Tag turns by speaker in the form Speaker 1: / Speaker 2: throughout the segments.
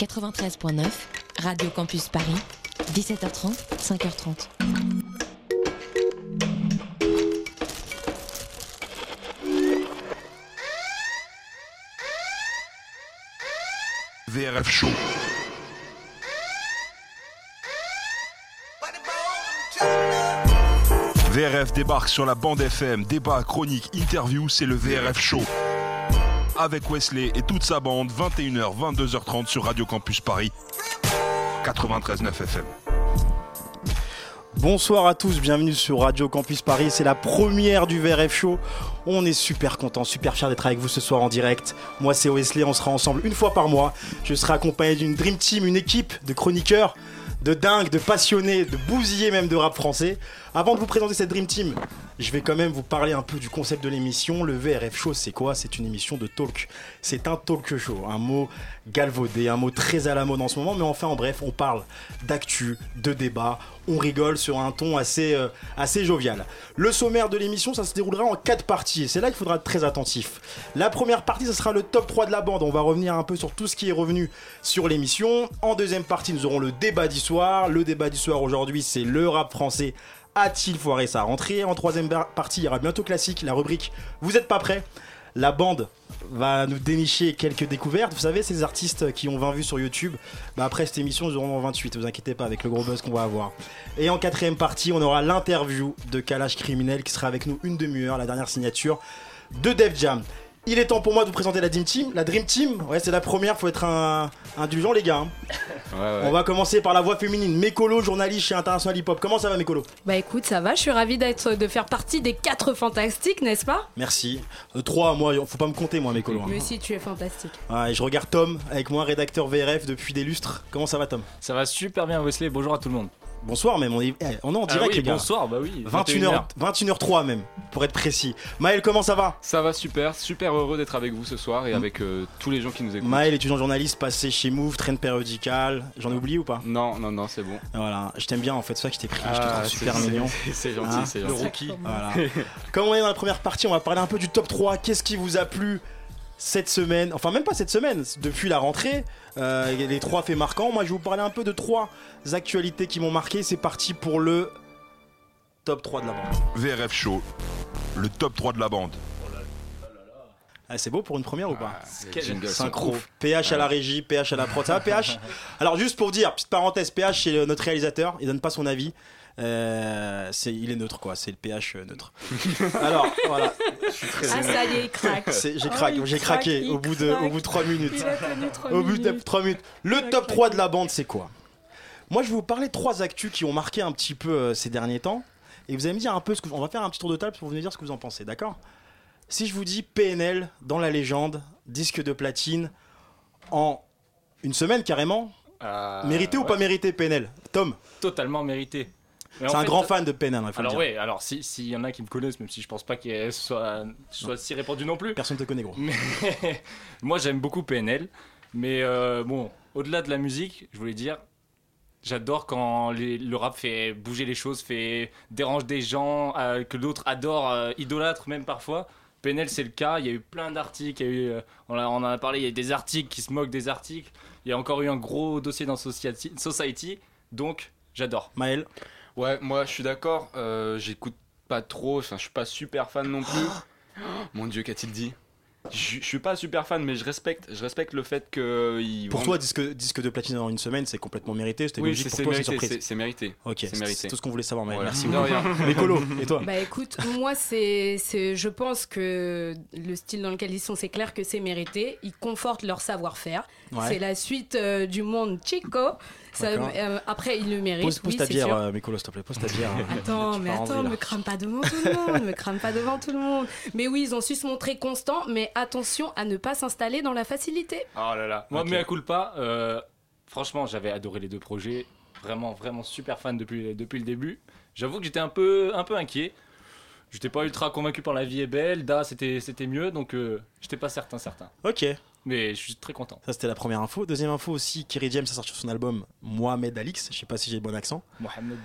Speaker 1: 93.9, Radio Campus Paris, 17h30, 5h30.
Speaker 2: VRF Show. VRF débarque sur la bande FM, débat, chronique, interview, c'est le VRF Show. Avec Wesley et toute sa bande, 21h, 22h30 sur Radio Campus Paris, 93.9 FM.
Speaker 3: Bonsoir à tous, bienvenue sur Radio Campus Paris, c'est la première du VRF Show. On est super content, super fier d'être avec vous ce soir en direct. Moi c'est Wesley, on sera ensemble une fois par mois. Je serai accompagné d'une Dream Team, une équipe de chroniqueurs, de dingues, de passionnés, de bousillés même de rap français. Avant de vous présenter cette Dream Team, je vais quand même vous parler un peu du concept de l'émission. Le VRF Show, c'est quoi C'est une émission de talk. C'est un talk show, un mot galvaudé, un mot très à la mode en ce moment, mais enfin en bref, on parle d'actu, de débat, on rigole sur un ton assez, euh, assez jovial. Le sommaire de l'émission, ça se déroulera en quatre parties, et c'est là qu'il faudra être très attentif. La première partie, ce sera le top 3 de la bande, on va revenir un peu sur tout ce qui est revenu sur l'émission. En deuxième partie, nous aurons le débat du soir. Le débat du soir aujourd'hui, c'est le rap français a-t-il foiré sa rentrée En troisième bar- partie, il y aura bientôt classique, la rubrique Vous êtes pas prêts La bande va nous dénicher quelques découvertes. Vous savez, ces artistes qui ont 20 vues sur YouTube, bah après cette émission, ils auront 28. Vous inquiétez pas avec le gros buzz qu'on va avoir. Et en quatrième partie, on aura l'interview de Kalash Criminel qui sera avec nous une demi-heure, la dernière signature de Def Jam. Il est temps pour moi de vous présenter la Dream Team. La Dream Team, ouais, c'est la première, faut être un... indulgent, les gars. hein. On va commencer par la voix féminine. Mécolo, journaliste chez International Hip Hop. Comment ça va, Mécolo
Speaker 4: Bah écoute, ça va, je suis ravie d'être, de faire partie des quatre fantastiques, n'est-ce pas
Speaker 3: Merci. Euh, trois, moi, faut pas me compter, moi, mes colons.
Speaker 4: Mais si, tu es fantastique.
Speaker 3: Ah, et je regarde Tom avec moi, rédacteur VRF depuis des lustres. Comment ça va, Tom
Speaker 5: Ça va super bien Wesley, bonjour à tout le monde.
Speaker 3: Bonsoir, même. On est, eh, on est en direct,
Speaker 5: Ah oui,
Speaker 3: les gars.
Speaker 5: bonsoir, bah oui.
Speaker 3: 21h, 21h03, même, pour être précis. Maël, comment ça va Mm.
Speaker 6: Ça va super, super heureux d'être avec vous ce soir et avec euh, tous les gens qui nous écoutent.
Speaker 3: Maël, étudiant journaliste, passé chez Move, traîne périodical. J'en ai oublié ou pas Ah,
Speaker 6: Non, non, non, c'est bon.
Speaker 3: Voilà, je t'aime bien en fait, c'est ça que je t'ai pris, je te
Speaker 6: Ah,
Speaker 3: trouve super mignon.
Speaker 6: C'est, c'est gentil,
Speaker 3: Hein
Speaker 6: c'est gentil.
Speaker 3: Voilà. Comme on est dans la première partie, on va parler un peu du top 3. Qu'est-ce qui vous a plu cette semaine Enfin, même pas cette semaine, depuis la rentrée. euh, les trois faits marquants. Moi, je vais vous parler un peu de trois actualités qui m'ont marqué. C'est parti pour le top 3 de la bande.
Speaker 2: VRF Show, le top 3 de la bande.
Speaker 3: Ah, c'est beau pour une première ou pas
Speaker 6: Ah, Les jingles sont Ah.
Speaker 3: Synchro.
Speaker 6: ouf.
Speaker 3: PH à la régie, PH à la prod. Ça va, PH Alors, juste pour dire, petite parenthèse, PH, c'est euh, notre réalisateur. Il donne pas son avis. Euh, c'est- il est neutre, quoi. C'est le PH euh, neutre. Alors, voilà.
Speaker 4: Ah ça y est, il craque.
Speaker 3: C'est- J'ai
Speaker 4: Ah,
Speaker 3: craqué,
Speaker 4: il
Speaker 3: j'ai
Speaker 4: craque,
Speaker 3: craqué
Speaker 4: il
Speaker 3: au bout de, au
Speaker 4: craque.
Speaker 3: bout de 3 minutes.
Speaker 4: Il a tenu trois
Speaker 3: Au bout de
Speaker 4: minutes.
Speaker 3: 3 minutes. Le
Speaker 4: Ouais,
Speaker 3: top
Speaker 4: craque.
Speaker 3: 3 de la bande, c'est quoi Moi, je vais vous parler de trois actus qui ont marqué un petit peu euh, ces derniers temps. Et vous allez me dire un peu ce que. On va faire un petit tour de table pour vous dire ce que vous en pensez, d'accord Si je vous dis PNL dans la légende, disque de platine, en une semaine carrément,
Speaker 5: Ah,
Speaker 3: mérité ou
Speaker 5: ouais,
Speaker 3: pas mérité PNL Tom,
Speaker 5: Totalement mérité. Mais
Speaker 3: c'est
Speaker 5: en
Speaker 3: un
Speaker 5: fait,
Speaker 3: grand fan de PNL, il faut le
Speaker 5: Alors
Speaker 3: dire.
Speaker 5: ouais, alors si- s'il y en a qui me connaissent, même si je pense pas qu'elle soit, soit si répandue non plus.
Speaker 3: Personne te connaît, gros.
Speaker 5: Mais moi j'aime beaucoup PNL, mais euh, bon, au-delà de la musique, je voulais dire, j'adore quand les- le rap fait bouger les choses, fait dérange des gens euh, que d'autres adorent, euh, idolâtrent même parfois. PNL c'est le cas, il y a eu plein d'articles, il y a eu, euh, on, l'a- on en a parlé, il y a eu des articles qui se moquent des articles, il y a encore eu un gros dossier dans Society, Society, donc j'adore.
Speaker 3: Maël,
Speaker 6: Ouais, moi je suis d'accord, euh, j'écoute pas trop, enfin je suis pas super fan non plus. Mon dieu, qu'a-t-il dit je, je suis pas super fan, mais je respecte, je respecte le fait que. ils
Speaker 3: pour
Speaker 6: vendent-
Speaker 3: toi, disque, disque de platine en une semaine, c'est complètement mérité. C'était
Speaker 6: oui,
Speaker 3: logique
Speaker 6: c'est,
Speaker 3: pour
Speaker 6: c'est
Speaker 3: toi, c'est une
Speaker 6: mérité,
Speaker 3: surprise.
Speaker 6: c'est, c'est mérité.
Speaker 3: Ok,
Speaker 6: c'est
Speaker 3: c'est
Speaker 6: mérité.
Speaker 3: c'est tout ce qu'on voulait savoir, Maël.
Speaker 6: Voilà.
Speaker 3: Merci
Speaker 6: De
Speaker 3: beaucoup.
Speaker 6: rien.
Speaker 3: Mais Colo, et toi
Speaker 4: Bah écoute, moi c'est, c'est, je pense que le style dans lequel ils sont, c'est clair que c'est mérité. Ils confortent leur savoir-faire.
Speaker 3: Ouais.
Speaker 4: C'est la suite euh, du monde chico. Ça,
Speaker 3: D'accord.
Speaker 4: euh, après, ils le méritent.
Speaker 3: Pose, pose
Speaker 4: oui,
Speaker 3: ta
Speaker 4: c'est
Speaker 3: bière,
Speaker 4: sûr.
Speaker 3: euh, Mécolo, s'il te plaît, pose ta bière.
Speaker 4: Attends,
Speaker 3: Tu
Speaker 4: mais
Speaker 3: pars en
Speaker 4: attends,
Speaker 3: vrille,
Speaker 4: me
Speaker 3: là.
Speaker 4: crame pas devant tout le monde, me crame pas devant tout le monde. Mais oui, ils ont su se montrer constants, mais attention à ne pas s'installer dans la facilité.
Speaker 5: Oh là là. Moi,
Speaker 3: Ok.
Speaker 5: mais à pas. euh, franchement, j'avais adoré les deux projets. Vraiment, vraiment super fan depuis, depuis le début. J'avoue que j'étais un peu, un peu inquiet. J'étais pas ultra convaincu par La vie est belle. Da, c'était c'était mieux. Donc, euh, j'étais pas certain, certain.
Speaker 3: Ok,
Speaker 5: Mais je suis très content.
Speaker 3: Ça, c'était la première info. Deuxième info aussi, Kerry James a sorti sur son album Mohamed Alix. Je sais pas si j'ai le bon accent.
Speaker 5: Mohamed.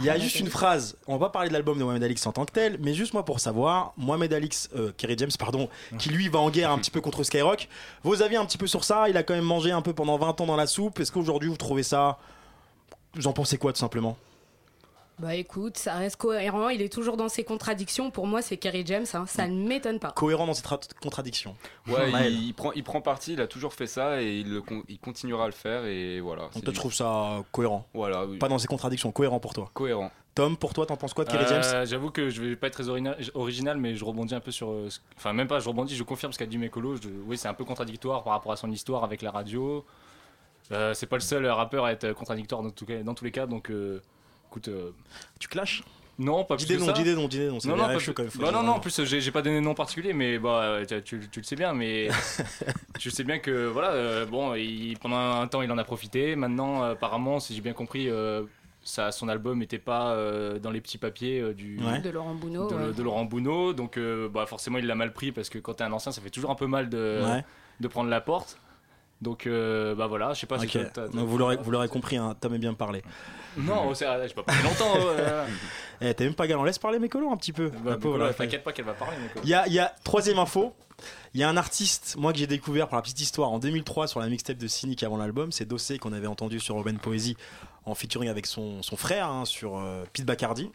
Speaker 3: Il y a juste une phrase. On va parler de l'album de Mohamed Alix en tant que tel, mais juste moi pour savoir, Mohamed Alix, euh, Kerry James, pardon,
Speaker 5: Ah.
Speaker 3: qui lui va en guerre un petit peu contre Skyrock. Vos avis un petit peu sur ça Il a quand même mangé un peu pendant 20 ans dans la soupe. Est-ce qu'aujourd'hui vous trouvez ça Vous en pensez quoi tout simplement
Speaker 4: Bah écoute, ça reste cohérent, il est toujours dans ses contradictions. Pour moi, c'est Kerry James, hein, ça ne m'étonne pas.
Speaker 3: Cohérent dans cette ra- contradiction.
Speaker 6: Ouais,
Speaker 3: Oh, Maël.
Speaker 6: il, il prend, il prend parti, il a toujours fait ça et il, le con- il continuera à le faire et voilà.
Speaker 3: Donc
Speaker 6: c'est
Speaker 3: toi
Speaker 6: du-
Speaker 3: tu trouves ça euh, cohérent
Speaker 6: Voilà, oui.
Speaker 3: Pas dans ses contradictions, cohérent pour toi.
Speaker 6: cohérent.
Speaker 3: Tom, pour toi, t'en penses quoi de Kerry
Speaker 5: Euh,
Speaker 3: James
Speaker 5: J'avoue que je vais pas être très orina- original, mais je rebondis un peu sur. euh, ce- Enfin, même pas, je rebondis, je confirme ce qu'a dit Mekolo. Je- Oui, c'est un peu contradictoire par rapport à son histoire avec la radio. Euh, c'est pas le seul rappeur à être contradictoire dans, tout cas- dans tous les cas, donc euh, écoute. euh,
Speaker 3: Tu clashes
Speaker 5: Non, pas plus
Speaker 3: Dis des
Speaker 5: que
Speaker 3: noms,
Speaker 5: ça.
Speaker 3: dis des noms, dis des noms. C'est
Speaker 5: Non,
Speaker 3: des
Speaker 5: non,
Speaker 3: vrais
Speaker 5: pas
Speaker 3: chauds,
Speaker 5: plus-
Speaker 3: quand même. faut
Speaker 5: Bah
Speaker 3: dire
Speaker 5: non,
Speaker 3: des
Speaker 5: non, en
Speaker 3: noms.
Speaker 5: plus, euh, j'ai j'ai pas donné de nom particulier, mais bah, euh, tu, tu- tu le sais bien, mais je sais bien que, voilà, euh, bon, il- pendant un temps, il en a profité. Maintenant, euh, apparemment, si j'ai bien compris, euh, ça, son album n'était pas euh, dans les petits papiers euh, du,
Speaker 3: Ouais.
Speaker 4: De Laurent Bounot.
Speaker 5: de,
Speaker 4: ouais.
Speaker 5: de Laurent Bounot, donc euh, bah, forcément, il l'a mal pris parce que quand t'es un ancien, ça fait toujours un peu mal de,
Speaker 3: Ouais.
Speaker 5: de prendre la porte. Donc, euh, bah voilà, je sais pas si
Speaker 3: Ok.
Speaker 5: toi, t'as- t'as-
Speaker 3: Donc, vous l'aurez vous l'aurez compris, hein, Tom est bien parlé.
Speaker 5: Non, c'est- ah, j'ai pas parlé longtemps. euh,
Speaker 3: Eh, t'es même pas galant, laisse parler mes colons un petit peu.
Speaker 5: bah,
Speaker 3: La
Speaker 5: Nicolas,
Speaker 3: pauvre, la fête.
Speaker 5: T'inquiète pas qu'elle va parler. Nicolas.
Speaker 3: Il y a, il y a- troisième info. Il y a un artiste, moi que j'ai découvert pour la petite histoire en 2003 sur la mixtape de Cynic avant l'album, c'est Dossé qu'on avait entendu sur Urban Poésie en featuring avec son, son frère hein, sur euh, Pete Bacardi.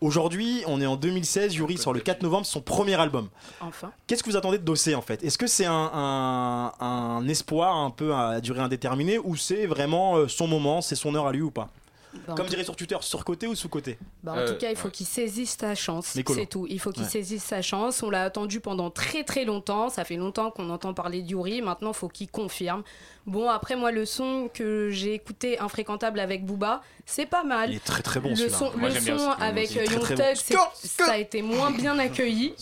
Speaker 3: Aujourd'hui, on est en 2016, Yuri sort le 4 novembre son premier album.
Speaker 4: Enfin.
Speaker 3: Qu'est-ce que vous attendez de Dossé en fait Est-ce que c'est un, un- un espoir un peu à durée indéterminée ou c'est vraiment euh, son moment, c'est son heure à lui ou pas
Speaker 4: Bah, en
Speaker 3: Comme
Speaker 4: tout-
Speaker 3: dirait sur Twitter, surcoté ou sous-côté
Speaker 4: Bah, en
Speaker 6: Euh,
Speaker 4: tout cas, il faut
Speaker 6: ouais.
Speaker 4: qu'il saisisse sa chance.
Speaker 3: Mécolo.
Speaker 4: C'est tout. Il faut qu'il
Speaker 3: Ouais.
Speaker 4: saisisse sa chance. On l'a attendu pendant très très longtemps. Ça fait longtemps qu'on entend parler d'Yuri. Maintenant, il faut qu'il confirme. Bon, après, moi, le son que j'ai écouté, Infréquentable avec Booba, c'est pas mal.
Speaker 3: Il est très très bon
Speaker 4: le
Speaker 3: celui-là.
Speaker 4: son,
Speaker 6: Moi,
Speaker 4: le
Speaker 6: j'aime bien
Speaker 4: son
Speaker 6: aussi.
Speaker 4: avec
Speaker 6: Il est
Speaker 4: euh,
Speaker 3: très,
Speaker 4: Young
Speaker 3: très
Speaker 4: Thug,
Speaker 3: bon.
Speaker 4: c'est- ça a été moins bien accueilli.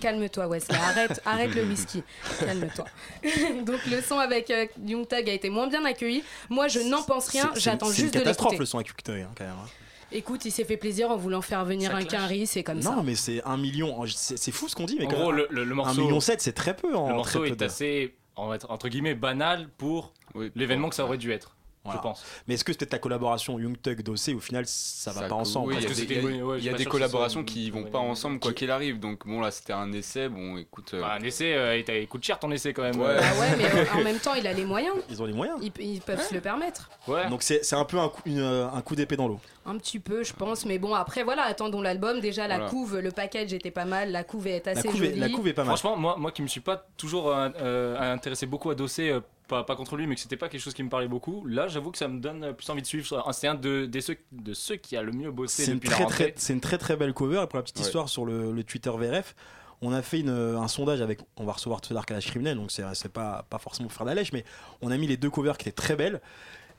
Speaker 4: Calme-toi, Wesley. Arrête, arrête le whisky. Calme-toi. Donc le son avec euh, Young Thug a été moins bien accueilli. Moi, je n'en pense rien.
Speaker 3: C'est- c'est-
Speaker 4: J'attends
Speaker 3: C'est une
Speaker 4: juste de
Speaker 3: catastrophe
Speaker 4: l'écouter.
Speaker 3: le son avec Uktoy, hein, quand même. hein.
Speaker 4: Écoute, il s'est fait plaisir en voulant faire venir
Speaker 5: Ça
Speaker 4: un
Speaker 5: clash.
Speaker 4: quinri. C'est comme
Speaker 3: non,
Speaker 4: ça.
Speaker 3: mais c'est un million. Oh, C'est c'est fou ce qu'on dit, mais
Speaker 5: En
Speaker 3: quand
Speaker 5: gros,
Speaker 3: même,
Speaker 5: le, le- le
Speaker 3: un
Speaker 5: morceau.
Speaker 3: million sept, c'est très peu. En
Speaker 5: le
Speaker 3: très
Speaker 5: morceau
Speaker 3: peu
Speaker 5: est
Speaker 3: de-
Speaker 5: assez en fait, entre guillemets banal pour
Speaker 6: Oui,
Speaker 5: l'événement que ça aurait dû être
Speaker 3: Voilà.
Speaker 5: je pense
Speaker 3: Mais est-ce que c'était la collaboration Young Thug Dossé Au final, ça va
Speaker 6: Ça
Speaker 3: pas
Speaker 6: coule.
Speaker 3: ensemble.
Speaker 6: Oui, il
Speaker 5: Parce
Speaker 6: y
Speaker 5: que
Speaker 6: a
Speaker 5: c'était
Speaker 6: des, il y a-
Speaker 5: une- ouais, je
Speaker 6: il y a des
Speaker 5: suis pas sûr si
Speaker 6: collaborations
Speaker 5: c'est une-
Speaker 6: qui vont
Speaker 5: une-
Speaker 6: pas ensemble quoi
Speaker 5: qui-
Speaker 6: qu'il arrive. Donc bon là c'était un essai. Bon écoute. euh,
Speaker 5: Enfin, un essai euh, il t'a- il coûte cher ton essai quand même
Speaker 6: Ouais.
Speaker 5: Euh,
Speaker 4: Bah ouais, mais en, en même temps, il a les moyens.
Speaker 3: Ils ont les moyens.
Speaker 4: Ils, ils peuvent se le permettre.
Speaker 5: ouais.
Speaker 3: Donc c'est c'est un peu un coup, une, euh, un coup d'épée dans l'eau.
Speaker 4: Un petit peu, je pense. Mais bon, après, voilà, attendons l'album. Déjà, la
Speaker 6: Voilà.
Speaker 4: couve, le package était pas mal. La couve est
Speaker 3: La
Speaker 4: assez
Speaker 3: couve, est,
Speaker 4: jolie.
Speaker 3: la couve est pas mal.
Speaker 5: franchement moi moi qui me suis pas toujours euh, euh, intéressé beaucoup à Dossé euh, pas, pas contre lui mais que c'était pas quelque chose qui me parlait beaucoup là j'avoue que ça me donne euh, plus envie de suivre Ah, c'est un de, des ceux, de ceux qui a le mieux bossé
Speaker 3: C'est une,
Speaker 5: depuis la
Speaker 3: très, très,
Speaker 5: rentrée
Speaker 3: c'est une très très belle cover. Et pour la petite
Speaker 6: Ouais.
Speaker 3: histoire sur le, le Twitter VRF, on a fait une, euh, un sondage avec. On va recevoir tout à l'heure Kalash Criminel, donc c'est c'est pas, pas forcément pour faire de la lèche, mais on a mis les deux covers qui étaient très belles.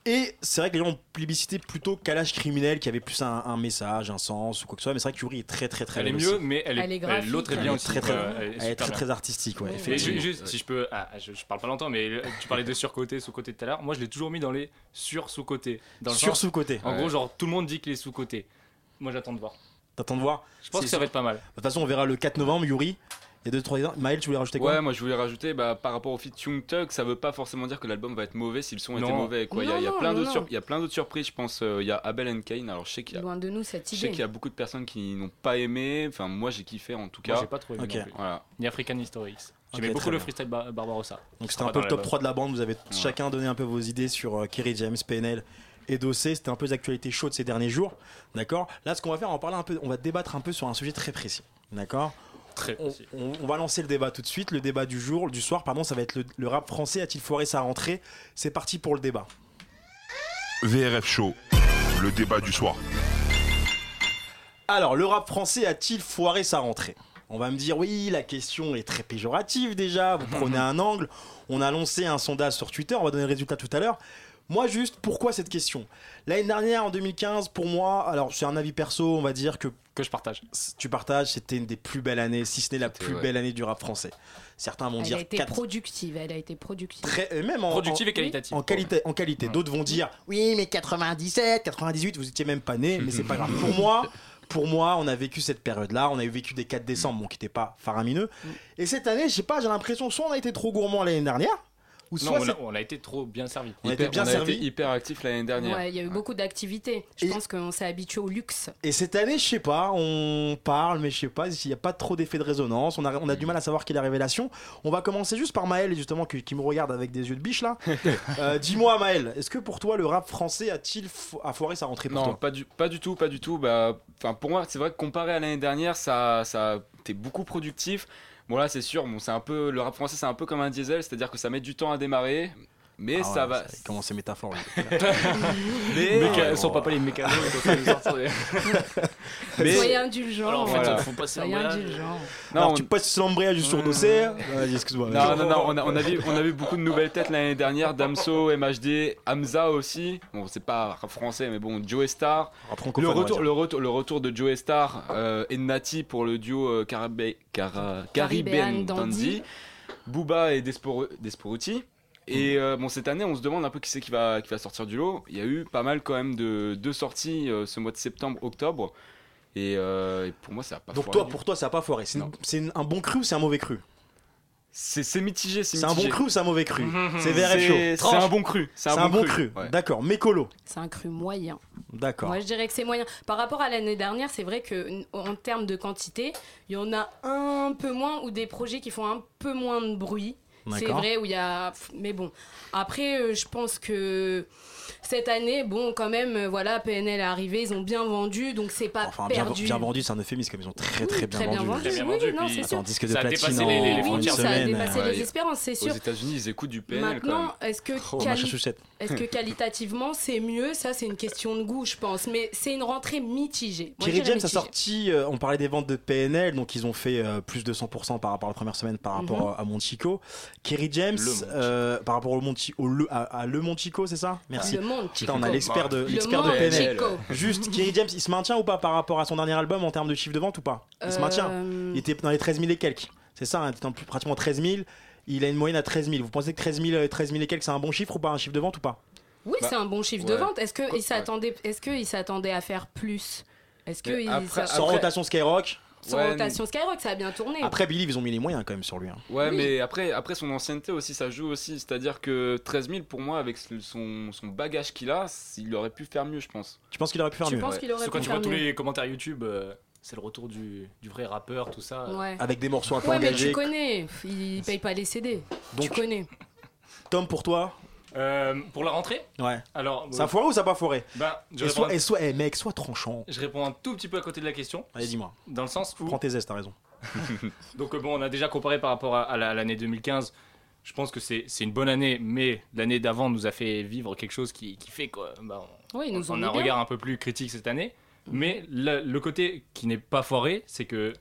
Speaker 3: Et c'est vrai que les gens ont plébiscité plutôt Kalash Criminel qui avait plus un, un message, un sens ou quoi que ce soit. Mais c'est vrai que Yuri est très très très
Speaker 5: elle est
Speaker 3: belle
Speaker 5: mieux
Speaker 3: aussi.
Speaker 5: mais elle
Speaker 4: Elle est
Speaker 5: est
Speaker 4: graphique,
Speaker 5: l'autre est
Speaker 4: elle
Speaker 5: bien
Speaker 3: est
Speaker 5: aussi
Speaker 3: très, très-
Speaker 5: Euh, elle est
Speaker 3: Elle est
Speaker 5: super
Speaker 3: très
Speaker 5: bien.
Speaker 3: très artistique, ouais,
Speaker 4: Oui, oui.
Speaker 5: Et
Speaker 3: effectivement.
Speaker 5: ju- juste, si je peux, ah, je, je parle pas longtemps, mais le- tu parlais de surcoté, sous-côté tout à l'heure. Moi, je l'ai toujours mis dans les sur-sous-côté. Dans le
Speaker 3: Sur
Speaker 5: sens-
Speaker 3: sous-côté.
Speaker 5: En
Speaker 6: Ouais.
Speaker 5: gros, genre, tout le monde dit qu'il est sous-côté. Moi, j'attends de voir.
Speaker 3: T'attends de voir.
Speaker 5: Je pense
Speaker 3: C'est-
Speaker 5: que ça va être pas mal.
Speaker 3: De toute façon, on verra le 4 novembre, Yuri. Il y a deux, trois exemples. Maël, tu voulais rajouter quoi
Speaker 6: Ouais, moi je voulais rajouter bah, par rapport au feat Young Tug, ça veut pas forcément dire que l'album va être mauvais si le son était
Speaker 5: Non.
Speaker 6: mauvais. quoi. Il y a- il y a
Speaker 4: Non,
Speaker 6: plein
Speaker 4: non,
Speaker 6: d'autres
Speaker 4: non.
Speaker 6: sur- il y a plein d'autres surprises, je pense. euh, Il y a Abel and Kane, alors je sais qu'il y a,
Speaker 4: Loin de nous, cette
Speaker 6: je sais qu'il y
Speaker 4: idée.
Speaker 6: a beaucoup de personnes qui n'ont pas aimé. Enfin, moi j'ai kiffé en tout
Speaker 5: Moi,
Speaker 6: cas.
Speaker 5: j'ai pas trouvé. aimé
Speaker 3: Ok.
Speaker 5: non plus.
Speaker 6: Voilà.
Speaker 5: Ni African Historics. J'aimais
Speaker 3: Ok, très
Speaker 5: beaucoup le
Speaker 3: bien.
Speaker 5: freestyle Bar- Barbarossa.
Speaker 3: Donc c'était
Speaker 5: sera
Speaker 3: un peu
Speaker 5: dans
Speaker 3: le top
Speaker 5: l'album.
Speaker 3: 3 de la bande, vous avez chacun donné un peu vos idées sur euh, Kerry James, PNL et Dossé, c'était un peu les actualités chaudes ces derniers jours, d'accord Là ce qu'on va faire, on va, parler un peu, on va débattre un peu sur un sujet très précis, d'accord
Speaker 5: Très
Speaker 3: on, on- on va lancer le débat tout de suite, le débat du jour, du soir, pardon, ça va être le, le rap français a-t-il foiré sa rentrée C'est parti pour le débat.
Speaker 2: VRF Show, le débat du soir.
Speaker 3: Alors, le rap français a-t-il foiré sa rentrée On va me dire, oui, la question est très péjorative déjà, vous prenez un angle, on a lancé un sondage sur Twitter, on va donner le résultat tout à l'heure. Moi, juste, pourquoi cette question L'année dernière, en 2015, pour moi, alors c'est un avis perso, on va dire que
Speaker 5: Que je partage.
Speaker 3: c- tu partages, c'était une des plus belles années, si ce n'est la
Speaker 6: C'était,
Speaker 3: plus
Speaker 6: ouais.
Speaker 3: belle année du rap français. Certains vont
Speaker 4: Elle a
Speaker 3: dire
Speaker 4: été
Speaker 3: quatre-
Speaker 4: productive. Elle a été productive.
Speaker 3: très, et même en, en-
Speaker 5: Productive et qualitative.
Speaker 3: en qualité, en qualité.
Speaker 5: Ouais.
Speaker 3: D'autres vont dire oui, mais 97, 98, vous étiez même pas né, mais c'est pas grave. Pour moi, Pour moi, on a vécu cette période-là, on a eu vécu des 4 décembre, bon, qui n'était pas faramineux. Et cette année, je sais pas, j'ai l'impression soit on a été trop gourmand l'année dernière, ou
Speaker 5: Non,
Speaker 3: soit
Speaker 5: on
Speaker 3: c'est-
Speaker 5: a, on a été trop bien servi.
Speaker 3: on a été
Speaker 6: Hyper-
Speaker 3: bien
Speaker 6: on a
Speaker 3: servi.
Speaker 6: été hyper actif l'année dernière.
Speaker 4: Ouais, il y a eu beaucoup d'activités. Je
Speaker 3: Et-
Speaker 4: pense qu'on s'est habitué au luxe.
Speaker 3: Et cette année, je sais pas, on parle, mais je sais pas s'il n'y a pas trop d'effet de résonance. On a, on a du mal à savoir quelle est la révélation. On va commencer juste par Maël, justement, qui, qui me regarde avec des yeux de biche là. Euh, Dis-moi, Maël, est-ce que pour toi, le rap français a-t-il fo- a foiré sa rentrée pour
Speaker 6: Non,
Speaker 3: toi
Speaker 6: pas du, pas du tout, pas du tout. Bah, enfin, pour moi, c'est vrai que comparé à l'année dernière, ça, ça, t'es beaucoup productif. Bon là, c'est sûr. Bon, c'est un peu le rap français, c'est un peu comme un diesel, c'est-à-dire que ça met du temps à démarrer, mais
Speaker 3: Ah
Speaker 6: ça
Speaker 3: ouais,
Speaker 6: va.
Speaker 3: Comment c'est métaphore là.
Speaker 6: Mais,
Speaker 5: Méca-
Speaker 3: ouais,
Speaker 5: sans
Speaker 3: bon.
Speaker 5: papa les mécanos, ils doivent nous sortir.
Speaker 6: mais-
Speaker 4: Soyez indulgents.
Speaker 5: Alors en fait,
Speaker 6: Voilà.
Speaker 5: faut passer un
Speaker 4: Soyez
Speaker 5: voyage.
Speaker 4: indulgents.
Speaker 6: non,
Speaker 3: Alors,
Speaker 6: on- Mm.
Speaker 3: tu passes sur l'embrayage du sourdosé. Vas-y, excuse-moi. vas-y.
Speaker 6: non, non, non, on a, on a vu, on a vu beaucoup de nouvelles têtes l'année dernière. Damso, MHD, Hamza aussi. Bon, c'est pas rap français, mais bon, Joe Star. Le
Speaker 3: Rap francophone, on va
Speaker 6: retour,
Speaker 3: dire.
Speaker 6: le, retour, le retour de Joe Star euh, et Nati pour le duo euh, Carabé- Cara-
Speaker 4: Caribbean
Speaker 6: Caribbean
Speaker 4: Dandy.
Speaker 6: Dandy, Booba et Desporo- Desporotti.
Speaker 3: Mm.
Speaker 6: Et euh, bon, cette année, on se demande un peu qui c'est qui va, qui va sortir du lot. Il y a eu pas mal quand même de, de sorties euh, ce mois de septembre-octobre. Et, euh, et pour moi, ça a pas
Speaker 3: Donc,
Speaker 6: foiré
Speaker 3: toi,
Speaker 6: du-
Speaker 3: pour toi, ça a pas foiré. C'est une-
Speaker 6: Non.
Speaker 3: C'est une- un bon cru ou c'est un mauvais cru
Speaker 6: C'est c'est mitigé, c'est
Speaker 3: C'est un
Speaker 6: mitigé.
Speaker 3: bon cru ou c'est un mauvais cru
Speaker 5: Mhm.
Speaker 3: C'est
Speaker 6: C'est-
Speaker 3: VRF chaud.
Speaker 6: C'est un bon cru.
Speaker 3: C'est un bon cru.
Speaker 6: ouais.
Speaker 3: D'accord, mécolo.
Speaker 4: C'est un cru moyen.
Speaker 3: D'accord.
Speaker 4: Moi, je dirais que c'est moyen. Par rapport à l'année dernière, c'est vrai que n- en termes de quantité, il y en a un peu moins ou des projets qui font un peu moins de bruit. C'est
Speaker 3: D'accord.
Speaker 4: vrai où il y a, mais bon. Après, euh, je pense que cette année, bon, quand même, euh, voilà, PNL est arrivé, ils ont bien vendu, donc c'est pas
Speaker 3: Enfin, bien,
Speaker 4: perdu.
Speaker 3: bien vendu, c'est un euphémisme, comme ils ont très très bien
Speaker 4: très bien
Speaker 3: vendu.
Speaker 4: vendu.
Speaker 5: Très bien
Speaker 4: oui,
Speaker 5: vendu,
Speaker 4: non,
Speaker 5: puis-
Speaker 4: c'est
Speaker 3: Attends,
Speaker 4: sûr.
Speaker 3: disque de
Speaker 5: Ça a
Speaker 3: platine
Speaker 5: dépassé
Speaker 3: en,
Speaker 5: les- les
Speaker 3: en une
Speaker 4: Oui,
Speaker 5: frontières.
Speaker 4: ça a
Speaker 3: semaine. euh,
Speaker 4: dépassé
Speaker 6: Ouais.
Speaker 4: les espérances, c'est
Speaker 6: Aux
Speaker 4: sûr.
Speaker 6: États-Unis, ils écoutent du PNL quand même.
Speaker 4: Maintenant, est-ce que,
Speaker 3: Oh,
Speaker 4: quali-
Speaker 3: machin chaussette.
Speaker 4: est-ce que qualitativement c'est mieux Ça, c'est une question de goût, je pense. Mais c'est une rentrée mitigée. Moi, je
Speaker 3: Kerry
Speaker 4: dirais
Speaker 3: James a
Speaker 4: mitigée.
Speaker 3: sorti, euh, on parlait des ventes de PNL, donc ils ont fait euh, plus de 100% par rapport à la première semaine par rapport
Speaker 4: Mhm.
Speaker 3: à- à Montico. Kerry James,
Speaker 6: Le Montico.
Speaker 3: euh, par rapport au Monti, au le, à, à Le Montico, c'est ça Merci.
Speaker 4: Le monde, Chico.
Speaker 3: Putain, on a l'expert de,
Speaker 4: Le
Speaker 3: l'expert de
Speaker 4: monde,
Speaker 3: PNL.
Speaker 4: Chico.
Speaker 3: Juste, Kerry James, il se maintient ou pas par rapport à son dernier album en termes de chiffre de vente ou pas Il se maintient.
Speaker 4: Euh,
Speaker 3: Il était dans les 13 000 et quelques. C'est ça, hein, il était en plus pratiquement 13 000. Il a une moyenne à 13 000. Vous pensez que 13 000, euh, 13 000 et quelques, c'est un bon chiffre ou pas Un chiffre de vente ou pas
Speaker 4: Oui,
Speaker 6: Bah,
Speaker 4: c'est un bon chiffre de
Speaker 6: ouais.
Speaker 4: vente. Est-ce
Speaker 6: Ouais.
Speaker 4: qu'il s'attendait est-ce que il s'attendait à faire plus Est-ce que
Speaker 6: Mais
Speaker 4: il-
Speaker 6: après-
Speaker 4: ça-
Speaker 3: Sans
Speaker 6: Après-
Speaker 3: rotation Skyrock.
Speaker 4: sans
Speaker 6: Ouais,
Speaker 4: rotation Skyrock, ça a bien tourné.
Speaker 3: Après, Believe, ils ont mis les moyens quand même sur lui. hein.
Speaker 6: Ouais,
Speaker 4: Oui.
Speaker 6: mais après, après son ancienneté aussi, ça joue aussi. C'est-à-dire que 13 000, pour moi, avec ce- son, son bagage qu'il a, il aurait pu faire mieux, je pense.
Speaker 3: Tu penses qu'il aurait pu faire
Speaker 4: je
Speaker 3: mieux
Speaker 4: pense
Speaker 6: ouais.
Speaker 4: qu'il aurait
Speaker 5: Parce que quand
Speaker 4: pu
Speaker 5: tu vois
Speaker 4: faire
Speaker 5: tous
Speaker 4: mieux.
Speaker 5: les commentaires YouTube, euh, c'est le retour du, du vrai rappeur, tout ça. euh,
Speaker 4: Ouais.
Speaker 3: Avec des morceaux un peu
Speaker 4: Ouais, mais tu
Speaker 3: engagés.
Speaker 4: connais, il paye pas les CD.
Speaker 3: Donc-
Speaker 4: tu connais.
Speaker 3: Tom, pour toi
Speaker 5: Euh, pour la rentrée,
Speaker 3: Ouais.
Speaker 5: alors,
Speaker 3: Ça a
Speaker 5: euh,
Speaker 3: foiré ou ça a pas foiré
Speaker 5: ben, je,
Speaker 3: et
Speaker 5: réponds,
Speaker 3: soit, et soit, eh, mec, soit tranchant.
Speaker 5: je réponds un tout petit peu à côté de la question,
Speaker 3: Allez, dis-moi.
Speaker 5: dans le sens où
Speaker 3: Prends tes zestes, t'as raison.
Speaker 5: Donc euh, bon, on a déjà comparé par rapport à, à la- à l'année 2015. Je pense que c'est c'est une bonne année, mais l'année d'avant nous a fait vivre quelque chose qui, qui fait quoi. Bah,
Speaker 4: Oui,
Speaker 5: on,
Speaker 4: ils nous
Speaker 5: on
Speaker 4: ont
Speaker 5: a un
Speaker 4: mis bien. Mhm.
Speaker 5: regard un peu plus critique cette année. Mais le, le côté qui n'est pas foiré, c'est que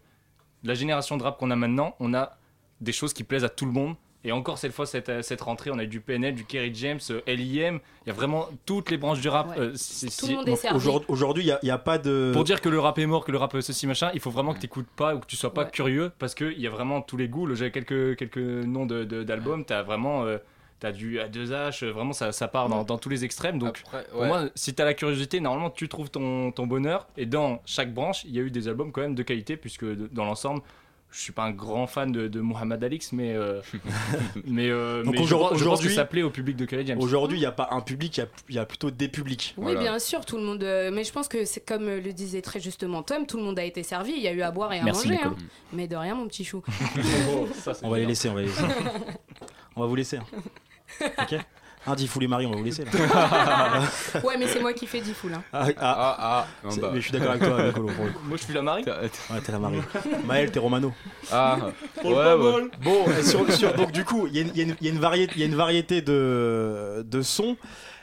Speaker 5: la génération de rap qu'on a maintenant, on a des choses qui plaisent à tout le monde. Et encore cette fois, cette, euh, cette rentrée, on a eu du PNL, du Kerry James, euh, LIM. Il y a vraiment toutes les branches du rap.
Speaker 4: Ouais.
Speaker 5: euh, c'est-
Speaker 4: Tout
Speaker 5: c'est-
Speaker 4: le monde est servi.
Speaker 3: Aujourd'hui, euh, Aujourd'hui, il n'y a, pas de.
Speaker 5: pour dire que le rap est mort, que le rap euh, ceci machin, il faut vraiment que t'écoutes pas ou que tu sois pas
Speaker 4: Ouais.
Speaker 5: curieux parce que il y a vraiment tous les goûts. Là, J'ai quelques quelques noms de- de- d'albums. T'as vraiment euh, t'as du A2H. euh, Vraiment, ça, ça part dans, dans tous les extrêmes. Donc
Speaker 6: Après,
Speaker 5: pour
Speaker 6: ouais.
Speaker 5: moi, si t'as la curiosité, normalement tu trouves ton, ton bonheur. Et dans chaque branche, il y a eu des albums quand même de qualité puisque de- dans l'ensemble. Je suis pas un grand fan de, de Mohamed Alix, mais euh, mais, euh,
Speaker 3: Donc
Speaker 5: mais je
Speaker 3: aujourd'hui-
Speaker 5: pense- je pense que
Speaker 3: aujourd'hui-
Speaker 5: ça plaît au public de Kerry James.
Speaker 3: Aujourd'hui, il n'y a pas un public, il y a- il y, a plutôt des publics.
Speaker 4: Oui,
Speaker 6: Voilà.
Speaker 4: bien sûr, tout le monde. euh, mais je pense que c'est comme euh, le disait très justement Tom, tout le monde a été servi. Il y a eu à boire et à
Speaker 5: Merci,
Speaker 4: manger.
Speaker 5: Nicolas.
Speaker 4: hein. Mais de rien, mon petit chou.
Speaker 3: On va les laisser, on va les laisser. on va vous laisser. hein. Ok Un dit fou les maris, on va vous laisser. là.
Speaker 4: Ouais, mais c'est moi qui fais 10 foules. hein.
Speaker 3: Ah, ah,
Speaker 6: Ah, ah, non,
Speaker 3: c'est-
Speaker 6: bah.
Speaker 3: mais je suis d'accord avec toi, Nicolo, pour le coup.
Speaker 5: Moi, je suis la Marie.
Speaker 6: T'as-
Speaker 3: Ouais, t'es la Marie. Maël, t'es Romano.
Speaker 6: Ah, ouais, ouais.
Speaker 3: Bon, et sur, sur- donc du coup, il y a une- il y, a une- il y a une variété, il y a une variété de, de sons.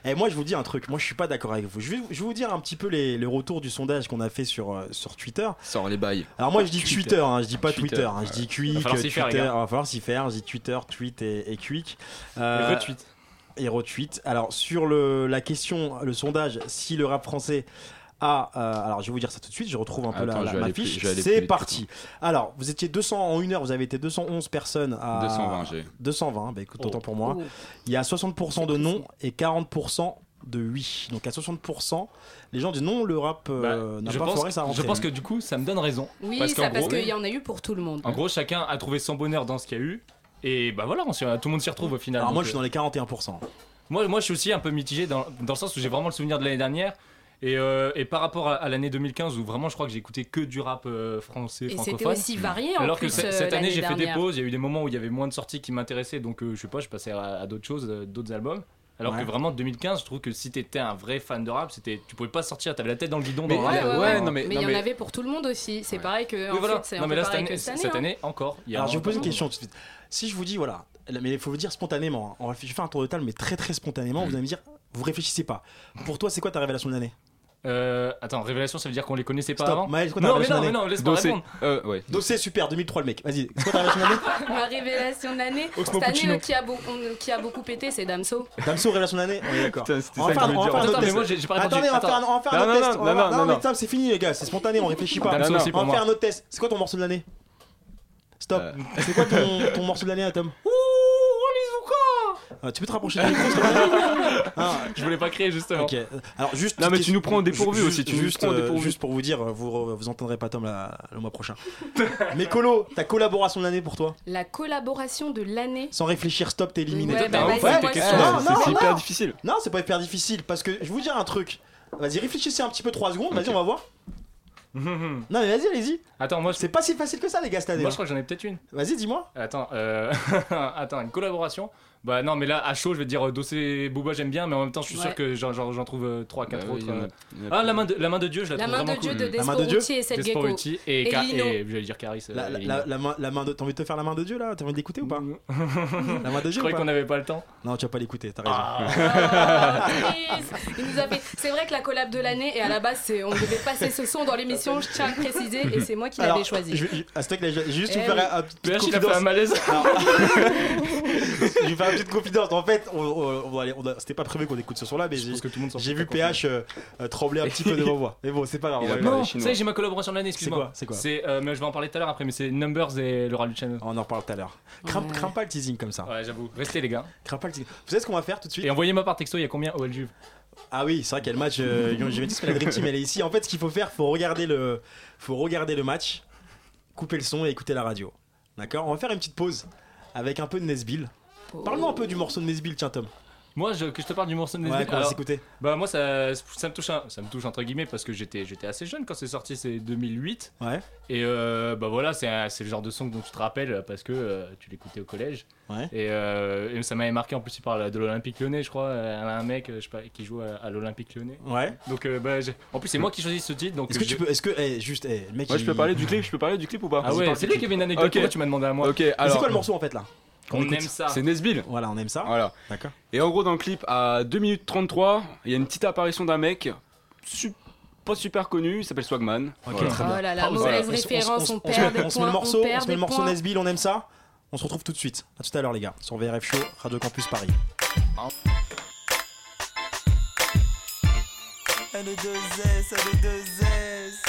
Speaker 3: Et moi, je vous dis un truc. Moi, je suis pas d'accord avec vous. Je vais, je vais vous dire un petit peu les, les retours du sondage qu'on a fait sur, euh, sur Twitter.
Speaker 6: Sors les bails.
Speaker 3: Alors moi, je dis Twitter,
Speaker 6: Twitter.
Speaker 3: hein, je dis pas Twitter.
Speaker 6: Twitter,
Speaker 3: hein, je dis Quick,
Speaker 5: Va falloir s'y
Speaker 3: Twitter.
Speaker 5: faire, les gars.
Speaker 3: va falloir s'y faire. Je dis Twitter, tweet et, et Quick. Euh,
Speaker 5: Retweet.
Speaker 3: et retweet. Alors sur le, la question, le sondage, si le rap français a, euh, alors je vais vous dire ça tout de suite, je retrouve un peu la-
Speaker 6: Attends,
Speaker 3: la,
Speaker 6: je vais
Speaker 3: ma
Speaker 6: aller plus-
Speaker 3: fiche.
Speaker 6: je vais aller plus
Speaker 3: C'est
Speaker 6: vite,
Speaker 3: parti. Alors vous étiez 200 en une heure, vous avez été 211 personnes à
Speaker 6: 220, j'ai.
Speaker 3: 220, bah écoute,
Speaker 5: Oh.
Speaker 3: autant pour moi.
Speaker 4: Oh.
Speaker 3: Il y a 60% de non et 40% de 8. Donc à 60%, les gens disent non, le rap euh,
Speaker 5: Bah,
Speaker 3: n'a
Speaker 5: je
Speaker 3: pas
Speaker 5: pense
Speaker 3: foiré sa
Speaker 5: que-
Speaker 3: rentrée.
Speaker 5: Je pense que du coup, ça me donne raison.
Speaker 4: Oui,
Speaker 5: Parce qu'en
Speaker 4: ça parce
Speaker 5: gros-
Speaker 4: qu'il y en a eu pour tout le monde.
Speaker 5: En gros, chacun a trouvé son bonheur dans ce qu'il y a eu. Et bah voilà, on s'y- tout le monde s'y retrouve au final.
Speaker 3: Alors
Speaker 5: Donc,
Speaker 3: moi,
Speaker 5: euh,
Speaker 3: je suis dans les 41%.
Speaker 5: Moi, moi, je suis aussi un peu mitigé dans, dans le sens où j'ai vraiment le souvenir de l'année dernière. Et, euh, et par rapport à, à l'année 2015, où vraiment je crois que j'ai écouté que du rap euh, français,
Speaker 4: Et c'était
Speaker 5: francophone.
Speaker 4: aussi varié en
Speaker 5: Alors que
Speaker 4: plus,
Speaker 5: ce-
Speaker 4: euh,
Speaker 5: cette année, j'ai fait des
Speaker 4: dernière.
Speaker 5: pauses. Il y a eu des moments où il y avait moins de sorties qui m'intéressaient. Donc, euh, je sais pas, je passais à, à d'autres choses, euh, d'autres albums. Alors
Speaker 3: Ouais.
Speaker 5: que vraiment, 2015, je trouve que si t'étais un vrai fan de rap, c'était, tu pouvais pas sortir. T'avais la tête dans le guidon.
Speaker 6: Mais
Speaker 5: dans
Speaker 4: Ouais,
Speaker 5: la-
Speaker 4: ouais,
Speaker 5: dans-
Speaker 4: ouais,
Speaker 6: non, mais,
Speaker 4: Mais
Speaker 6: non,
Speaker 4: il y en
Speaker 6: mais-
Speaker 4: avait pour tout le monde aussi. C'est
Speaker 6: Ouais.
Speaker 4: pareil que.
Speaker 5: Oui,
Speaker 4: en
Speaker 5: voilà.
Speaker 4: fait, c'est un
Speaker 5: Non, mais
Speaker 4: peu
Speaker 5: là, cette
Speaker 4: pareil
Speaker 5: année,
Speaker 4: que hein.
Speaker 5: cette année, encore. il y a
Speaker 3: Alors je vais vous
Speaker 5: encore
Speaker 3: poser une
Speaker 5: beaucoup.
Speaker 3: question tout de suite. Si je vous dis, voilà, là, mais il faut vous dire spontanément, hein, on va je vais faire un tour de table, mais très très spontanément, vous allez me dire, vous réfléchissez pas. Pour toi, c'est quoi ta révélation de l'année
Speaker 5: Euh, attends, révélation, ça veut dire qu'on les connaissait pas
Speaker 3: Stop.
Speaker 5: avant
Speaker 3: Maël, c'est quoi ta
Speaker 5: Non, mais
Speaker 3: révélation
Speaker 5: non,
Speaker 3: de
Speaker 5: mais
Speaker 3: l'année
Speaker 5: non, laisse-moi
Speaker 6: Dossé.
Speaker 5: répondre.
Speaker 6: Euh, ouais.
Speaker 3: Donc c'est super, 2003 le mec, vas-y, c'est quoi ta révélation de l'année
Speaker 4: Ma révélation de l'année.
Speaker 3: Oxmo
Speaker 4: Cette année,
Speaker 3: Puccino.
Speaker 4: le qui a, beau- on- qui a beaucoup pété, c'est Damso.
Speaker 3: Damso, révélation de l'année On est d'accord.
Speaker 6: Putain, c'était
Speaker 3: On va
Speaker 6: ça que
Speaker 3: faire-
Speaker 6: je voulais
Speaker 3: on va
Speaker 6: dire.
Speaker 3: faire un autre
Speaker 5: Attends, mais
Speaker 3: test.
Speaker 5: moi, j'ai j'ai pas répondu.
Speaker 3: Attendez, on va faire un-
Speaker 5: Attends.
Speaker 3: on va faire
Speaker 6: Non,
Speaker 3: un
Speaker 6: non,
Speaker 3: autre test.
Speaker 6: non,
Speaker 3: on va-
Speaker 6: non, non,
Speaker 3: mais
Speaker 6: non.
Speaker 3: putain, c'est fini les gars, c'est spontané, on réfléchit pas.
Speaker 5: Damso,
Speaker 6: non,
Speaker 5: c'est pour
Speaker 3: on va
Speaker 5: moi.
Speaker 3: faire un autre test. C'est quoi ton morceau de l'année Stop.
Speaker 6: Euh.
Speaker 3: C'est quoi ton, ton morceau de l'année, Tom Ouh, Euh, Tu peux te rapprocher du micro, s'il te plaît Ah,
Speaker 5: Je voulais pas créer, justement.
Speaker 3: Ok. Alors juste.
Speaker 6: Non, mais
Speaker 3: petite
Speaker 6: tu nous prends au
Speaker 3: question-
Speaker 6: dépourvu
Speaker 3: ju-
Speaker 6: aussi, tu nous
Speaker 3: juste,
Speaker 6: prends au
Speaker 3: euh,
Speaker 6: dépourvu.
Speaker 3: juste pour vous dire, vous, re- vous entendrez pas Tom la- le mois prochain. mais Colo, ta collaboration de l'année pour toi
Speaker 4: La collaboration de l'année.
Speaker 3: Sans réfléchir, stop, t'es éliminé.
Speaker 4: Ouais, bah,
Speaker 5: Ah,
Speaker 4: vas-y,
Speaker 5: ouais,
Speaker 4: moi,
Speaker 5: t'es
Speaker 4: c'est-
Speaker 3: Non,
Speaker 6: Ah,
Speaker 3: non,
Speaker 6: C'est c'est hyper
Speaker 3: non.
Speaker 6: difficile.
Speaker 3: Non, c'est pas hyper difficile parce que je vais vous dire un truc. Vas-y, réfléchissez un petit peu 3 secondes, vas-y,
Speaker 6: Ok.
Speaker 3: on va voir. Non, mais vas-y, allez-y.
Speaker 5: Attends, moi, je
Speaker 3: C'est pas si facile que ça, les gars, cette année. hein.
Speaker 5: Moi, je crois que j'en ai peut-être une.
Speaker 3: Vas-y, dis-moi.
Speaker 5: Attends, euh, attends, une collaboration Bah non, mais là, à chaud, je vais te dire euh, Dossé Booba, j'aime bien, mais en même temps, je suis
Speaker 4: Ouais.
Speaker 5: sûr que j'en- j'en j'en trouve 3-4
Speaker 6: Bah oui,
Speaker 5: autres.
Speaker 6: il y en a-
Speaker 5: euh.
Speaker 6: il y en a
Speaker 5: Ah,
Speaker 6: plus.
Speaker 5: la main, de, la main de Dieu, je la
Speaker 4: La
Speaker 5: trouve
Speaker 4: main de
Speaker 5: vraiment
Speaker 4: Dieu
Speaker 5: cool.
Speaker 4: de
Speaker 3: La main de Dieu
Speaker 4: Desporuti et Seth
Speaker 5: Desport
Speaker 4: Gecko.
Speaker 5: Uti et,
Speaker 4: Et
Speaker 5: Car-
Speaker 4: Lino.
Speaker 5: et- j'allais dire Caris. euh,
Speaker 3: La,
Speaker 5: et
Speaker 3: la-
Speaker 5: Lino.
Speaker 3: la- la main, la main de... T'as envie de te faire la main de Dieu là T'as envie de l'écouter ou pas La main de
Speaker 5: Je
Speaker 3: Dieu ou
Speaker 5: croyais
Speaker 3: pas
Speaker 5: qu'on n'avait pas le temps.
Speaker 3: Non, tu vas pas l'écouter, t'as raison.
Speaker 4: Ah, triste. Il nous a fait- C'est vrai que la collab de l'année, et à la base, c'est- on devait passer ce son dans l'émission, je tiens à le préciser,
Speaker 5: Mhm.
Speaker 4: et c'est moi qui l'avais
Speaker 3: Alors,
Speaker 4: choisi.
Speaker 3: Je, ah, vais- je, à ce là, je vais juste
Speaker 4: Eh
Speaker 3: vous faire
Speaker 4: oui.
Speaker 3: un- un petit
Speaker 5: PH, il a fait
Speaker 3: confidence.
Speaker 5: un malaise.
Speaker 3: je vais faire une petite confidence. En fait, on, on- on va aller- on a- c'était pas prévu qu'on écoute ce son-là, mais
Speaker 5: Je
Speaker 3: j'ai
Speaker 5: pense que tout le monde s'en
Speaker 3: j'ai
Speaker 5: fout,
Speaker 3: vu
Speaker 5: t'as compris.
Speaker 3: PH euh, euh, trembler un petit peu devant moi. Mais bon, c'est pas grave.
Speaker 6: Il
Speaker 3: on
Speaker 6: a
Speaker 3: va-
Speaker 6: peur.
Speaker 5: Non,
Speaker 6: les
Speaker 5: ça
Speaker 6: Chinois.
Speaker 5: y est, j'ai ma collaboration de l'année,
Speaker 3: quoi,
Speaker 5: excuse-moi.
Speaker 3: c'est quoi
Speaker 5: C'est, euh, mais je vais en parler tout à l'heure après, mais c'est Numbers et le Rally Channel.
Speaker 3: On en reparle tout à l'heure. Crains
Speaker 4: Ouais.
Speaker 3: crains pas le teasing comme ça.
Speaker 5: Ouais, j'avoue. Restez, les gars.
Speaker 3: Crains pas le teasing. Vous savez ce qu'on va faire tout de suite
Speaker 5: Et envoyez-moi par texto, il y a combien OL Juve
Speaker 3: Ah oui, c'est vrai qu'elle match euh, Lyon Juventus, mais la Dream Team elle est ici. En fait, ce qu'il faut faire, faut regarder le, faut regarder le match, couper le son et écouter la radio. D'accord On va faire une petite pause avec un peu de Nesbill. Parle-nous un peu du morceau de Nesbill, tiens Tom.
Speaker 5: Moi, je- que je te parle du morceau de
Speaker 3: Ouais,
Speaker 5: Nesbitt.
Speaker 3: qu'on va
Speaker 5: Alors,
Speaker 3: s'écouter.
Speaker 5: Bah moi ça, ça me touche un- ça me touche entre guillemets parce que j'étais j'étais assez jeune quand c'est sorti c'est 2008
Speaker 3: Ouais.
Speaker 5: et euh, bah voilà c'est un- c'est le genre de son dont tu te rappelles parce que euh, tu l'écoutais au collège
Speaker 3: Ouais.
Speaker 5: et, euh, et ça m'avait marqué en plus il parle de l'Olympique Lyonnais je crois euh, un mec euh, je sais pas qui joue à, à l'Olympique Lyonnais
Speaker 3: Ouais.
Speaker 5: donc euh, bah, j'ai- en plus c'est moi qui choisis ce titre donc
Speaker 3: Est-ce que tu
Speaker 5: je-
Speaker 3: peux, est-ce que, eh, juste, eh, le mec.
Speaker 6: Ouais,
Speaker 3: il-
Speaker 6: je peux parler du clip, je peux parler du clip ou pas
Speaker 5: ah
Speaker 6: Vas-y,
Speaker 5: ouais
Speaker 6: parle
Speaker 5: c'est
Speaker 6: du
Speaker 5: lui qui avait une anecdote
Speaker 6: Ok.
Speaker 5: pourquoi tu m'as demandé à moi
Speaker 6: Ok,
Speaker 3: Mais
Speaker 6: alors.
Speaker 3: C'est quoi le morceau en fait là qu'on
Speaker 5: on
Speaker 3: écoute
Speaker 5: aime ça
Speaker 6: C'est Nesbill.
Speaker 3: Voilà, on aime ça.
Speaker 6: Voilà.
Speaker 3: D'accord.
Speaker 6: Et en gros, dans le clip, à 2 minutes 33, il y a une petite apparition d'un mec, sup- pas super connu, il s'appelle Swagman.
Speaker 3: Ok,
Speaker 6: Voilà.
Speaker 3: très
Speaker 4: Oh
Speaker 3: bien. Ah,
Speaker 4: là là,
Speaker 5: Pardon.
Speaker 4: mauvaise
Speaker 3: On se- on se-
Speaker 4: référence, on
Speaker 3: on se met-
Speaker 4: perd des
Speaker 3: on se met
Speaker 4: points,
Speaker 3: le morceau,
Speaker 4: on
Speaker 3: on
Speaker 4: perd
Speaker 3: se met
Speaker 4: des
Speaker 3: le morceau
Speaker 4: points.
Speaker 3: Nesbill, on aime ça. On se retrouve tout de suite. À tout à l'heure les gars, sur VRF Show, Radio Campus Paris.
Speaker 7: Elle est deux S, elle est deux S.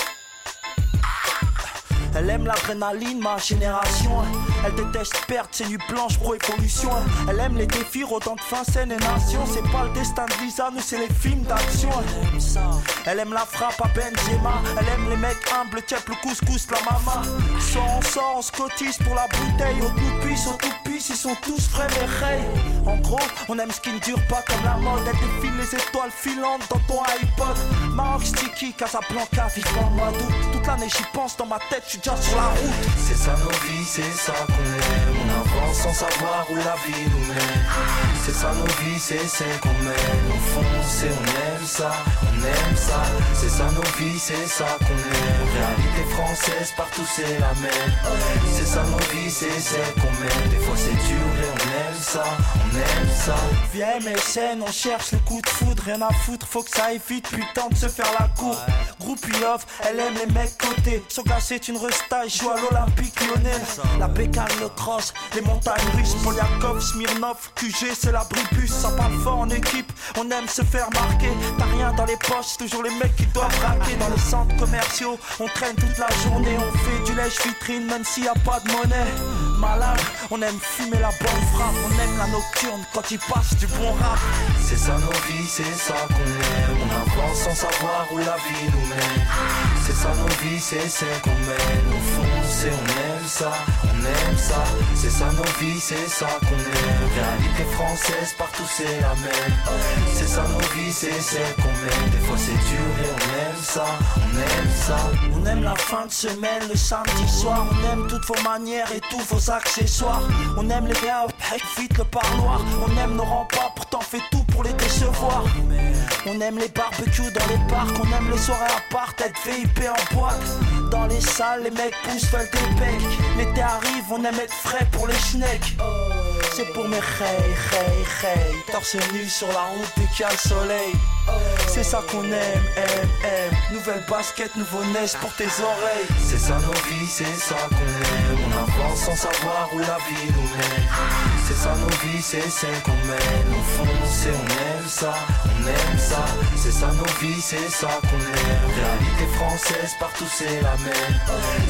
Speaker 7: Elle aime l'adrénaline, ma génération. Elle déteste perte, c'est du planche pro et pollution. Elle aime les défis, autant de fin scène et nation. C'est pas le destin de Lisa, nous c'est les films d'action. Elle aime ça. Elle aime la frappe à Benzema. Elle aime les mecs humbles, le tchèp, le couscous, la maman. Sans on sort, on se cotise pour la bouteille. Au coup de pisse, au coup de pisse, ils sont tous frères et reilles. En gros, on aime ce qui ne dure pas comme la mode. Elle défile les étoiles filantes dans ton iPod. Maroc, Sticky, Casablanca, vivant mois d'août. Toute l'année j'y pense, dans ma tête, je suis déjà sur la route. C'est ça nos vies, c'est ça qu'on aime. On avance sans savoir où la vie nous mène. C'est ça nos vies, c'est celle qu'on mène. On fonce et on aime ça, on aime ça. C'est ça nos vies, c'est ça qu'on aime. Réalité française, partout c'est la même. C'est ça nos vies, c'est celle qu'on mène. Des fois c'est dur et on aime ça, on aime ça. Viens mes chaînes, on cherche le coup de foudre. Rien à foutre, faut que ça aille vite, putain de se faire la cour. Groupie off, elle aime les mecs côté. Son gars c'est une resta, il joue à l'Olympique lyonnais. La bécane, le cross, les montagnes russes. Poliakov, Smirnov, QG, c'est la bribus. Ça parle fort en équipe, on aime se faire marquer. T'as rien dans les poches, toujours les mecs qui doivent raquer. Dans les centres commerciaux, on traîne toute la journée. On fait du lèche vitrine, même s'il y a pas de monnaie.
Speaker 8: malade. On aime fumer la bonne frappe, on aime la nocturne quand il passe du bon rap.
Speaker 7: C'est ça nos vies, c'est ça qu'on aime. On avance sans savoir où la vie nous mène. C'est ça nos vies, c'est celle qu'on mène. On fonce et on aime ça, on aime ça. C'est ça nos vies, c'est ça qu'on aime. Réalité française, partout c'est la même. C'est ça nos vies, c'est celle qu'on mène. Des fois c'est dur et on aime ça, on aime ça.
Speaker 8: On aime la fin de semaine, le samedi soir. On aime toutes vos manières et tous vos accessoires. On aime les gars, vite le parloir. On aime nos remparts, pourtant fait tout pour les décevoir. On aime les barbecues dans les parcs. On aime les soirées à part, être VIP en boîte. Dans les salles, les mecs poussent, veulent des becs. L'été arrive, on aime être frais pour les schnecks. C'est pour mes reilles, reilles, reilles. Torse nu sur la route dès qu'il y a le soleil. C'est ça qu'on aime, aime, aime. Nouvelle basket, nouveau neige pour tes oreilles.
Speaker 7: C'est ça nos vies, c'est ça qu'on aime. On avance sans savoir où la vie nous mène. C'est ça nos vies, c'est celle qu'on mène. On fonce et on aime ça, on aime ça. C'est ça nos vies, c'est ça qu'on aime. Réalité française, partout c'est la même.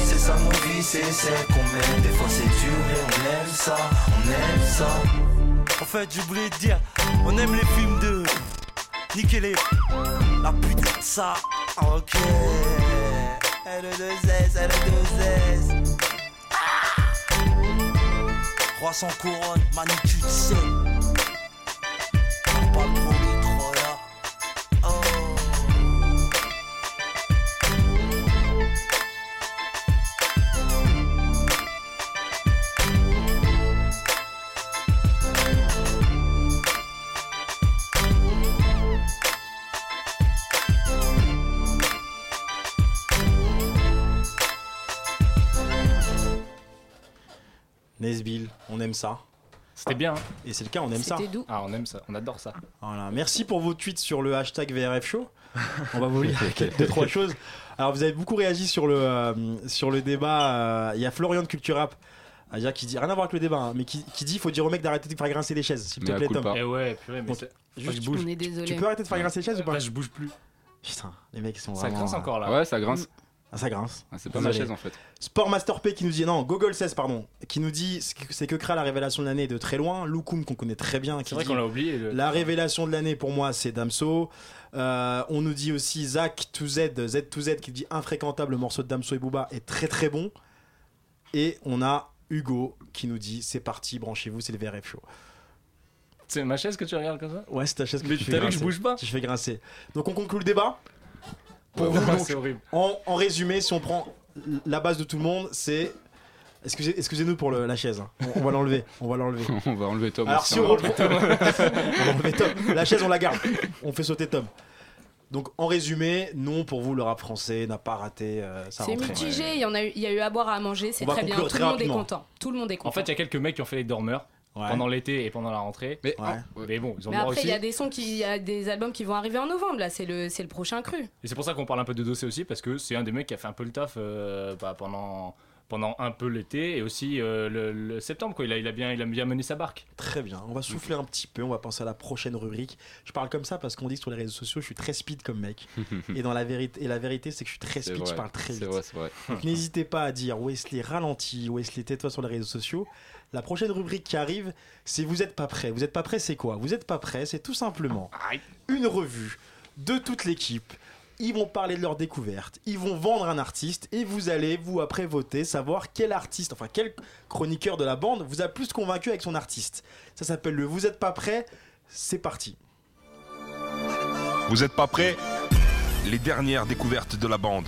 Speaker 7: C'est ça nos vies, c'est celle qu'on mène. Des fois c'est dur et on aime ça, on aime ça.
Speaker 8: En fait, je voulais te dire, on aime les films de. Niquez les. La putain de ça. Ah, Ok. E L2S, L2S. Roi sans couronne, magnitude 7. Pas le premier Troya. Oh.
Speaker 3: Nesbill, on aime ça.
Speaker 5: C'était bien. hein.
Speaker 3: Et c'est le cas, on aime ça.
Speaker 4: C'était doux.
Speaker 5: Ah, on aime ça, on adore ça.
Speaker 3: Voilà. Merci pour vos tweets sur le hashtag VRF Show. On va vous lire quelques deux, trois choses. Alors, vous avez beaucoup réagi sur le, euh, sur le débat. euh, Il y a Florian de Culture Rap à dire qui dit rien à voir avec le débat, hein, mais qui, qui dit faut dire au mec d'arrêter de faire grincer les chaises, s'il te
Speaker 6: Mea
Speaker 3: plaît, Tom.
Speaker 6: culpa.
Speaker 5: Eh ouais, purée, mais
Speaker 3: Bon,
Speaker 5: c'est-
Speaker 3: Juste,
Speaker 5: je
Speaker 3: tu-
Speaker 5: bouge.
Speaker 4: On est désolé.
Speaker 3: Tu peux arrêter de faire grincer les chaises ou pas
Speaker 5: Là, je bouge plus.
Speaker 3: Putain, les mecs ils sont
Speaker 5: Ça
Speaker 3: vraiment.
Speaker 5: grince
Speaker 3: euh,
Speaker 5: encore là.
Speaker 6: Ouais, ça grince.
Speaker 3: Ah, ça grince.
Speaker 6: Ah, C'est pas ma
Speaker 3: Désolé.
Speaker 6: chaise en fait.
Speaker 3: Sport Master P qui nous dit non, Gogol 16 pardon, qui nous dit c'est que- c'est que Kra la révélation de l'année est de très loin, Loukoum qu'on connaît très bien, qui
Speaker 5: C'est vrai
Speaker 3: dit,
Speaker 5: qu'on l'a oublié. le-
Speaker 3: La révélation de l'année pour moi, c'est Damso. Euh, on nous dit aussi Zach to Z, Z to Z qui dit infréquentable le morceau de Damso et Booba est très très bon. Et on a Hugo qui nous dit c'est parti, branchez-vous, c'est le VRF show.
Speaker 5: C'est ma chaise que tu regardes comme ça
Speaker 3: Ouais, c'est ta chaise que
Speaker 5: Mais
Speaker 3: tu
Speaker 5: tout
Speaker 3: fais
Speaker 5: à l'heure, je
Speaker 3: grincer.
Speaker 5: bouge pas.
Speaker 3: Tu fais grincer. Donc on conclut le débat. Pour
Speaker 5: Pour
Speaker 3: vous,
Speaker 5: moi,
Speaker 3: donc,
Speaker 5: c'est horrible.
Speaker 3: en, en résumé, si on prend la base de tout le monde, c'est excusez, excusez-nous pour le- la chaise. hein. On, on va l'enlever. On va l'enlever.
Speaker 6: On va enlever Tom.
Speaker 3: Alors
Speaker 6: aussi,
Speaker 3: si
Speaker 6: hein.
Speaker 3: on reprend, on enlève Tom. La chaise on la garde. On fait sauter Tom. Donc en résumé, non pour vous le rap français n'a pas raté euh, sa
Speaker 4: C'est
Speaker 3: rentrée.
Speaker 4: mitigé, il y, en a eu, il y a eu à boire, à manger, c'est
Speaker 3: On va
Speaker 4: très bien.
Speaker 3: conclure
Speaker 4: Tout
Speaker 3: très
Speaker 4: le monde est
Speaker 3: rapidement.
Speaker 4: content. Tout le monde est content.
Speaker 5: En fait, il y a quelques mecs qui ont fait les dormeurs
Speaker 3: Ouais.
Speaker 5: pendant l'été et pendant la rentrée.
Speaker 6: Mais
Speaker 3: Ouais.
Speaker 5: Mais bon, ils ont
Speaker 4: mais
Speaker 5: droit
Speaker 4: après, il
Speaker 5: aussi.
Speaker 4: y a des sons qui, il y a des albums qui vont arriver en novembre. Là, c'est le, c'est le prochain cru.
Speaker 5: Et c'est pour ça qu'on parle un peu de dossier aussi, parce que c'est un des mecs qui a fait un peu le taf euh, bah, pendant, pendant un peu l'été et aussi euh, le, le septembre. Quoi. Il, a, il, a bien, il a bien mené sa barque. euh,
Speaker 3: Très bien. On va souffler un petit peu. On va penser à la prochaine rubrique. Je parle comme ça parce qu'on dit que sur les réseaux sociaux, je suis très speed comme mec. et dans la vérité, et la vérité, c'est que je suis très
Speaker 6: Hmm. C'est
Speaker 3: speed. Je
Speaker 6: vrai,
Speaker 3: parle très
Speaker 6: c'est
Speaker 3: vite.
Speaker 6: vrai, c'est vrai.
Speaker 3: Donc, N'hésitez pas à dire Wesley ralentit, Wesley tais-toi sur les réseaux sociaux. La prochaine rubrique qui arrive, c'est Vous êtes pas prêt. Vous êtes pas prêt, c'est quoi Vous êtes pas prêt, c'est tout simplement une revue de toute l'équipe. Ils vont parler de leur découverte, ils vont vendre un artiste et vous allez, vous après voter, savoir quel artiste, enfin quel chroniqueur de la bande vous a plus convaincu avec son artiste. Ça s'appelle le Vous êtes pas prêt, c'est parti.
Speaker 2: Vous êtes pas prêts Les dernières découvertes de la bande.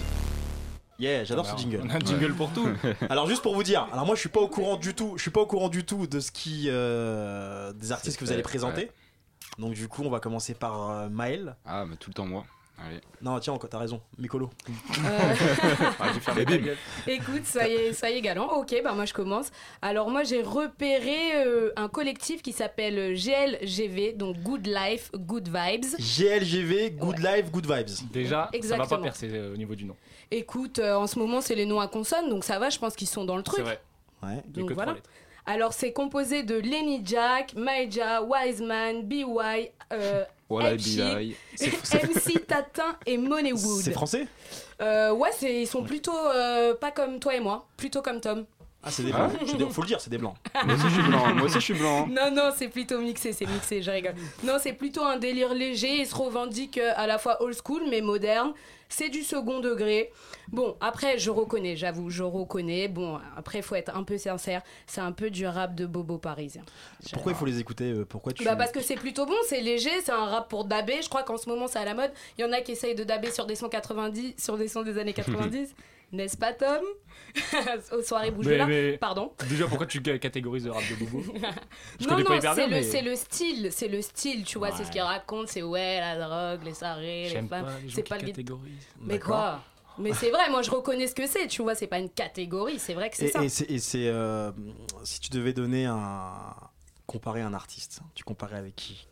Speaker 3: Yeah, j'adore ce
Speaker 5: Alors,
Speaker 3: jingle.
Speaker 5: Bah, On a un jingle pour tout.
Speaker 3: Alors juste pour vous dire, alors moi je suis pas au courant du tout, je suis pas au courant du tout de ce qui euh, des artistes que vous allez
Speaker 6: fait,
Speaker 3: présenter. Donc du coup, on va commencer par euh, Maël.
Speaker 6: Ah, mais tout le temps moi. Allez. Ah,
Speaker 3: Non, tiens, encore, t'as raison, Micolo.
Speaker 4: Euh,
Speaker 6: Et bim.
Speaker 4: Écoute, ça y est, ça y est galant. Ok, bah moi je commence. Alors moi j'ai repéré euh, un collectif qui s'appelle GLGV, donc Good Life, Good Vibes.
Speaker 3: GLGV, Good Life, Good Vibes.
Speaker 5: Déjà, ça va
Speaker 4: Exactement.
Speaker 5: pas percer euh, au niveau du nom.
Speaker 4: Écoute, euh, en ce moment c'est les noms à consonne, donc ça va, je pense qu'ils sont dans le
Speaker 5: C'est
Speaker 4: truc.
Speaker 5: vrai.
Speaker 3: Ouais.
Speaker 5: Il y a
Speaker 4: Donc
Speaker 5: que trois
Speaker 4: voilà.
Speaker 5: lettres.
Speaker 4: Alors c'est composé de Lenny Jack, Maija, Wiseman, BY, euh,
Speaker 6: Voilà,
Speaker 4: Happy.
Speaker 6: Billy.
Speaker 4: MC Tatin et Money Wood.
Speaker 3: C'est français
Speaker 4: Euh, ouais, c'est- ils sont plutôt euh, pas comme toi et moi, plutôt comme Tom.
Speaker 3: Ah, c'est des
Speaker 6: Hein
Speaker 3: blancs. C'est des- Faut le dire, c'est des blancs.
Speaker 6: Moi aussi je suis blanc, moi aussi je suis blanc.
Speaker 4: Non, non, c'est plutôt mixé, c'est mixé, je rigole. Non, c'est plutôt un délire léger et se revendique euh, à la fois old school mais moderne. C'est du second degré. Bon, après, je reconnais, j'avoue, je reconnais. Bon, après, faut être un peu sincère, c'est un peu du rap de bobo parisien.
Speaker 3: Pourquoi il faut les écouter euh, Pourquoi tu.
Speaker 4: Bah parce que c'est plutôt bon, c'est léger, c'est un rap pour daber. Je crois qu'en ce moment c'est à la mode. Il y en a qui essayent de daber sur des sons 90, sur des sons des années 90, n'est-ce pas Tom Aux soirées bougeoula.
Speaker 5: mais-
Speaker 4: Pardon.
Speaker 5: Déjà, pourquoi tu catégorises le rap de Bobo Je
Speaker 4: non
Speaker 5: connais
Speaker 4: non,
Speaker 5: pas hyper bien,
Speaker 4: c'est le
Speaker 5: mais-
Speaker 4: c'est le style, c'est le style, tu vois, c'est ce qu'il raconte, c'est ouais la drogue, les soirées, les
Speaker 5: J'aime
Speaker 4: femmes,
Speaker 5: pas les gens
Speaker 4: c'est
Speaker 5: qui
Speaker 4: pas le guide.
Speaker 5: catégorisent.
Speaker 4: Mais quoi Mais c'est vrai, moi je reconnais ce que c'est, tu vois, c'est pas une catégorie, c'est vrai que c'est
Speaker 3: Et,
Speaker 4: ça.
Speaker 3: et c'est. et c'est, euh, si tu devais donner un. Comparer un artiste, tu comparais avec qui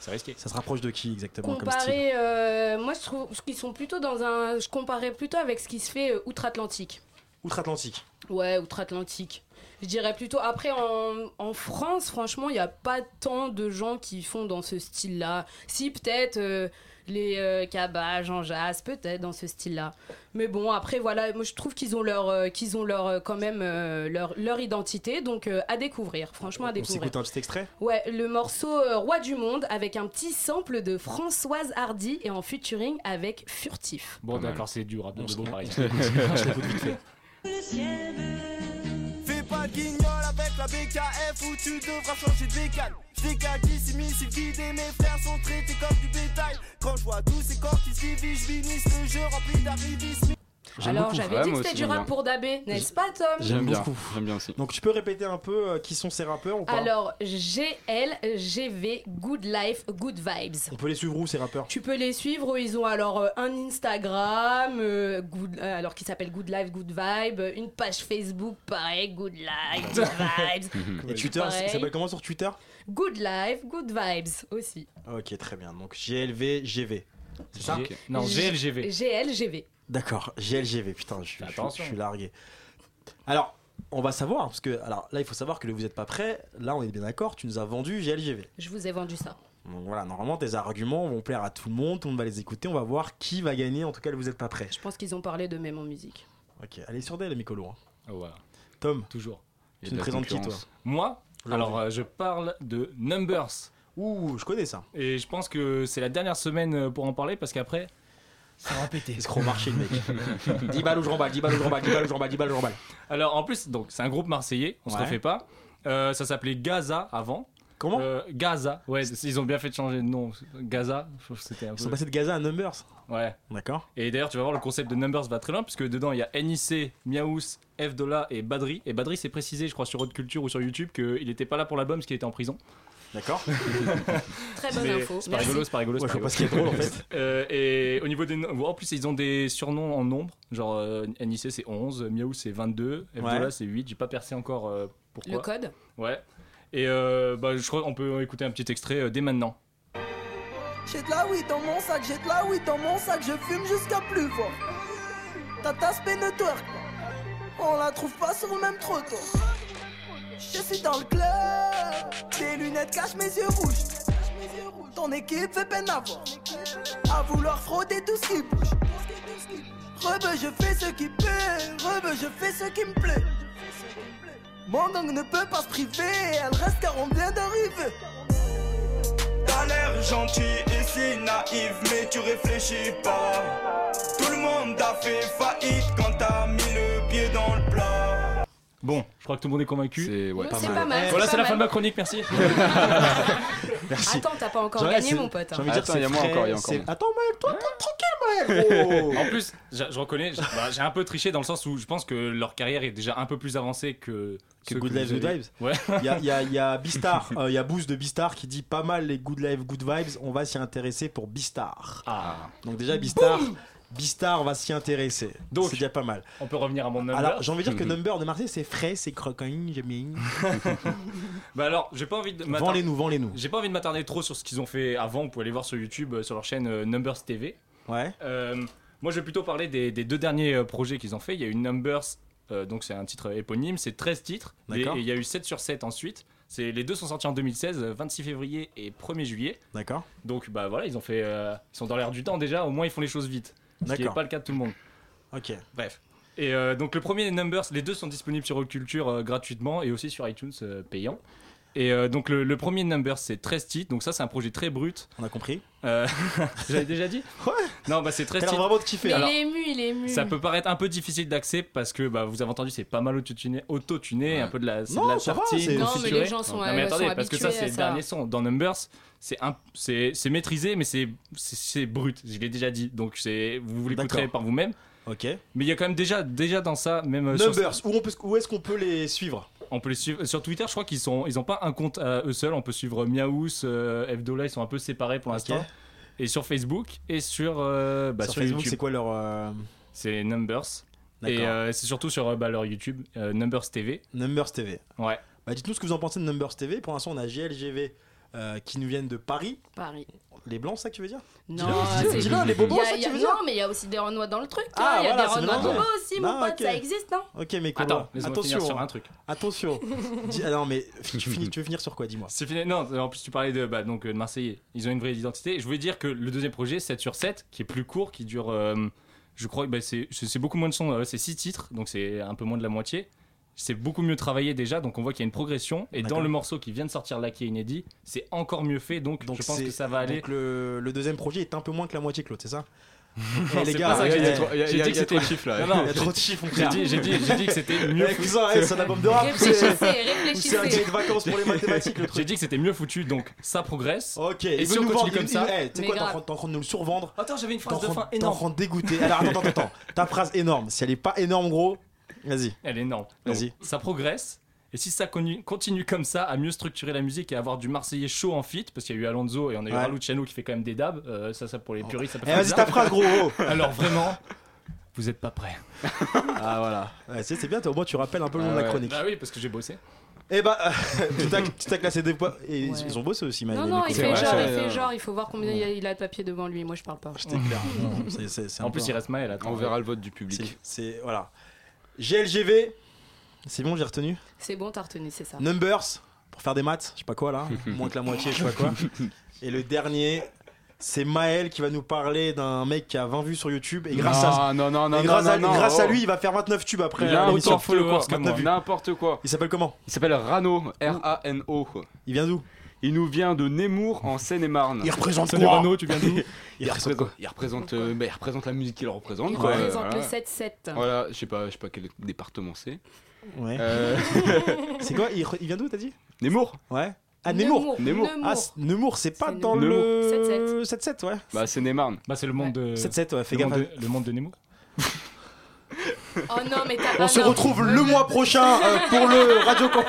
Speaker 5: C'est risqué.
Speaker 3: Ça se rapproche de qui exactement comme style
Speaker 4: Comparé, euh, moi je trouve qu'ils sont plutôt dans un, je comparais plutôt avec ce qui se fait euh, outre-Atlantique.
Speaker 3: Outre-Atlantique.
Speaker 4: Ouais, outre-Atlantique. Je dirais plutôt. Après, en, en France, franchement, il n'y a pas tant de gens qui font dans ce style-là. Si, peut-être euh, les euh, Cabas, Jean Jass, peut-être dans ce style-là. Mais bon, après, voilà, moi, je trouve qu'ils ont leur, euh, qu'ils ont leur, euh, quand même, euh, leur, leur identité. Donc, euh, à découvrir. Franchement, à
Speaker 3: On
Speaker 4: découvrir.
Speaker 3: s'écoute un petit extrait
Speaker 4: Ouais, le morceau euh, Roi du Monde avec un petit sample de Françoise Hardy et en featuring avec Furtif.
Speaker 5: Bon,
Speaker 6: Pas mal.
Speaker 5: d'accord, c'est du rap de
Speaker 3: On se-
Speaker 5: Bobo Paris.
Speaker 8: Fais pas le guignol avec la BKF ou tu devras changer de décal. Je dégage d'ici missile guidé, mes frères sont traités comme du bétail. Quand je vois tous ces corps qui se divisent, je finisse le jeu rempli d'arrivisme.
Speaker 6: J'aime
Speaker 4: Alors,
Speaker 6: beaucoup.
Speaker 4: j'avais
Speaker 6: Ouais,
Speaker 4: dit que
Speaker 6: moi
Speaker 4: c'était
Speaker 6: aussi,
Speaker 4: du
Speaker 6: j'aime
Speaker 4: rap
Speaker 6: bien.
Speaker 4: pour Dabé, n'est-ce pas, Tom
Speaker 6: J'aime bien,
Speaker 3: beaucoup.
Speaker 6: j'aime bien aussi.
Speaker 3: Donc tu peux répéter un peu euh, qui sont ces rappeurs ou pas
Speaker 4: Alors, GLGV, Good Life, Good Vibes.
Speaker 3: On peut les suivre où ces rappeurs
Speaker 4: Tu peux les suivre, ils ont alors euh, un Instagram, euh, good- euh, alors qui s'appelle Good Life, Good Vibe, euh, une page Facebook, pareil, Good Life, Good Vibes.
Speaker 3: Et Twitter,
Speaker 4: Pareil.
Speaker 3: ça s'appelle comment sur Twitter
Speaker 4: Good Life, Good Vibes aussi.
Speaker 3: Ok, très bien. Donc GLV, GV. C'est ça
Speaker 5: G- Non,
Speaker 4: J-
Speaker 5: GLGV.
Speaker 4: GLGV.
Speaker 3: D'accord, GLGV, putain, je, suis-
Speaker 5: Fais
Speaker 3: je suis-
Speaker 5: attention.
Speaker 3: je suis largué. Alors, on va savoir, parce que alors là, il faut savoir que vous n'êtes pas prêt. Là, on est bien d'accord, tu nous as vendu GLGV.
Speaker 4: Je vous ai vendu ça.
Speaker 3: Donc voilà, normalement, tes arguments vont plaire à tout le monde, tout le monde va les écouter, on va voir qui va gagner. En tout cas, le vous n'êtes pas prêt.
Speaker 4: Je pense qu'ils ont parlé de même en musique.
Speaker 3: Ok, allez sur des, les Micolo. hein.
Speaker 5: Oh, voilà,
Speaker 3: Tom,
Speaker 5: toujours.
Speaker 6: Il y a
Speaker 3: tu
Speaker 6: de
Speaker 3: nous
Speaker 6: la
Speaker 3: présentes qui, toi
Speaker 6: concurrence.
Speaker 5: Moi, alors euh, je parle de Numbers.
Speaker 3: Ouh, je connais ça.
Speaker 5: Et je pense que c'est la dernière semaine euh, pour en parler parce qu'après, ça va péter.
Speaker 3: Escroc marché, le mec. 10 balles ou je remballe, 10 balles ou je remballe, 10 balles ou je remballe, 10 balles ou je remballe.
Speaker 5: Alors en plus, donc c'est un groupe marseillais, on se
Speaker 3: Ouais.
Speaker 5: refait pas. Euh, ça s'appelait Gaza avant.
Speaker 3: Comment
Speaker 5: Euh, Gaza, ouais, c- ils ont bien fait de changer de nom. Gaza, je trouve que c'était un
Speaker 3: Ils sont
Speaker 5: peu.
Speaker 3: passés de Gaza à Numbers.
Speaker 5: Ouais.
Speaker 3: D'accord.
Speaker 5: Et d'ailleurs, tu vas voir, le concept de Numbers va très loin puisque dedans il y a NIC, Miaous, F Dola et Badri. Et Badri, c'est précisé, je crois, sur Haute Culture ou sur YouTube qu'il n'était pas là pour l'album parce qu'il était en prison.
Speaker 3: D'accord.
Speaker 4: Très bonne
Speaker 5: Mais
Speaker 4: info.
Speaker 5: C'est pas
Speaker 4: Merci.
Speaker 5: rigolo, c'est pas rigolo. c'est
Speaker 3: Moi,
Speaker 5: pas rigolo.
Speaker 3: je vois pas ce qui est drôle en fait.
Speaker 5: Euh, et au niveau des noms, en plus ils ont des surnoms en nombre, genre euh, NIC c'est 11, Miaou c'est 22, Fdola
Speaker 3: Ouais.
Speaker 5: c'est 8, j'ai pas percé encore euh, pourquoi.
Speaker 4: Le code
Speaker 5: Ouais. Et euh, bah, je crois qu'on peut écouter un petit extrait euh, dès maintenant.
Speaker 8: J'ai de la weed dans mon sac, j'ai de la weed dans mon sac, je fume jusqu'à plus fort. T'as ta spé de twerk, on la trouve pas sur le même trottoir. Je suis dans le club, tes lunettes cachent mes yeux rouges. Ton équipe fait peine à voir, à vouloir frotter tout ce qui bouge. Rebeu, je fais ce qui plaît, rebeu, je fais ce qui me plaît. Mon gang ne peut pas se priver, elle reste car on vient d'arriver.
Speaker 7: T'as l'air gentil et si naïf, mais tu réfléchis pas. Tout le monde a fait faillite quand t'as mis le pied dans le plat.
Speaker 5: Bon, je crois que tout le monde est convaincu.
Speaker 6: C'est ouais,
Speaker 4: Non,
Speaker 6: pas
Speaker 4: C'est
Speaker 6: mal.
Speaker 4: pas mal.
Speaker 5: Voilà,
Speaker 4: pas
Speaker 5: c'est la fin
Speaker 4: mal.
Speaker 5: de ma chronique, merci.
Speaker 3: Merci.
Speaker 4: Attends, t'as pas encore
Speaker 3: J'aurais-
Speaker 4: gagné,
Speaker 3: c'est-
Speaker 4: mon pote. hein.
Speaker 3: J'ai envie de dire,
Speaker 6: Attends,
Speaker 3: c'est
Speaker 6: il y a moi
Speaker 3: frais,
Speaker 6: encore, il y a
Speaker 3: c'est-
Speaker 6: encore.
Speaker 3: Attends, Maël, toi, t'es tranquille, Maël.
Speaker 4: Oh.
Speaker 3: gros.
Speaker 5: En plus, j'a- je reconnais, j'- bah, j'ai un peu triché dans le sens où je pense que leur carrière est déjà un peu plus avancée que.
Speaker 3: Que
Speaker 5: ceux
Speaker 3: Good
Speaker 5: vous
Speaker 3: Lives, Good
Speaker 5: avez-
Speaker 3: Vibes
Speaker 5: Ouais.
Speaker 3: Il y a, il y a, il y a Bistar, euh, il y a Boost de Bistar qui dit pas mal les Good Life, Good Vibes. On va s'y intéresser pour Bistar.
Speaker 5: Ah.
Speaker 3: Donc, déjà, Bistar, Bistar va s'y intéresser.
Speaker 5: Donc.
Speaker 3: Donc, c'est déjà pas mal.
Speaker 5: On peut revenir à mon number.
Speaker 3: Alors, j'ai envie de dire que Number de Marseille, c'est frais, c'est croquant, j'aime bien.
Speaker 5: Bah alors, j'ai pas envie de. m'attarder-
Speaker 3: Vends-les-nous, vends-les-nous.
Speaker 5: J'ai pas envie de m'attarder trop sur ce qu'ils ont fait avant. Vous pouvez aller voir sur YouTube, euh, sur leur chaîne euh, Numbers TV.
Speaker 3: Ouais.
Speaker 5: Euh, moi, je vais plutôt parler des, des deux derniers euh, projets qu'ils ont fait. Il y a eu Numbers, euh, donc c'est un titre éponyme, c'est 13 titres. Et, et
Speaker 3: D'accord.
Speaker 5: il y a eu 7 sur 7 ensuite. C'est- Les deux sont sortis en 2016, euh, 26 février et 1er juillet.
Speaker 3: D'accord.
Speaker 5: Donc, bah voilà, ils ont fait. euh, ils sont dans l'air du temps déjà, au moins ils font les choses vite. Ce qui n'est
Speaker 3: D'accord.
Speaker 5: pas le cas de tout le monde.
Speaker 3: Ok.
Speaker 5: Bref. Et euh, donc le premier Numbers, les deux sont disponibles sur Occulture euh, gratuitement et aussi sur iTunes euh, payant. Et euh, donc le, le premier Numbers c'est 13 titres, donc ça c'est un projet très brut.
Speaker 3: On a compris
Speaker 5: Euh, J'avais déjà dit
Speaker 3: Ouais.
Speaker 5: Non bah c'est 13
Speaker 3: T'as l'air
Speaker 5: titres.
Speaker 3: vraiment de kiffer.
Speaker 4: Mais
Speaker 5: alors,
Speaker 4: il est ému, il est ému.
Speaker 5: Ça peut paraître un peu difficile d'accès parce que bah, vous avez entendu c'est pas mal autotuné, autotuné
Speaker 9: Ouais.
Speaker 5: un peu de la, c'est
Speaker 3: Non,
Speaker 5: de la
Speaker 3: ça va,
Speaker 5: tartine,
Speaker 3: c'est-
Speaker 4: Non, mais
Speaker 5: confiturée.
Speaker 4: les gens sont,
Speaker 5: Non,
Speaker 4: euh,
Speaker 5: mais
Speaker 4: sont
Speaker 5: attendez, parce que ça,
Speaker 4: habitués
Speaker 5: c'est
Speaker 4: à
Speaker 5: le dernier son. Dans Numbers, c'est un- c'est c'est maîtrisé, mais c'est c'est- c'est brut. Je l'ai déjà dit. Donc, c'est vous l'écouterez
Speaker 3: D'accord.
Speaker 5: par vous-même.
Speaker 3: Ok.
Speaker 5: Mais il y a quand même déjà, déjà dans ça, même euh, sur-
Speaker 3: Numbers, où, on peut, où est-ce qu'on peut les suivre
Speaker 5: on peut les suivre. Sur Twitter, je crois qu'ils sont, ils ont pas un compte à eux seuls. On peut suivre Miaous, euh, Fdola, ils sont un peu séparés pour l'instant.
Speaker 3: Ok.
Speaker 5: Et sur Facebook et sur, euh, bah,
Speaker 3: Sur,
Speaker 5: sur
Speaker 3: Facebook, c'est
Speaker 5: YouTube,
Speaker 3: quoi leur. euh,
Speaker 5: c'est Numbers.
Speaker 3: D'accord.
Speaker 5: Et euh, c'est surtout sur euh, bah, leur YouTube, euh, Numbers TV.
Speaker 3: Numbers TV.
Speaker 5: Ouais.
Speaker 3: Bah, dites-nous ce que vous en pensez de Numbers TV. Pour l'instant, on a GLGV euh, qui nous viennent de Paris.
Speaker 4: Paris.
Speaker 3: Les blancs, c'est ça que tu veux dire
Speaker 4: Non, euh,
Speaker 3: dis-le,
Speaker 4: c'est-
Speaker 3: dis-le, les bobos,
Speaker 4: il y a-
Speaker 3: ça, tu
Speaker 4: il y a-
Speaker 3: veux dire
Speaker 4: Non, mais il y a aussi des Renois dans le truc.
Speaker 3: Ah,
Speaker 4: là, Il y a
Speaker 3: voilà,
Speaker 4: des
Speaker 3: c'est
Speaker 4: Renois
Speaker 3: mélangé.
Speaker 4: bobos aussi,
Speaker 3: Non,
Speaker 4: mon pote,
Speaker 3: ok.
Speaker 4: ça existe, non
Speaker 3: Ok, mais quoi
Speaker 5: Attends, laisse-moi
Speaker 3: Attention. hein.
Speaker 5: finir sur un truc.
Speaker 3: Attention. Dis- ah, non, mais tu, finis- tu veux finir sur quoi Dis-moi.
Speaker 5: C'est fini. Non, en plus tu parlais de bah, donc euh, de Marseillais. Ils ont une vraie identité. Je voulais dire que le deuxième projet 7 sur 7 qui est plus court, qui dure, euh, je crois, bah, c'est c'est- c'est beaucoup moins de sons. euh, c'est 6 titres, donc c'est un peu moins de la moitié. C'est beaucoup mieux travaillé déjà, donc on voit qu'il y a une progression. Et dans
Speaker 3: D'accord.
Speaker 5: le morceau qui vient de sortir là, qui est inédit, c'est encore mieux fait. Donc,
Speaker 3: Donc
Speaker 5: je pense
Speaker 3: c'est-
Speaker 5: que ça va aller.
Speaker 3: Donc le, le deuxième projet est un peu moins que la moitié, Claude, c'est ça Eh,
Speaker 5: Non,
Speaker 3: Les
Speaker 5: c'est
Speaker 3: gars,
Speaker 5: pas ça que
Speaker 6: Il y a
Speaker 5: dit.
Speaker 6: trop- il y a-
Speaker 5: J'ai
Speaker 6: il y a-
Speaker 5: dit
Speaker 6: il
Speaker 5: que
Speaker 6: y a trop
Speaker 5: c'était.
Speaker 6: de chiffres là.
Speaker 5: Non, non,
Speaker 3: il y a trop de chiffres, mon
Speaker 5: J'ai
Speaker 3: frère.
Speaker 5: dit, j'ai dit, j'ai dit que c'était mieux.
Speaker 3: Eh, cousin, eh, c'est un album de rap.
Speaker 4: Réfléchissez,
Speaker 3: Ou c'est un
Speaker 4: réfléchissez.
Speaker 3: cahier de vacances pour les mathématiques, le
Speaker 5: J'ai
Speaker 3: truc.
Speaker 5: dit que c'était mieux foutu. Donc ça progresse.
Speaker 3: Ok,
Speaker 5: Et
Speaker 3: il
Speaker 5: si
Speaker 3: veut
Speaker 5: on
Speaker 3: nous
Speaker 5: continue
Speaker 3: vendre
Speaker 5: comme
Speaker 3: il-
Speaker 5: ça
Speaker 3: il- eh, Tu sais
Speaker 4: Mais
Speaker 3: quoi, t'es en
Speaker 4: grave.
Speaker 3: train- t'es en train de nous le survendre
Speaker 5: Attends, j'avais une
Speaker 3: T'es en train- t'es en train de dégoûter. Alors attends, attends, attends. Ta phrase énorme. Si elle est pas énorme, gros, vas-y.
Speaker 5: Elle est énorme. Donc,
Speaker 3: Vas-y.
Speaker 5: Ça progresse. Et si ça connu- continue comme ça, à mieux structurer la musique et avoir du Marseillais chaud en feat, parce qu'il y a eu Alonso et on a eu
Speaker 3: Ouais.
Speaker 5: Raluciano qui fait quand même des dabs, euh, ça, ça pour les puristes, ça peut
Speaker 3: Eh,
Speaker 5: faire
Speaker 3: vas-y,
Speaker 5: bizarre.
Speaker 3: ta phrase, gros. gros.
Speaker 5: Alors vraiment, vous êtes pas prêts.
Speaker 3: Ah voilà. Ouais, c'est c'est bien, t'as- au moins tu rappelles un peu le nom
Speaker 6: Ah
Speaker 3: de la
Speaker 6: ouais.
Speaker 3: chronique.
Speaker 5: Bah oui, parce que j'ai bossé.
Speaker 3: Eh bah, tu t'as tu t'as classé des points. Et
Speaker 4: Ouais.
Speaker 3: ils- ils ont bossé aussi, Manu.
Speaker 4: Non, non, il
Speaker 6: c'est
Speaker 4: fait
Speaker 6: vrai,
Speaker 4: genre,
Speaker 6: ça,
Speaker 4: il fait
Speaker 6: euh,
Speaker 4: genre, il faut voir combien il y a- il a de papier devant lui. Moi, je parle pas.
Speaker 3: C'était clair. Non, c'est- c'est- c'est un
Speaker 5: En plus,
Speaker 3: peu-
Speaker 5: il reste Maël, attends.
Speaker 6: On verra le vote du public.
Speaker 3: c'est- C'est. Voilà. GLGV. C'est bon, j'ai retenu.
Speaker 4: C'est bon, t'as retenu, c'est ça.
Speaker 3: Numbers. Pour faire des maths, je sais pas quoi là. Moins que la moitié, je sais pas quoi. Et le dernier. C'est Maël qui va nous parler d'un mec qui a 20 vues sur YouTube et grâce à
Speaker 6: Non, non, non,
Speaker 3: Et grâce,
Speaker 6: non,
Speaker 3: à,
Speaker 6: non,
Speaker 3: grâce à
Speaker 6: oh.
Speaker 3: lui, il va faire 29 tubes après.
Speaker 6: Il
Speaker 3: euh,
Speaker 6: a
Speaker 3: l'émission.
Speaker 6: autant de followers que
Speaker 5: Maintenant
Speaker 6: moi.
Speaker 5: vu.
Speaker 6: N'importe quoi.
Speaker 3: Il s'appelle comment
Speaker 6: Il s'appelle Rano, R-A-N-O.
Speaker 3: Il vient d'où
Speaker 6: Il nous vient de Nemours en Seine-et-Marne.
Speaker 3: représente
Speaker 5: Salut Renaud, tu viens d'où
Speaker 3: Il représente quoi
Speaker 6: Il représente, euh, bah, il représente la musique qu'il représente.
Speaker 4: Il
Speaker 6: quoi.
Speaker 4: représente
Speaker 6: Voilà.
Speaker 4: le 7-7.
Speaker 6: Voilà, je sais pas, je sais pas quel département c'est.
Speaker 3: Ouais.
Speaker 6: Euh,
Speaker 3: C'est quoi il, re- il vient d'où, t'as dit
Speaker 6: Nemours
Speaker 3: Ouais. Ah, Nemours.
Speaker 6: Nemours.
Speaker 3: Ah, c- Nemours, c'est pas
Speaker 4: C'est
Speaker 3: dans
Speaker 6: Nemours.
Speaker 3: le. 7-7, ouais.
Speaker 6: Bah Seine-et-Marne.
Speaker 5: Bah c'est le monde de...
Speaker 3: 7-7, ouais, fais
Speaker 5: le
Speaker 3: gaffe. hein.
Speaker 5: monde de- le monde de Nemo.
Speaker 4: Oh non, mais t'as
Speaker 3: On
Speaker 4: ah
Speaker 3: se
Speaker 4: non.
Speaker 3: retrouve le mois prochain euh, pour le Radio Camp.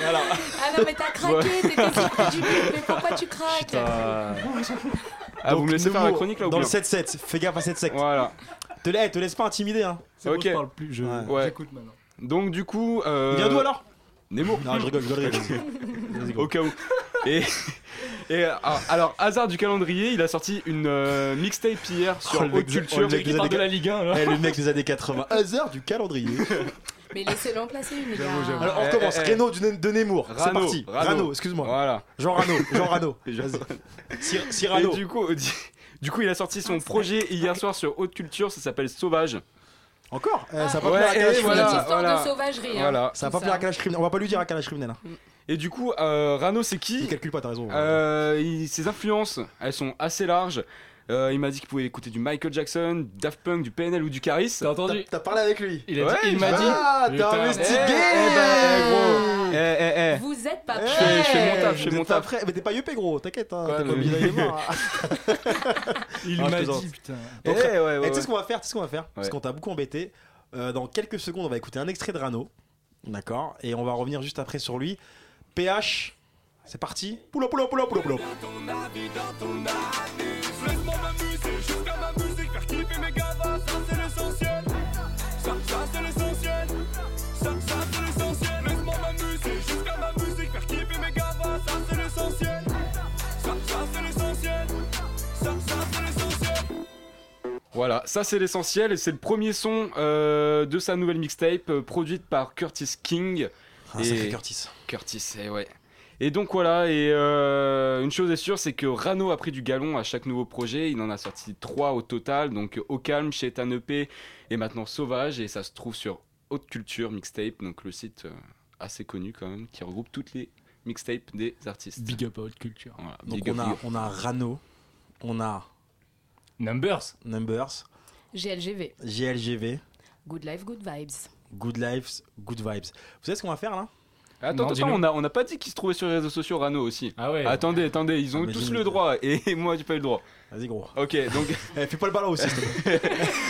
Speaker 3: Voilà.
Speaker 4: Ah non, mais t'as craqué, t'étais sorti du but, mais pourquoi tu craques
Speaker 6: Ah, vous
Speaker 3: Donc,
Speaker 6: me laissez faire la
Speaker 3: Nemours
Speaker 6: chronique là ou
Speaker 3: Dans
Speaker 6: bien
Speaker 3: le 7-7, fais gaffe à 7-7.
Speaker 6: Voilà.
Speaker 3: Te, la- eh, te laisse pas intimider, hein.
Speaker 5: C'est bon,
Speaker 6: Ok.
Speaker 5: je parle plus, je-
Speaker 3: Ouais.
Speaker 6: Ouais.
Speaker 5: j'écoute maintenant.
Speaker 6: Donc du coup. Euh...
Speaker 3: Il vient d'où alors
Speaker 6: Nemours.
Speaker 3: Non, je rigole, je rigole. vas-y.
Speaker 6: Au cas où. Et, et, euh, alors, alors, hasard du calendrier, il a sorti une euh, mixtape hier sur
Speaker 3: Oh, le mec
Speaker 6: Haute
Speaker 3: des- oh,
Speaker 6: Culture.
Speaker 3: le mec des
Speaker 5: Parle de
Speaker 3: années-
Speaker 5: la Ligue 1, là.
Speaker 3: Eh, le mec des années 80. Hasard du calendrier.
Speaker 4: Mais laissez-le en placer une, les gars.
Speaker 6: J'avoue, j'avoue.
Speaker 3: Alors on
Speaker 6: Eh,
Speaker 3: recommence,
Speaker 6: eh, eh.
Speaker 3: Renaud du- de Nemours, c'est
Speaker 6: Rano,
Speaker 3: parti. Rano,
Speaker 6: Rano.
Speaker 3: excuse-moi.
Speaker 6: Voilà.
Speaker 3: Jean Rano, Jean Rano.
Speaker 6: Et Jean-
Speaker 3: Vas-y. Cyr-
Speaker 6: Et
Speaker 3: Cyrano.
Speaker 6: du coup, du, du coup, il a sorti
Speaker 5: Ah,
Speaker 6: son projet hier soir sur Haute Culture, ça s'appelle Sauvage.
Speaker 3: Encore Eh, Ça va pas
Speaker 6: Ouais,
Speaker 3: plaire à
Speaker 6: eh,
Speaker 3: Kalash
Speaker 4: C'est
Speaker 6: voilà,
Speaker 4: une
Speaker 3: Criminel.
Speaker 4: histoire
Speaker 6: voilà.
Speaker 4: de sauvagerie. hein.
Speaker 6: Voilà.
Speaker 3: Ça va pas
Speaker 4: C'est
Speaker 3: plaire à
Speaker 4: ça.
Speaker 3: Kalash Criminel. On va pas lui dire à Kalash Criminel. hein.
Speaker 6: Et du coup, euh, Rano, c'est
Speaker 3: Il
Speaker 6: qui
Speaker 3: calcule pas, t'as raison.
Speaker 6: Euh, il- Ses influences, elles sont assez larges. Euh, il m'a dit qu'il pouvait écouter du Michael Jackson, Daft Punk, du PNL ou du Caris.
Speaker 5: T'as
Speaker 3: T'as-
Speaker 5: entendu
Speaker 3: T'as parlé avec lui.
Speaker 5: Il a dit-
Speaker 6: Ouais,
Speaker 5: il m'a dit...
Speaker 3: Ah,
Speaker 5: Putain.
Speaker 3: t'as investigué
Speaker 6: Eh, eh ben, gros. Eh, eh, eh.
Speaker 4: Vous êtes pas
Speaker 3: Eh,
Speaker 6: fais- je fais mon taf, je fais
Speaker 3: t'es
Speaker 6: mon
Speaker 3: pas
Speaker 6: taf.
Speaker 3: prêt. Mais t'es pas Yupé gros, t'inquiète, hein,
Speaker 6: Quoi,
Speaker 3: t'es pas
Speaker 6: mais-
Speaker 3: obligé d'aller voir. hein.
Speaker 5: Il
Speaker 3: Ah, je
Speaker 5: m'a
Speaker 3: plaisante.
Speaker 5: dit, putain.
Speaker 6: Eh, ouais, ouais,
Speaker 3: Eh,
Speaker 6: ouais.
Speaker 3: Tu sais ce qu'on va faire, tu sais ce qu'on va faire, parce
Speaker 6: Ouais.
Speaker 3: qu'on t'a beaucoup embêté. Euh, Dans quelques secondes, on va écouter un extrait de Rano, d'accord, et on va revenir juste après sur lui. PH, c'est parti. Poula, poula, poula, poula, poula.
Speaker 6: Voilà, ça c'est l'essentiel et c'est le premier son euh, de sa nouvelle mixtape euh, produite par Curtis King.
Speaker 3: Ah, sacré
Speaker 6: Et-
Speaker 3: Curtis.
Speaker 6: Curtis, eh ouais. Et Et donc voilà, et euh, une chose est sûre, c'est que Rano a pris du galon à chaque nouveau projet. Il en a sorti trois au total, donc euh, Au Calme, chez Tan EP et maintenant Sauvage. Et ça se trouve sur Haute Culture Mixtape, donc le site euh, assez connu quand même, qui regroupe toutes les mixtapes des artistes.
Speaker 5: Big up à haute culture.
Speaker 6: Voilà,
Speaker 3: Donc
Speaker 6: big
Speaker 3: on
Speaker 6: up,
Speaker 3: a,
Speaker 6: big up.
Speaker 3: on a Rano, on a
Speaker 5: Numbers.
Speaker 3: Numbers,
Speaker 4: GLGV.
Speaker 3: JLGV,
Speaker 4: Good life, good vibes.
Speaker 3: Good Lives, Good Vibes. Vous savez ce qu'on va faire là
Speaker 6: Attends,
Speaker 5: Non,
Speaker 6: attends,
Speaker 5: dis-nous.
Speaker 6: on a, on a pas dit qu'il se trouvait sur les réseaux sociaux Rano aussi.
Speaker 5: Ah ouais.
Speaker 6: Attendez, attendez, ils ont
Speaker 3: Ah, mais
Speaker 6: tous
Speaker 3: dis-nous.
Speaker 6: le droit et moi j'ai pas eu le droit.
Speaker 3: Vas-y gros.
Speaker 6: Ok, donc
Speaker 3: Eh, fais pas le ballon aussi. s'il te plaît.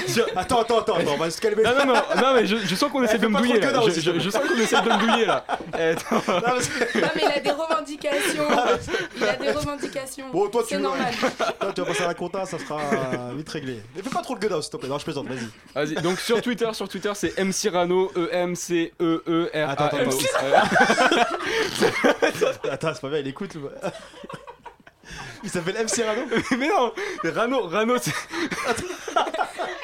Speaker 3: Je- attends, attends, attends, attends, on va se calmer.
Speaker 6: non non non, non mais je, je sens qu'on
Speaker 3: Eh,
Speaker 6: essaie de
Speaker 3: fais
Speaker 6: me
Speaker 3: pas trop
Speaker 6: douiller
Speaker 3: le
Speaker 6: là.
Speaker 3: connard
Speaker 6: Je,
Speaker 3: aussi,
Speaker 6: je- je sens qu'on essaie de me douiller là. Eh, attends.
Speaker 3: Non, parce que-
Speaker 4: Non, mais il a des revendications. Il a des revendications.
Speaker 3: Bon, toi, tu
Speaker 4: C'est
Speaker 3: le-
Speaker 4: normal.
Speaker 3: Toi, tu vas passer à la compta, ça sera euh, vite réglé. Mais fais pas trop le gueule hein, s'il te plaît. Non, je plaisante, vas-y.
Speaker 6: Vas-y, donc sur Twitter, sur Twitter, c'est MC Rano, E E-M-C-E-E-R-A.
Speaker 3: Attends, attends, attends. Attends, c'est pas bien, il écoute. le- il s'appelle MC Rano.
Speaker 6: Mais non, Rano, Rano, c'est.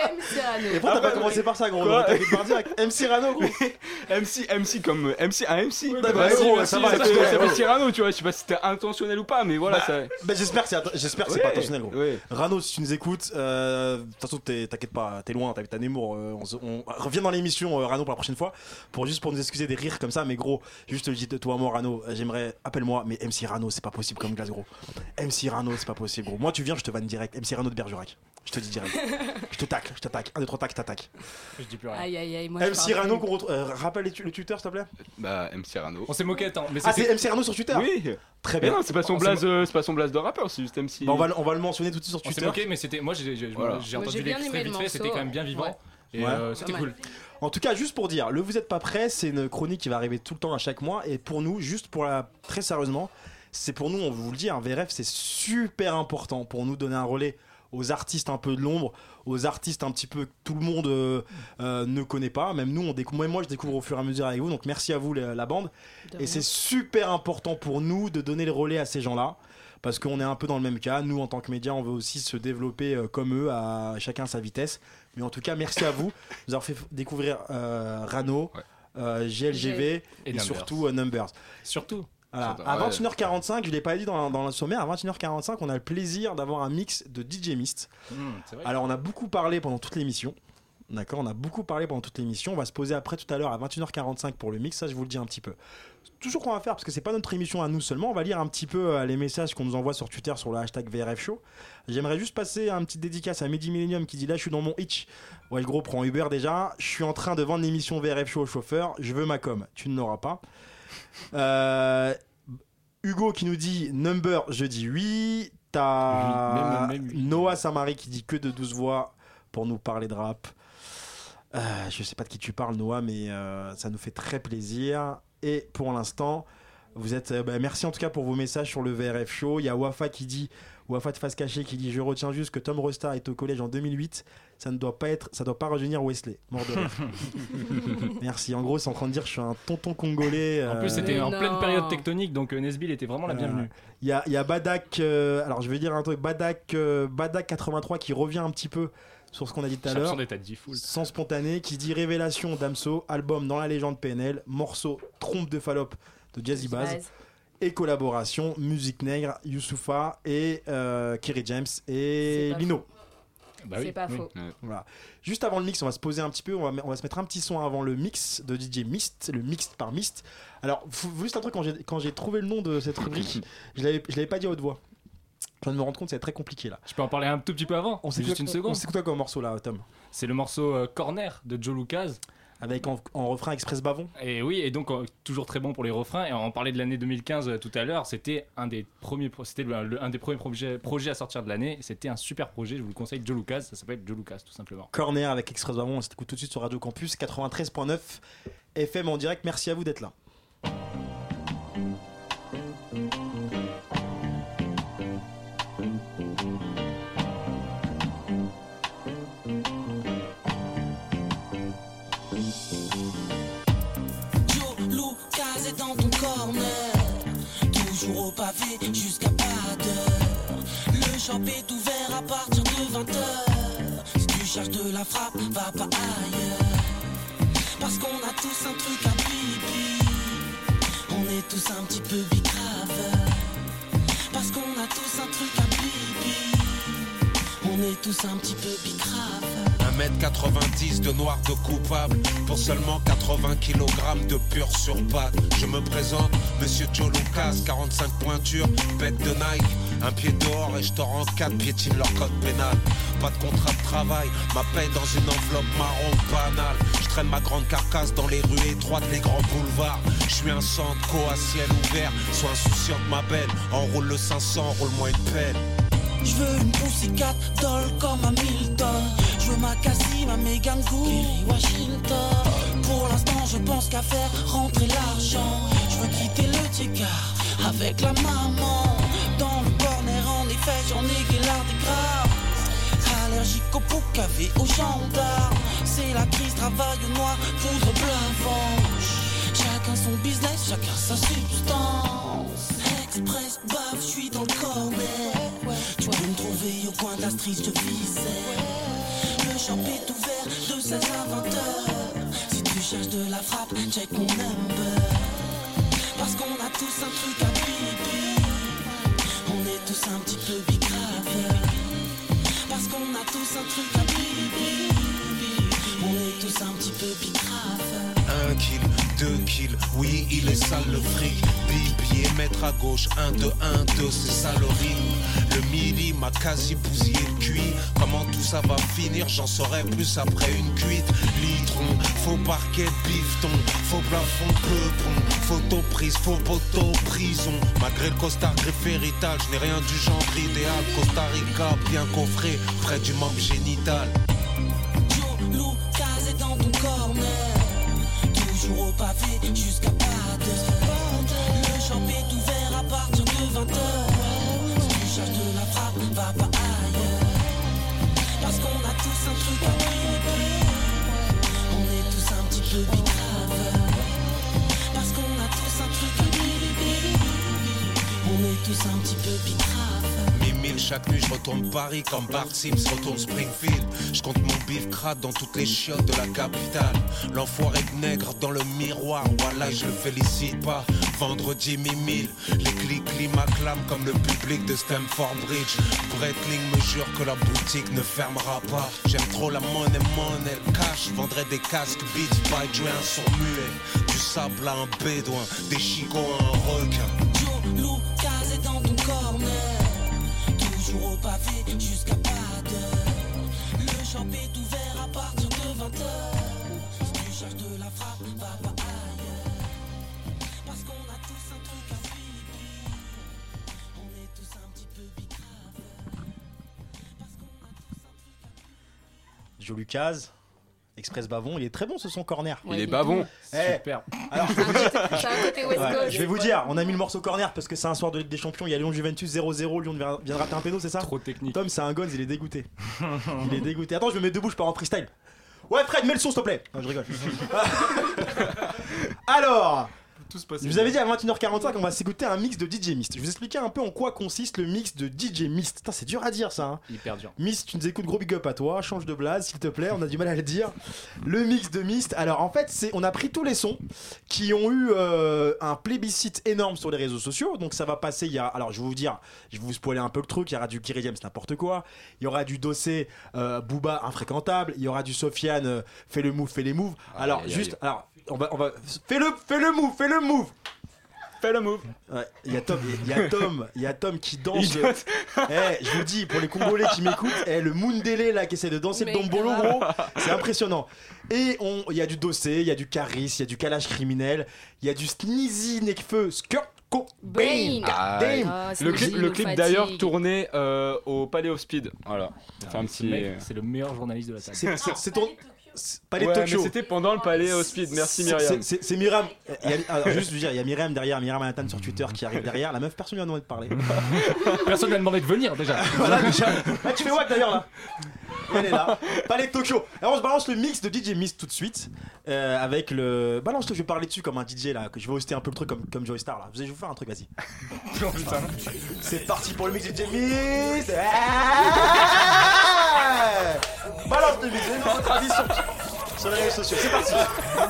Speaker 4: M. Serrano.
Speaker 3: Et pourquoi
Speaker 6: Ah,
Speaker 3: t'as pas
Speaker 6: bah,
Speaker 3: commencé par ça, gros
Speaker 6: Quoi
Speaker 3: T'as fait par direct. MC Rano, gros.
Speaker 6: MC, MC comme. MC, un MC.
Speaker 3: bah, gros, ça va,
Speaker 6: c'est-
Speaker 3: écoute,
Speaker 6: c'est
Speaker 3: ouais,
Speaker 6: MC Rano, tu vois, je sais pas si c'était intentionnel ou pas, mais voilà,
Speaker 3: Bah,
Speaker 6: ça.
Speaker 3: Bah, j'espère que c'est atten- j'espère que c'est pas
Speaker 6: Ouais,
Speaker 3: intentionnel, gros.
Speaker 6: ouais.
Speaker 3: Rano, si tu nous écoutes, euh, de toute façon, t'es- t'inquiète pas, t'es loin, t'habites à Nemours. euh, on, se- on- reviens dans l'émission, euh, Rano, pour la prochaine fois, pour juste pour nous excuser des rires comme ça. Mais gros, juste le dis de toi, moi, Rano, euh, j'aimerais, appelle-moi, mais MC Rano, c'est pas possible comme glace, gros. MC Rano, c'est pas possible, gros. Moi, tu viens, je te vanne direct. MC Rano de Bergerac. Je te dis direct. je te tacle, je t'attaque. Un, deux, trois, tac, t'attaques.
Speaker 5: Je dis plus rien.
Speaker 4: Aïe, aïe, aïe. Moi, je
Speaker 3: MC
Speaker 4: parle
Speaker 3: Rano,
Speaker 4: plus.
Speaker 3: qu'on retrouve- euh, rappelle les tu- le Twitter, s'il te plaît.
Speaker 6: Bah, MC Rano.
Speaker 5: On s'est moqué, attends. Mais
Speaker 3: Ah,
Speaker 5: c'était-
Speaker 3: c'est MC Rano sur Twitter
Speaker 6: Oui,
Speaker 3: Très
Speaker 6: mais
Speaker 3: bien.
Speaker 6: non, c'est pas son blaze, euh, c'est pas son blaze de rappeur, c'est juste MC.
Speaker 3: Bah, on, va, le- on va le mentionner tout de suite sur
Speaker 5: On s'est
Speaker 3: Twitter.
Speaker 5: moqué, mais c'était. Moi, j'ai j'ai- j'ai
Speaker 6: Voilà.
Speaker 4: Moi, j'ai
Speaker 5: entendu
Speaker 4: bien
Speaker 5: l'extrait
Speaker 4: aimé
Speaker 5: vite
Speaker 4: le
Speaker 5: fait,
Speaker 4: morceau,
Speaker 5: c'était quand même bien
Speaker 4: ouais.
Speaker 5: vivant. Et
Speaker 3: Ouais.
Speaker 5: euh, c'était
Speaker 4: Pas
Speaker 5: cool.
Speaker 4: mal.
Speaker 3: En tout cas, juste pour dire, le Vous êtes pas prêt, c'est une chronique qui va arriver tout le temps à chaque mois. Et pour nous, juste pour la. Très sérieusement, c'est pour nous, on vous le dit, un VRF, c'est super important pour nous donner un relais aux artistes un peu de l'ombre, aux artistes un petit peu que tout le monde euh, euh, ne connaît pas. Même nous, on découvre, même moi, je découvre au fur et à mesure avec vous. Donc merci à vous, la, la bande.
Speaker 4: De
Speaker 3: Et
Speaker 4: rien.
Speaker 3: c'est super important pour nous de donner le relais à ces gens-là. Parce qu'on est un peu dans le même cas. Nous, en tant que médias, on veut aussi se développer euh, comme eux, à chacun sa vitesse. Mais en tout cas, merci à vous de nous avoir fait f- découvrir euh, Rano,
Speaker 6: Ouais.
Speaker 3: euh, GLGV et,
Speaker 5: Et Numbers.
Speaker 3: surtout euh, Numbers.
Speaker 5: Surtout.
Speaker 3: Voilà.
Speaker 6: Surtout,
Speaker 3: À
Speaker 6: ouais.
Speaker 3: 21h45, je l'ai pas dit dans, dans le sommaire, à 21h45, on a le plaisir d'avoir un mix de DJ Mist.
Speaker 5: Hmm, c'est vrai.
Speaker 3: Alors, on a beaucoup parlé pendant toute l'émission. D'accord, on a beaucoup parlé pendant toute l'émission. On va se poser après tout à l'heure à 21h45 pour le mix. Ça, je vous le dis un petit peu. Toujours qu'on va faire, parce que c'est pas notre émission à nous seulement, on va lire un petit peu euh, les messages qu'on nous envoie sur Twitter sur le hashtag VRF Show. J'aimerais juste passer un petit dédicace à Mehdi Millennium qui dit là, je suis dans mon itch. Ouais, le gros prend Uber déjà. Je suis en train de vendre l'émission VRF Show au chauffeur. Je veux ma com. Tu ne l'auras pas. Euh, Hugo qui nous dit number, je dis oui. T'as
Speaker 5: Oui, même- même oui.
Speaker 3: Noah Samari qui dit que de 12 voix pour nous parler de rap. Euh, je sais pas de qui tu parles, Noah, mais euh, ça nous fait très plaisir. Et pour l'instant, vous êtes. euh, bah, merci en tout cas pour vos messages sur le VRF Show. Il y a Wafa qui dit Wafa de face cachée qui dit Je retiens juste que Tom Rostar est au collège en 2008. Ça ne doit pas être, ça doit pas revenir Wesley. Mort de rire. Merci. En gros, c'est en train de dire Je suis un tonton congolais.
Speaker 5: En plus,
Speaker 3: euh,
Speaker 5: c'était
Speaker 4: Mais
Speaker 5: en
Speaker 4: non.
Speaker 5: pleine période tectonique, donc euh, Nesbill était vraiment la
Speaker 3: Euh,
Speaker 5: bienvenue.
Speaker 3: Il y a, il y a Badak, euh, alors je vais dire un truc, Badak, euh, Badak 83 qui revient un petit peu sur ce qu'on a dit tout à l'heure.
Speaker 5: Chapson est à 10 full.
Speaker 3: Sans spontané, qui dit Révélation d'Amso, album dans la légende PNL, morceau Trompe de Fallope de Jazzy Baz,
Speaker 4: Base.
Speaker 3: et collaboration Musique Nègre, Youssoufa et euh, Kerry James et
Speaker 4: C'est pas
Speaker 3: Lino.
Speaker 5: Bah
Speaker 4: c'est
Speaker 5: oui,
Speaker 4: pas
Speaker 5: oui.
Speaker 4: faux.
Speaker 3: Voilà. Juste avant le mix, on va se poser un petit peu, on va, me- on va se mettre un petit son avant le mix de DJ Mist, le mixte par Mist. Alors, f- juste un truc, quand j'ai- quand j'ai trouvé le nom de cette rubrique, je l'avais je l'avais pas dit à haute voix. Je viens de me rendre compte, c'est très compliqué là.
Speaker 5: Je peux en parler un tout petit peu avant.
Speaker 3: On
Speaker 5: C'est juste
Speaker 3: quoi-
Speaker 5: une seconde.
Speaker 3: On s'écoute quoi comme morceau là, Tom
Speaker 5: C'est le morceau euh, Corner de Joe Lucas.
Speaker 3: Avec en, en refrain Express Bavon
Speaker 5: Et oui, et donc euh, toujours très bon pour les refrains. Et on parlait de l'année 2015 euh, tout à l'heure. C'était un des premiers, pro- c'était le- le- un des premiers projets, projets à sortir de l'année. C'était un super projet. Je vous le conseille, Joe Lucas. Ça s'appelle Joe Lucas tout simplement.
Speaker 3: Corner avec Express Bavon, on s'écoute tout de suite sur Radio Campus 93.9 FM en direct. Merci à vous d'être là.
Speaker 9: Joe Lucas est dans ton corner. Toujours au pavé jusqu'à pas d'heure. Le shop est ouvert à partir de 20h. Si tu cherches de la frappe, va pas ailleurs. Parce qu'on a tous un truc à pipi. On est tous un petit peu bicravés. Parce qu'on a tous un truc à bibi On est tous un petit peu bicrave
Speaker 10: 1m90 de noir de coupable pour seulement 80 kg de pur sur patte. Je me présente, monsieur Joe Lucas, 45 pointures, bête de Nike, un pied dehors et je te rends 4 piétine leur code pénal. Pas de contrat de travail, ma paye dans une enveloppe marron banale. Je traîne ma grande carcasse dans les rues étroites, les grands boulevards. Je suis un centre co à ciel ouvert, sois insouciant de ma belle. Enroule le 500, roule-moi une pelle.
Speaker 9: Je veux une poussicat doll comme à Milton. Je veux ma Cassie, ma Megan Goury, Washington. Pour l'instant, je pense qu'à faire rentrer l'argent. Je veux quitter le tigard avec la maman. Dans le corner, en effet, j'en ai guélard des graves. Allergique au poucavé, aux gendarmes. C'est la crise, travail au noir, poudre blanche. Chacun son business, chacun sa substance. Express, baf, je suis dans le corner. Tu peux me trouver au coin de la street, je visais. Le shop est ouvert de 16 à 20 heures. Si tu cherches de la frappe, check mon number. Parce qu'on a tous un truc à pipi. On est tous un petit peu bicrave. Parce qu'on a tous un truc à pipi. On est tous un petit peu bicrave.
Speaker 10: Un kill, deux kills, oui il est sale le fric Bibi et mettre à gauche, un, deux, un, deux, c'est salorie Le midi m'a quasi bousillé le cuit Comment tout ça va finir, j'en saurai plus après une cuite Litron, faux parquet, bifton, faux plafond, peupon Photo prise, faux poteau, prison Malgré le costard griffé héritage, je n'ai rien du genre idéal Costa Rica, bien coffré, près du membre génital
Speaker 9: Joe Lucas est dans ton corner. Toujours au pavé jusqu'à pas de Le champ est ouvert à partir de 20 h Si tu cherches de la frappe, va pas ailleurs. Parce qu'on a tous un truc à pipi. On est tous un petit peu bicrave. Parce qu'on a tous un truc à pipi. On est tous un petit peu bicrave.
Speaker 10: Mille chaque nuit je retourne Paris comme Bart Sims retourne Springfield Je compte mon bif crade dans toutes les chiottes de la capitale L'enfoiré de nègre dans le miroir Voilà je le félicite pas Vendredi mi-mille Les clics m'acclament comme le public de Stamford Bridge Bretling me jure que la boutique ne fermera pas J'aime trop la monnaie monnaie le cash Je vendrais des casques beats by Dre, un sourd muet Du sable à un bédouin Des chicots à un requin
Speaker 9: Joe Lucas est dans ton corner. Toujours au pavé jusqu'à pas d'heure. Le champ est ouvert à partir de 20 h Si tu cherches de la frappe, va pas ailleurs. Parce qu'on a tous un truc à vivre. On est tous un petit peu bicrave.
Speaker 3: Joe Lucas, Express Bavon, il est très bon ce son corner.
Speaker 4: Ouais,
Speaker 6: il est
Speaker 4: il est
Speaker 6: bavon.
Speaker 3: Eh,
Speaker 5: Super.
Speaker 4: C'est un côté West
Speaker 3: Ouais,
Speaker 4: Coast.
Speaker 3: je vais vous dire, on a mis le morceau corner parce que c'est un soir de Ligue des Champions. Il y a Lyon Juventus 0-0. Lyon vient vient de rater un péno, c'est ça
Speaker 5: Trop technique.
Speaker 3: Tom, c'est un gonz, il est dégoûté. Il est dégoûté. Attends, je me mets debout, je pars en freestyle. Ouais, Fred, mets le son, s'il te plaît. Non, je rigole. Alors,
Speaker 5: Tout se passe.
Speaker 3: je vous avais dit à 21h45 on va s'écouter un mix de DJ Mist. Je vais vous expliquer un peu en quoi consiste le mix de DJ Mist. Putain, c'est dur à dire ça. hein.
Speaker 5: Hyper dur.
Speaker 3: Mist, tu nous écoutes, gros big up à toi, change de blase s'il te plaît, on a du mal à le dire. Le mix de Mist, alors en fait, c'est on a pris tous les sons qui ont eu euh, un plébiscite énorme sur les réseaux sociaux, donc ça va passer, il y a, alors je vais vous dire, je vais vous spoiler un peu le truc, il y aura du Kyrie James, n'importe quoi, il y aura du Dossé, euh, Booba, infréquentable, il y aura du Sofiane, euh, fais le move, fais les moves, alors
Speaker 6: aïe, aïe.
Speaker 3: juste, alors, on va, on va, fais le, fais le move, fais le move
Speaker 6: Fais le move.
Speaker 3: Ouais, Il y a Tom, il y a Tom, il y a Tom qui danse. le- Eh, je vous dis pour les Congolais qui m'écoutent, eh, le Mundele là qui essaie de danser le
Speaker 4: Mais
Speaker 3: Dombolo
Speaker 4: grave.
Speaker 3: gros, c'est impressionnant. Et on, il y a du Dossé, il y a du Caris, il y a du Kalash criminel, il y a du Sneezy Nekfeu, Skirt Co Bang,
Speaker 4: Bang.
Speaker 3: Goddamn.
Speaker 4: Ah, c'est
Speaker 6: Le clip,
Speaker 4: Gino
Speaker 6: le clip
Speaker 4: Fatigue.
Speaker 6: d'ailleurs tourné euh, au Palais of Speed. Voilà. Enfin, un
Speaker 5: Ce
Speaker 6: petit.
Speaker 5: mec, c'est le meilleur journaliste de la salle.
Speaker 3: C'est c'est- c'est ton. c'est Pas les
Speaker 6: Ouais,
Speaker 3: talk
Speaker 6: mais
Speaker 3: shows.
Speaker 6: c'était pendant le Palais of Speed. Merci
Speaker 3: C'est-
Speaker 6: Myriam.
Speaker 3: c'est- C'est c'est Myriam. Il y a- alors, juste vous dire, il y a Myriam derrière, Myriam Manhattan sur Twitter qui arrive derrière. La meuf, personne lui en a envie de parler.
Speaker 5: Personne ne m'a demandé de venir déjà.
Speaker 3: Voilà déjà. Ah, tu fais what d'ailleurs là Elle est là. Palais de Tokyo. Alors on se balance le mix de DJ Mist tout de suite. euh, avec le. Balance que je vais parler dessus comme un DJ là. Que je vais hoster un peu le truc comme, comme Joy Star là. Je vais vous faire un truc, vas-y.
Speaker 5: Oh,
Speaker 3: C'est parti pour le mix de DJ Mist. Ouais. Balance le mix. Donnez-moi votre avis sur, sur les réseaux sociaux. C'est parti.
Speaker 6: hein.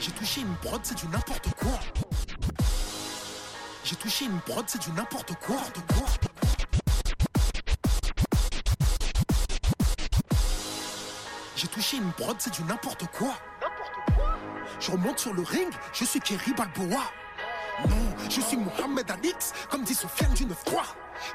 Speaker 10: Je
Speaker 11: touché une prod, c'est du n'importe quoi. J'ai touché une prod, c'est du n'importe quoi. De quoi. J'ai touché une prod, c'est du n'importe quoi. Je remonte sur le ring, je suis Kerry Balboa. Non, je suis Mohamed Alix, comme dit Sofiane du 9-3.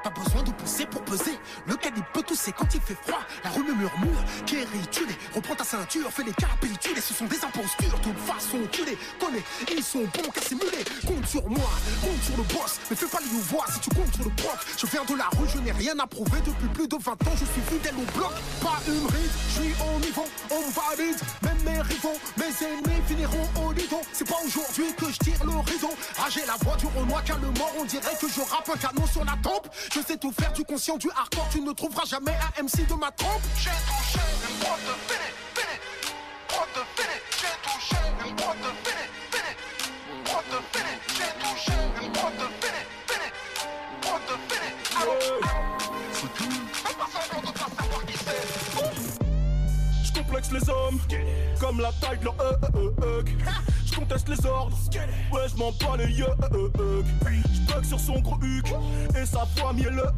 Speaker 11: Pas besoin de pousser pour peser. Le calibre peut tousser quand il fait froid. La rue me murmure, Kerry, tu les reprends ta ceinture, fais les capitules. Ce sont des impostures, toute façon, tu les connais. Et ils sont bons qu'à simuler. Compte sur moi, compte sur le boss. Mais fais pas les voir si tu comptes sur le proc. Je viens de la rue, je n'ai rien à prouver. Depuis plus de 20 ans, je suis fidèle au bloc. Pas une ride, je suis au niveau, on valide. Même mes rivaux, mes ennemis finiront au lido. C'est pas aujourd'hui que je tire le rideau. Ah, j'ai la voix du renoi calmement. On dirait que je rappe un canon sur la tempe. Je sais tout faire du conscient, du hardcore. Tu ne trouveras jamais un MC de ma trompe. J'ai touché une prod de fini, fini, prod de fini. J'ai touché une prod de fini, fini, prod de fini. J'ai touché une prod de fini, fini, prod de fini. Allô, c'est tout. Fais pas semblant de pas savoir qui c'est.
Speaker 12: Je complexe les hommes, comme la taille de leur euh, euh, euh, euh. Je conteste les ordres, ouais je m'en bats les yeux euh, euh, euh. Je bug sur son gros huc, et sa voix mielleuse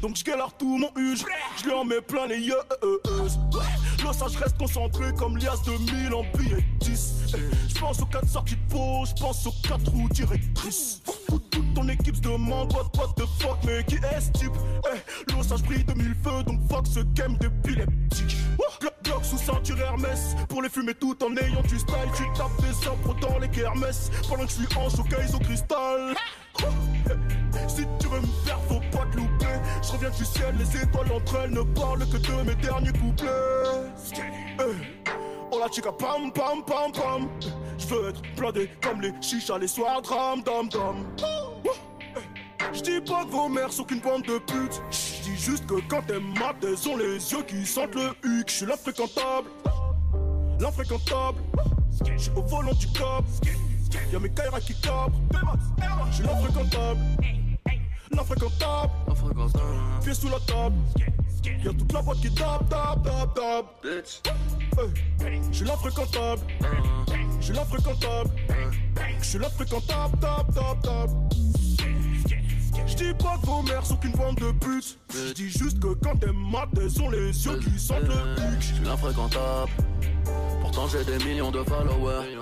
Speaker 12: Donc je galère tout mon huge, je lui en mets plein les yeux euh, euh, euh. L'ossage reste concentré comme lias de 1000 en billets 10 Je pense aux 4 sorties de peau, je pense aux 4 roues directrices toute ton équipe se demande what, what the fuck mais qui est ce type Eh, L'ossage brille de mille feux donc fuck ce game d'épileptique oh, Glock Glock sous ceinture Hermès Pour les fumer tout en ayant du style Tu tapes des impros dans les kermesses Pendant que je suis en showcase au cristal Oh, eh, Si tu veux me faire faut pas te louper Je reviens du ciel les étoiles entre elles Ne parlent que de mes derniers couplets Eh, Oh la chica pam pam pam pam Je veux être blindé comme les chichas les soirs dram dam dam Eh. Je dis pas que vos mères sont qu'une bande de putes Je dis juste que quand elles matent elles ont les yeux qui sentent le huc Je suis l'infréquentable L'infréquentable Je suis au volant du cop Y'a mes Kaira qui capent Je suis l'infréquentable L'infréquentable Pieds sous la table Y'a toute la boîte qui tape tape tape tape Hey, Je suis l'infréquentable Je suis l'infréquentable Je suis l'infréquentable tape tape tape je dis pas que vos mères sont qu'une bande de putes. Je dis juste que quand elles matent, elles ont les yeux qui sentent le huc.
Speaker 13: Je suis infréquentable. Pourtant j'ai des millions de followers.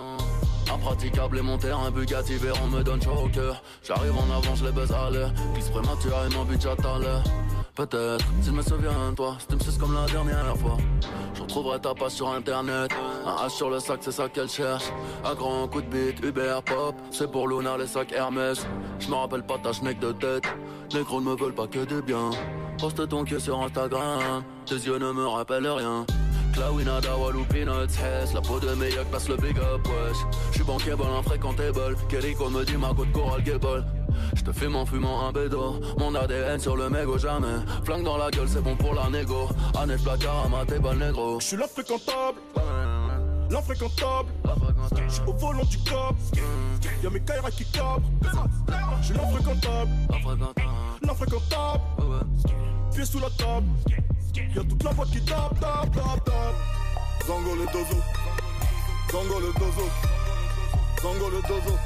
Speaker 13: Impraticable et mon terrain Bugatti Veyron me donne chaud au cœur. J'arrive en avant, je les baise à l'heure. Glisse prématuré, mon budget à l'heure. Peut-être, s'il me souvient de toi, si tu me suces comme la dernière fois. Je retrouverai ta page sur internet. Un H sur le sac, c'est ça qu'elle cherche. Un grand coup de bite, Uber Pop. C'est pour Luna, les sacs Hermès. Je me rappelle pas ta schneck de tête. Les gros ne me veulent pas que du bien. Poste ton cul sur Instagram. Tes yeux ne me rappellent rien. Clawina, Dawal ou Peanuts, Hess, la peau de meilleur passe le big up, wesh. J'suis bankable, infréquentable, Keriko me dit ma de Coral Gable. J'te fume en fumant un bédo, mon ADN sur le mégot jamais. Flingue dans la gueule, c'est bon pour la négo. Année de placard à mater, bal négro.
Speaker 12: J'suis l'infréquentable, l'infréquentable. J'suis au volant du cop, y'a mes Kaira qui capent. J'suis l'infréquentable, l'infréquentable. Pieds sous la table, y'a toute la boîte qui tape tape tape tape.
Speaker 14: Zango le dozo. Zango le dozo. Zango le dozo.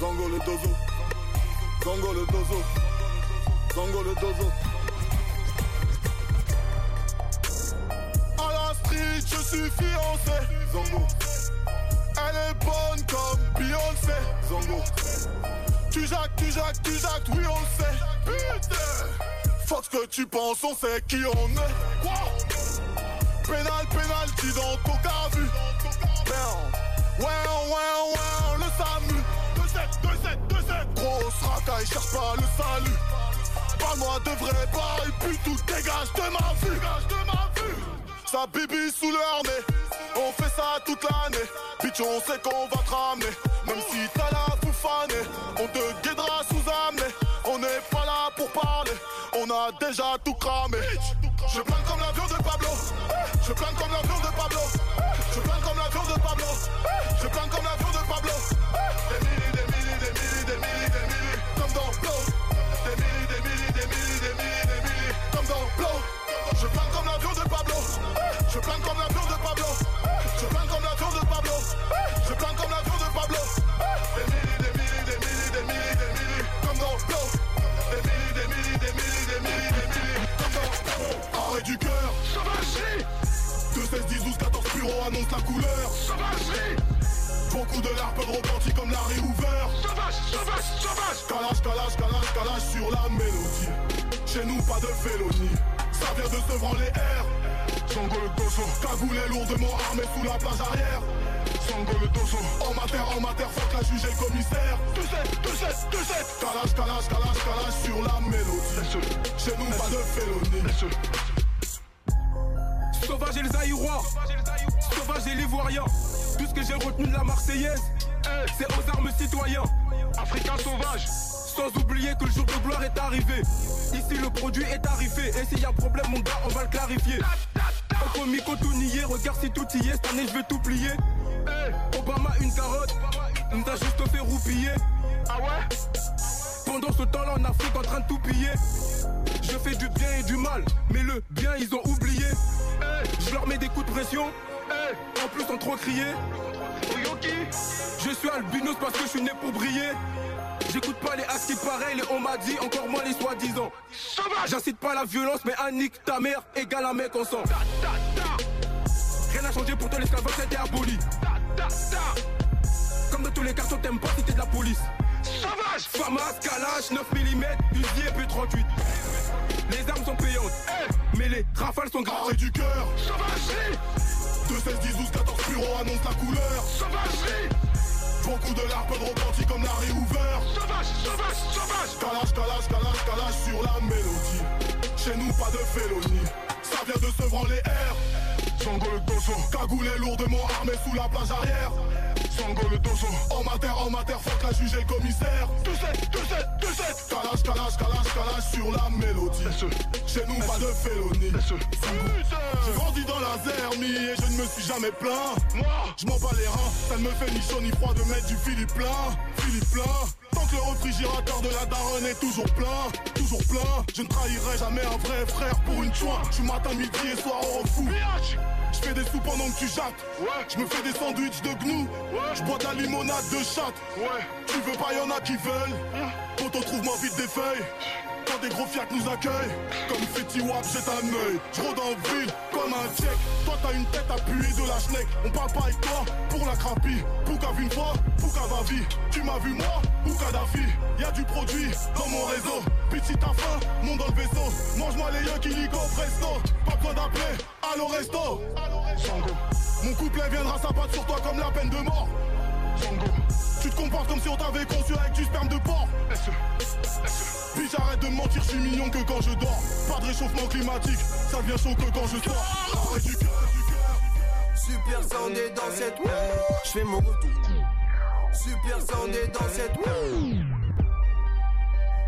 Speaker 14: Zango le dozo. Zango le dozo. Zango le dozo.
Speaker 12: À la street, je suis fiancé. Zango. Elle est bonne comme Beyoncé. Zango. Tu jacques, tu jacques, tu jacques, oui on le sait. Putain. Fuck ce que tu penses, on sait qui on est. Quoi Pénal, pénal, tu dans ton cas vu. Ouais, ouais, ouais, le SAMU. 2 7 2 7 2 7 Grosse racaille, cherche pas le salut. Pas moi de vrai bail, puis tout dégage de ma vue. Dégage de ma vue. Ça bibi sous le harnais. On fait ça toute l'année. Bitch, on sait qu'on va te ramener. Même si t'as la bouffanée, on te guidera sous amener. On n'est pas là pour parler. On a déjà tout cramé. Je plane comme l'avion de Pablo. Je plane comme l'avion de Pablo. Je plane comme l'avion de Pablo. Je plane comme l'avion de Pablo. Des milliers, des milliers, des milliers, des milliers, des milliers. Comme dans Blow. Des milliers, des milliers, des milliers, des milliers, des milliers. Comme dans Blow. Je plane comme l'avion de Pablo. Je plane comme l'avion de Pablo. Je
Speaker 14: stade retentit comme la réouvert Sauvage, sauvage, sauvage Calage, calage, calage, calage sur la mélodie Chez nous pas de félonie Ça vient de Sevran les airs Sango le dosso Cagoulé lourdement armé sous la plage arrière Sango le dosso En mater, en mater, fuck la juge et le commissaire Tu sais, tu sais, tu sais Calage, calage, calage, calage sur la mélodie Chez nous pas de félonie
Speaker 15: Sauvage et les Aïrois, sauvage et l'Ivoirien. Tout ce que j'ai retenu de la Marseillaise, hein, c'est aux armes citoyens. Africain sauvage. Sans oublier que le jour de gloire est arrivé. Ici le produit est tarifé. Et s'il y a problème, mon gars, on va le clarifier. Au comico tout nier, regarde si tout y est. Cette année, je vais tout plier. Obama, une carotte, nous a juste fait roupiller. Ah ouais Pendant ce temps-là, en Afrique, en train de tout piller. Je fais du bien et du mal, mais le bien ils ont oublié. Je leur mets des coups de pression, en plus en trop crié. Je suis albinos parce que je suis né pour briller. J'écoute pas les as qui pareil et on m'a dit encore moins les soi-disant. J'incite pas la violence, mais Annick, ta mère égale un mec en sang. Rien n'a changé pour toi, l'esclavage c'était aboli. Comme dans tous les cartons, t'aimes pas si t'es de la police. Sauvage Famas, Kalash, 9 mm, Uzi et puis 38. Les armes sont payantes, mais les rafales sont gravées du cœur. Sauvage
Speaker 14: 2, 16, 10, 12, 14 bureaux annonce la couleur Sauvagerie Beaucoup de l'arbre retentit comme la réouvert Sauvage, sauvage, sauvage Calage, calage, calage, calage sur la mélodie Chez nous pas de félonie Ça vient de Sevran les airs Sango le dosso Cagoulé lourdement armé sous la plage arrière Sango le dosso En mater, en mater, fuck la juge et le commissaire 2, 7, 2, 7, 2, 7 Calage, calage, calage, calage sur la mélodie Chez nous pas de félonie J'ai grandi dans la zermie et je ne me suis jamais plaint Moi, je m'en bats les reins Ça ne me fait ni chaud ni froid de mettre du Philippe plein Philippe plein Tant que le réfrigérateur de la daronne est toujours plein Toujours plein Je ne trahirai jamais un vrai frère pour une chouin Je suis matin, midi et soir au fou Je fais des sous pendant que tu jattes Je me fais des sandwichs de gnou Je bois de la limonade de chatte Tu veux pas y'en a qui veulent Quand on trouve moi vite des feuilles quand des gros fiacs nous accueillent Comme Fetty Wap jette un œil Je rôde en ville comme un tchèque Toi t'as une tête appuyée de la schneck On parle pas avec toi pour la crapie Poucave une fois, Poucave à vie Tu m'as vu moi ou Kadhafi Y'a du produit dans mon réseau Petit t'as faim, monte dans le vaisseau Mange-moi les yeux qui ligent au presto Pas quoi d'appeler, allo resto Sango. Mon couplet viendra s'abattre sur toi comme la peine de mort Sango. Tu te comportes comme si on t'avait conçu avec du sperme de porc Puis j'arrête de mentir, je suis mignon que quand je dors Pas de réchauffement climatique, ça devient chaud que quand je sors Arrête du cœur
Speaker 8: Super Sound est dans cette wave, je fais mon retour. Super Sound est dans cette wave.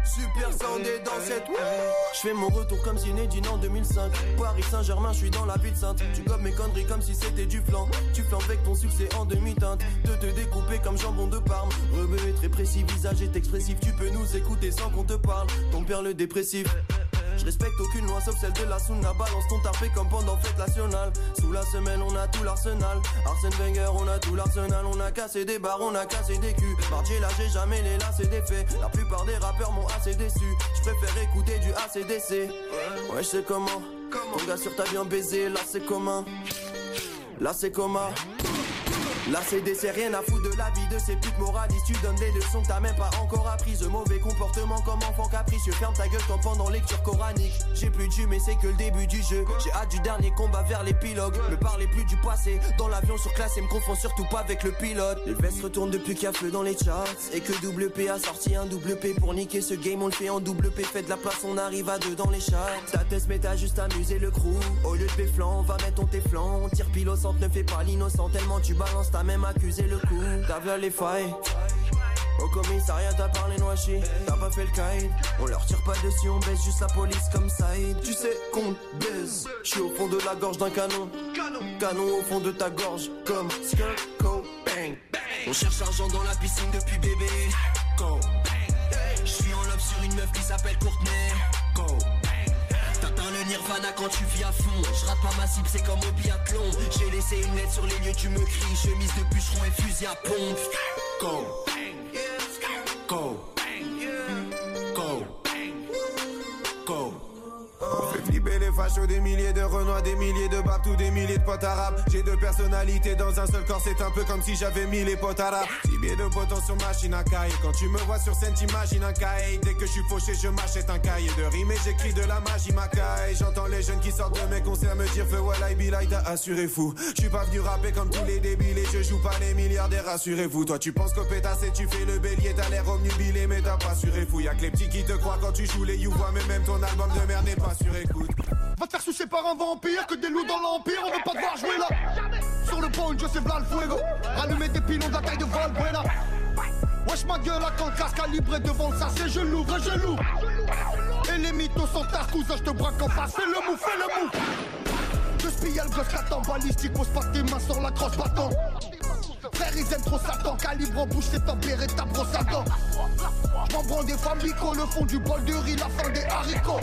Speaker 8: Super Sound est dans cette wave. Je fais mon retour comme si né d'une en 2005. Paris Saint-Germain, je suis dans la ville sainte. Tu gobes mes conneries comme si c'était du flan. Tu flanques ton succès en demi-teinte. De te découper comme jambon de Parme. Rebeu est très précis, visage est expressif. Tu peux nous écouter sans qu'on te parle. Ton père le dépressif. Je respecte aucune loi sauf celle de la Sunna Balance ton tarpé comme pendant fête nationale Sous la semelle on a tout l'arsenal Arsène Wenger on a tout l'arsenal On a cassé des barres, on a cassé des culs Martier là j'ai jamais les lacets des faits La plupart des rappeurs m'ont assez déçu Je préfère écouter du ACDC Ouais je sais comment Ton gars sur ta vie en baiser Là c'est commun Là c'est commun la CDC, rien à foutre de la vie de ces putes moralistes. Tu donnes des leçons que t'as même pas encore apprises. De mauvais comportement comme enfant capricieux. Ferme ta gueule t'en pendant lecture coranique. J'ai plus de jus, mais c'est que le début du jeu. J'ai hâte du dernier combat vers l'épilogue. Me parlez plus du passé. Dans l'avion sur classe et me confond surtout pas avec le pilote. Les vestes retournent depuis qu'il y a feu dans les charts. Et que WP a sorti un double P pour niquer ce game. On le fait en double P. Fait de la place, on arrive à deux dans les charts. Ta test, mais t'as juste amusé le crew. Au lieu de béflant, on va mettre ton téflan. On tire pile au centre, ne fais pas l'innocent. Tellement tu balances, t'as même accusé le coup. T'as vu les failles. Au commissariat, t'as parlé noachi, t'as pas fait le caïd. On leur tire pas dessus, on baisse juste la police comme ça. Tu sais qu'on te baise. J'suis au fond de la gorge d'un canon. Canon au fond de ta gorge, comme Skull Bang. On cherche argent dans la piscine depuis bébé. Go bang. J'suis en love sur une meuf qui s'appelle Courtenay. Go bang. T'atteins le nirvana quand tu vis à fond. Je rate pas ma cible, c'est comme au biathlon. J'ai laissé une lettre sur les lieux, tu me cries. Chemise de bûcheron et fusil à pompe. Go Go Go Go
Speaker 16: Fais flipper les fachos, des milliers de renois, des milliers de babtous, des milliers de potes arabes. J'ai deux personnalités dans un seul corps, c'est un peu comme si j'avais mis les potes arabes. Tibier de boton sur machine à cahier. Quand tu me vois sur scène, t'imagines un cahier. Dès que je suis fauché, je m'achète un cahier de rimes et j'écris de la magie ma caille. J'entends les jeunes qui sortent de mes concerts me dire Feu Wallahi Bilal, t'as assuré fou. Je suis pas venu rapper comme tous les débiles et je joue pas les milliardaires, rassurez-vous. Toi, tu penses qu'au pétasse et tu fais le bélier, t'as l'air omnubilé, mais t'as pas assuré fou. Y'a que les petits qui te croient quand tu joues les youvois, mais même ton album de merde n'est pas sur écoute.
Speaker 17: Va te faire sucer par un vampire, que des loups dans l'empire, on veut pas te voir jouer là. Sur le pont, je sais v'là le fuego. Allumer des pilons de la taille de Valbuena. Wesh ma gueule à quand le casque calibré devant le sachet, je l'ouvre et je l'ouvre. Et les mythos sont tard, cousin, je te braque en face, fais le mou, fais le mou. Je spille le gosse qu'attend, balistique, pose pas tes mains sur la crosse, battant. Frère, ils aiment trop Satan, calibre en bouche, c'est tempéré, ta brosse à dents. J'm'en branle des famicaux, le fond du bol de riz, la fin des haricots.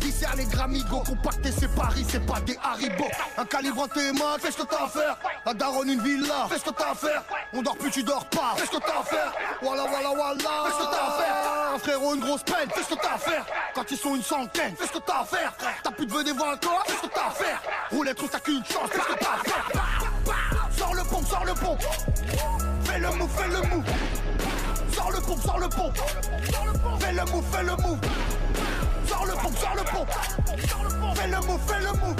Speaker 17: D'ici les gramigos, compactés, c'est Paris, c'est pas des haribots. Un calibre en tes mains, qu'est-ce que t'as à faire La daronne, une villa, qu'est-ce que t'as à faire On dort plus, tu dors pas, qu'est-ce que t'as à faire Walla walla walla, qu'est-ce que t'as à faire Un frérot, une grosse peine, qu'est-ce que t'as à faire Quand ils sont une centaine, qu'est-ce que t'as à faire T'as plus de venez voir un corps, qu'est-ce que t'as à faire Roulette, on t'as qu'une chance, qu'est-ce que t'as à faire Sors le pont, sors le pont Fais le mou, fais le mou Sors le pont, sors le pont Fais le mou, fais le mou Sors le pont, sors le pont Fais le mou, fais le mou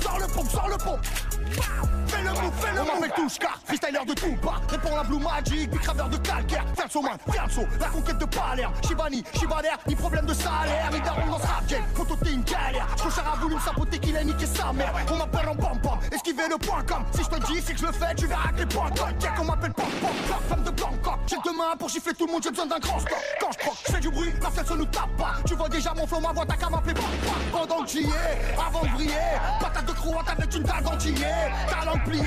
Speaker 17: Sors le pont, sors le pont Fais le mou, fais le mou On m'appelle Touchka, freestyler de Tupac Répond la Blue Magic, big graveur de calcaire Ferso man, Ferso, la conquête de Palerme Shibani, Shibaner, ni problème de salaire Il daron dans ce rap game, photo t'es une galère Cochard a voulu me sapoter qu'il a niqué sa mère On m'appelle en pam pam, esquivez le point com Si je te dis, c'est que je le fais, tu verras que les points cognent Tiens qu'on m'appelle pam pam, la femme de Bangkok J'ai deux mains pour gifler tout le monde, j'ai besoin d'un grand stock Quand je croque, je fais du bruit, la fête se nous tape pas Tu vois déjà mon flow, ma voix, t'as qu'à m'appeler pam pam Pendant que j'y ai, avant de briller Patate de croate avec une dague en entier Talent plié,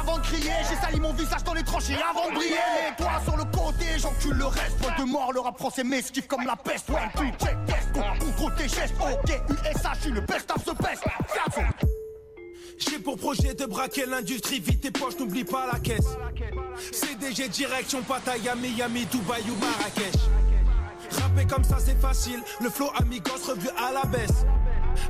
Speaker 17: avant de crier J'ai sali mon visage dans les tranchées avant de briller Les doigts sur le côté, j'encule le reste Point de mort, le rap français m'esquive comme la peste Ouais, tu check, test, contrôle tes gestes Ok, USA, je suis le best of the best Ferme
Speaker 18: J'ai pour projet de braquer l'industrie, vite tes poches, n'oublie pas la caisse. CDG direction Pattaya, Miami, Dubaï ou Marrakech. Rapper comme ça c'est facile, le flow amigos revu à la baisse.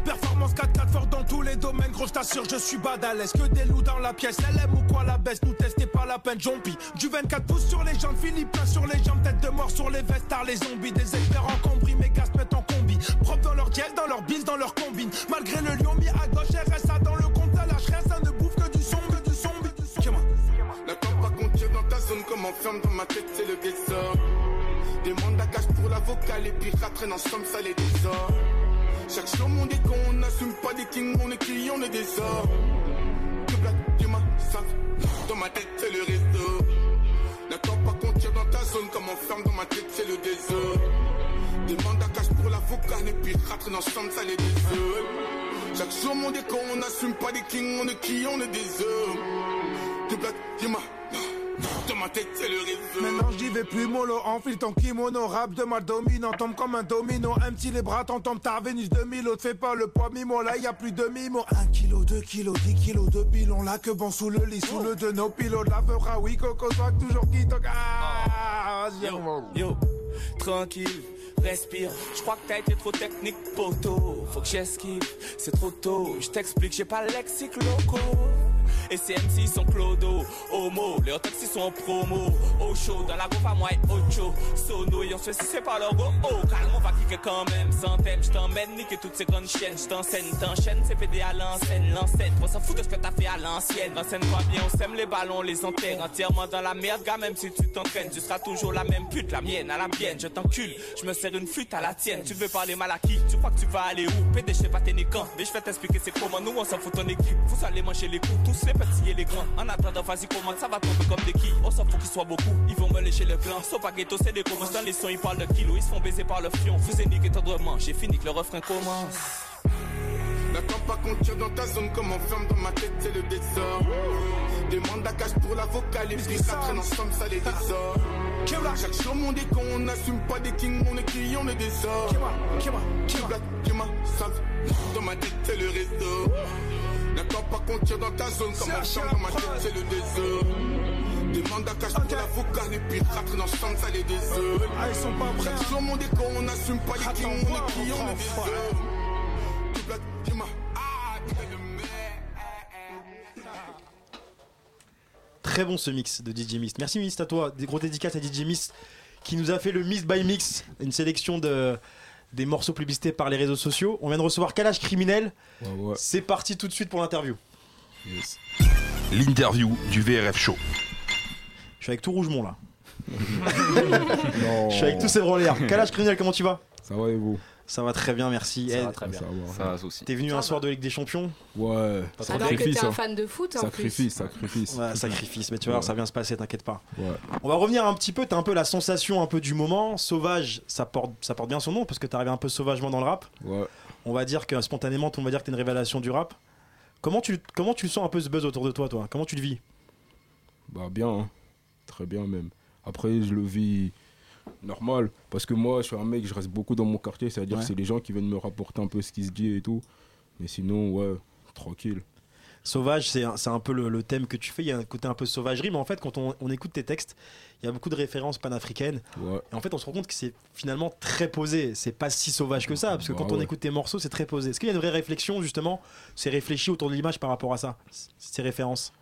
Speaker 18: Performance 4-4 fort dans tous les domaines, gros je t'assure je suis bad à l'aise Que des loups dans la pièce, LM ou quoi la baisse, nous testez pas la peine, Jumpy Du 24 pouces sur les jambes, Philippin sur les jambes, tête de mort sur les vestes, tard les zombies Des experts en compris, mes gars se mettent en combi Propre dans leur diète, dans leur bills, dans leur combine Malgré le lion mis à gauche, RSA dans le compte, à l'HRS, ça ne bouffe que du son, que du son, que du son
Speaker 19: La corde va conduire dans ta zone comme enferme dans ma tête, c'est le désordre. Demande à cash pour la vocale et puis ça traîne en somme, ça les désordre. Chaque jour, on est con, on n'assume pas des kings, on est qui, on est des hommes. Que blague du massacre, dans ma tête, c'est le réseau. N'attends pas qu'on tire dans ta zone, comme on ferme dans ma tête, c'est le désordre. Demande à cash pour la vocale et puis ça traîne en somme, ça les désordre. Chaque jour, on est con, on n'assume pas des kings, on est qui, on est des hommes. Que blague du massacre. Dans ma tête, c'est le rythme.
Speaker 18: Maintenant j'y vais plus mollo, enfile ton kimono, rap de ma dominant, tombe comme un domino, un petit les bras, t'entombes ta Vénus 2000, l'autre fais pas le poids mimo, là y a plus de mimo. 1 kilo, 2 kilos, 10 kilos de pilon, là que bon sous le lit, sous le de nos pilotes, la fera, oui, coco, sois toujours qui toque. Ah, vas-y,
Speaker 20: Yo, yo, tranquille, respire. Je crois que t'as été trop technique, poteau. Faut que j'esquive, c'est trop tôt. Je t'explique, j'ai pas le lexique loco. Et ces MC sont clodo, homo, leurs taxis sont en promo. Au chaud, dans la groupe à moi et Ocho. Sono, et on se fait si c'est pas leur go. Oh, calme, on va kicker quand même. Sans thème, je t'emmène, niquer toutes ces grandes chaînes. Je t'enseigne, t'enchaîne, c'est PD à l'ancienne. L'ancienne, on s'en fout de ce que t'as fait à l'ancienne. L'ancienne, quoi bien, on sème les ballons, on les enterre entièrement dans la merde, gars. Même si tu t'entraînes, tu seras toujours la même pute, la mienne à la mienne. Je t'encule, je me sers une flûte à la tienne. Tu veux parler mal à qui Tu crois que tu vas aller où PD, je sais pas tes niquants. Mais je vais t'expliquer c'est comment nous, on s'en fout ton équipe. Vous allez manger les coups, tous les petits et les grands. En attendant, vas-y, comment ça va tomber comme des qui On s'en fout qu'ils soient beaucoup, ils vont me lécher le clan. Sauf à ghetto, c'est des commences. Dans les sons, ils parlent de kilos, ils se font baiser par le fion. Vous ai niqué tendrement, j'ai fini que le refrain commence.
Speaker 19: N'attends pas qu'on tire dans ta zone comme on ferme dans ma tête, c'est le désordre. Demande à cash pour la vocale et puis ça traîne ensemble, ça les désordre. Chaque jour, on est con, on n'assume pas des kings, on est qui, on est des hommes. Qui blague, qui m'a sale, dans ma tête, c'est le réseau. N'attends pas qu'on tire dans ta zone comme on ferme dans ma tête, c'est le désordre. Demande à cash pour la vocale et puis ça traîne ensemble, ça les désordre. Chaque jour, on est con, on n'assume pas des kings, on est qui, on est des hommes.
Speaker 3: très bon ce mix de DJ Mist. Merci Mist à toi. Des gros dédicaces à DJ Mist qui nous a fait le Mist by Mix, une sélection de des morceaux publicités par les réseaux sociaux. On vient de recevoir Kalash Criminel. C'est parti tout de suite pour l'interview.
Speaker 2: L'interview du VRF Show.
Speaker 3: Je suis avec tout Rougemont là. Je suis avec tous ces branlés. Kalash Criminel, comment tu vas
Speaker 21: Ça va et vous
Speaker 3: Ça va très bien, merci.
Speaker 21: Ça
Speaker 3: Eh,
Speaker 21: va très bien. Ça va. Ça va aussi.
Speaker 3: T'es venu un soir de Ligue des Champions
Speaker 21: Ouais. hein.
Speaker 4: Alors que t'es
Speaker 3: hein.
Speaker 4: un fan de foot en
Speaker 21: Sacrifice, sacrifice.
Speaker 3: Ouais, sacrifice, mais tu vas voir,
Speaker 21: Ouais.
Speaker 3: ça vient se passer, t'inquiète pas.
Speaker 21: Ouais.
Speaker 3: On va revenir un petit peu, t'as un peu la sensation un peu du moment. Sauvage, ça porte, ça porte bien son nom parce que t'arrives un peu sauvagement dans le rap.
Speaker 21: Ouais.
Speaker 3: On va dire que spontanément, on va dire que t'es une révélation du rap. Comment tu, comment tu sens un peu ce buzz autour de toi, toi Comment tu le vis
Speaker 21: Bah bien, hein. très bien même. Après, je le vis normal, parce que moi, je suis un mec, je reste beaucoup dans mon quartier, c'est-à-dire
Speaker 3: Ouais.
Speaker 21: que c'est les gens qui viennent me rapporter un peu ce qui se dit et tout. Mais sinon, ouais, tranquille.
Speaker 3: Sauvage, c'est un, c'est un peu le, le thème que tu fais. Il y a un côté un peu sauvagerie, mais en fait, quand on, on écoute tes textes, il y a beaucoup de références panafricaines. Et en fait, on se rend compte que c'est finalement très posé. C'est pas si sauvage que ça, parce que
Speaker 21: Bah
Speaker 3: quand on
Speaker 21: ouais.
Speaker 3: écoute tes morceaux, c'est très posé. Est-ce qu'il y a une vraie réflexion, justement C'est réfléchi autour de l'image par rapport à ça, c- ces références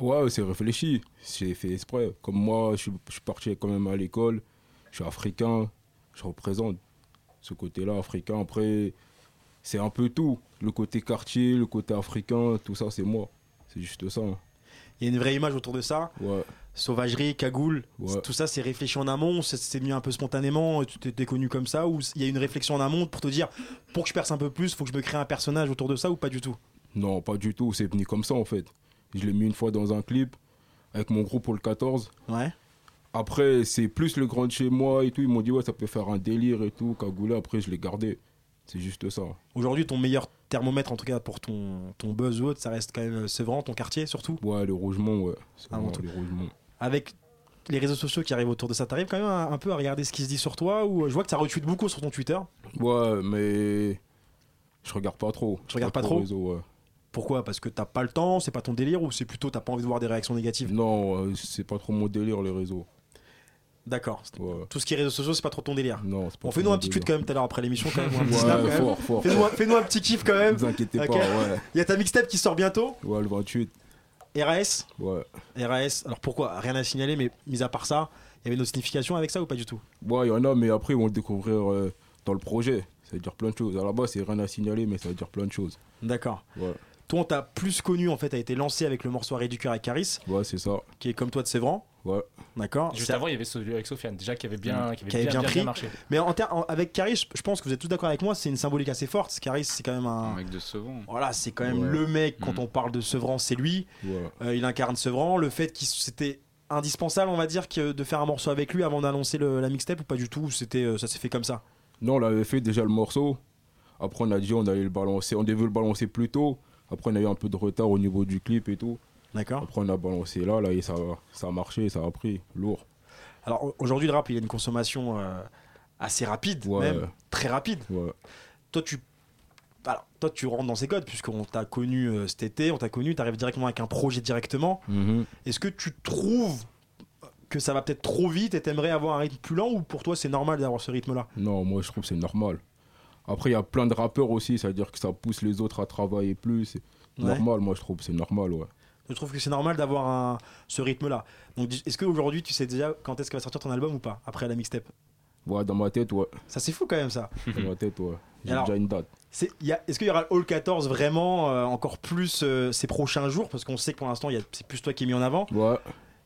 Speaker 21: Ouais, c'est réfléchi, c'est fait exprès. Comme moi, je suis, je suis parti quand même à l'école, je suis africain, je représente ce côté-là africain. Après, c'est un peu tout. Le côté quartier, le côté africain, tout ça, c'est moi. C'est juste ça.
Speaker 3: Il y a une vraie image autour de ça.
Speaker 21: Ouais.
Speaker 3: Sauvagerie, cagoule,
Speaker 21: Ouais.
Speaker 3: c- tout ça, c'est réfléchi en amont, c'est- c'est venu un peu spontanément, tu t'es t'es connu comme ça, ou il y a une réflexion en amont pour te dire, pour que je perce un peu plus, faut que je me crée un personnage autour de ça, ou pas du tout
Speaker 21: Non, pas du tout. C'est venu comme ça en fait. Je l'ai mis une fois dans un clip avec mon groupe pour le 14.
Speaker 3: Ouais.
Speaker 21: Après, c'est plus le grand de chez moi et tout. Ils m'ont dit, ouais, ça peut faire un délire et tout. Cagoulé, après, je l'ai gardé. C'est juste ça.
Speaker 3: Aujourd'hui, ton meilleur thermomètre, en tout cas pour ton, ton buzz ou autre, ça reste quand même euh, Sevran, ton quartier surtout
Speaker 21: Ouais, le Rougemont, ouais.
Speaker 3: Avant
Speaker 21: Vraiment,
Speaker 3: tout.
Speaker 21: les Rougemont.
Speaker 3: Avec les réseaux sociaux qui arrivent autour de ça, t'arrives quand même un, un peu à regarder ce qui se dit sur toi ou euh, je vois que ça retweet beaucoup sur ton Twitter.
Speaker 21: Ouais, mais je regarde pas trop.
Speaker 3: Tu regardes pas trop
Speaker 21: réseau, ouais.
Speaker 3: Pourquoi Parce que t'as pas le temps, c'est pas ton délire ou c'est plutôt t'as pas envie de voir des réactions négatives
Speaker 21: Non, euh, c'est pas trop mon délire, les réseaux.
Speaker 3: D'accord.
Speaker 21: Ouais.
Speaker 3: Tout ce qui est réseaux sociaux, c'est pas trop ton délire.
Speaker 21: Non, c'est pas
Speaker 3: Bon,
Speaker 21: trop
Speaker 3: fais-nous
Speaker 21: mon
Speaker 3: un petit
Speaker 21: délire.
Speaker 3: tweet quand même tout à l'heure après l'émission quand même. ou un petit
Speaker 21: Ouais,
Speaker 3: snap, quand même.
Speaker 21: fort, fort,
Speaker 3: Fais-nous un-
Speaker 21: fort.
Speaker 3: fais-nous un petit kiff quand même.
Speaker 21: Ne vous inquiétez
Speaker 3: Ok.
Speaker 21: pas, ouais.
Speaker 3: Il y a ta mixtape qui sort bientôt.
Speaker 21: Ouais, le 28.
Speaker 3: RAS
Speaker 21: Ouais.
Speaker 3: RAS, alors pourquoi Rien à signaler, mais mis à part ça, il y avait une autre signification avec ça ou pas du tout
Speaker 21: Ouais, il y en a, mais après, ils vont le découvrir euh, dans le projet. Ça veut dire plein de choses. À la base, c'est rien à signaler, mais ça veut dire plein de choses.
Speaker 3: D'accord.
Speaker 21: Ouais,
Speaker 3: Toi, on t'a plus connu en fait, a été lancé avec le morceau Arrêt du cœur avec Caris,
Speaker 21: ouais c'est ça.
Speaker 3: qui est comme toi de Sévran.
Speaker 21: Ouais.
Speaker 3: D'accord.
Speaker 5: Ah. Juste
Speaker 3: C'est- Mm.
Speaker 5: avant, il y avait celui avec Sofiane, déjà qui avait bien, qui avait bien, bien, bien marché.
Speaker 3: Mais en ter- en- avec Caris, je- je pense que vous êtes tous d'accord avec moi, c'est une symbolique assez forte. Caris, c'est quand même un.
Speaker 6: mec de Mm. Sevran.
Speaker 3: Voilà, c'est quand même
Speaker 6: Ouais.
Speaker 3: le mec quand on parle de Sevran, c'est lui.
Speaker 21: Ouais.
Speaker 3: Euh, il incarne Sevran. Le fait qu'il c'était indispensable, on va dire, que de faire un morceau avec lui avant d'annoncer le- la mixtape ou pas du tout. C'était euh, ça s'est fait comme ça.
Speaker 21: Non, on l'avait fait déjà le morceau. Après, on a dit on allait le balancer. On devait le balancer plus tôt. Après, on a eu un peu de retard au niveau du clip et tout.
Speaker 3: D'accord.
Speaker 21: Après, on a balancé là, là, et ça, ça a marché, ça a pris. Lourd.
Speaker 3: Alors au- aujourd'hui, le rap, il y a une consommation euh, assez rapide,
Speaker 21: Ouais.
Speaker 3: même très rapide. Toi, tu alors, toi, tu rentres dans ces codes, puisqu'on t'a connu euh, cet été, on t'a connu, t'arrives directement avec un projet directement.
Speaker 21: Mhm.
Speaker 3: Est-ce que tu trouves que ça va peut-être trop vite et t'aimerais avoir un rythme plus lent ou pour toi c'est normal d'avoir ce rythme-là
Speaker 21: Non, moi je trouve que c'est normal. Après, il y a plein de rappeurs aussi, c'est-à-dire que ça pousse les autres à travailler plus. C'est
Speaker 3: Ouais.
Speaker 21: normal, moi je trouve que c'est normal, ouais.
Speaker 3: Je trouve que c'est normal d'avoir un- ce rythme-là. Donc dis- est-ce qu'aujourd'hui tu sais déjà quand est-ce que va sortir ton album ou pas après la mixtape
Speaker 21: Ouais, dans ma tête, ouais.
Speaker 3: Ça c'est fou quand même ça.
Speaker 21: Dans ma tête, ouais. J'ai
Speaker 3: Ah. Alors-
Speaker 21: déjà une date.
Speaker 3: C'est- il y a- Est-ce qu'il y aura le Hall 14 vraiment euh, encore plus euh, ces prochains jours Parce qu'on sait que pour l'instant, il y a- c'est plus toi qui es mis en avant.
Speaker 21: Ouais.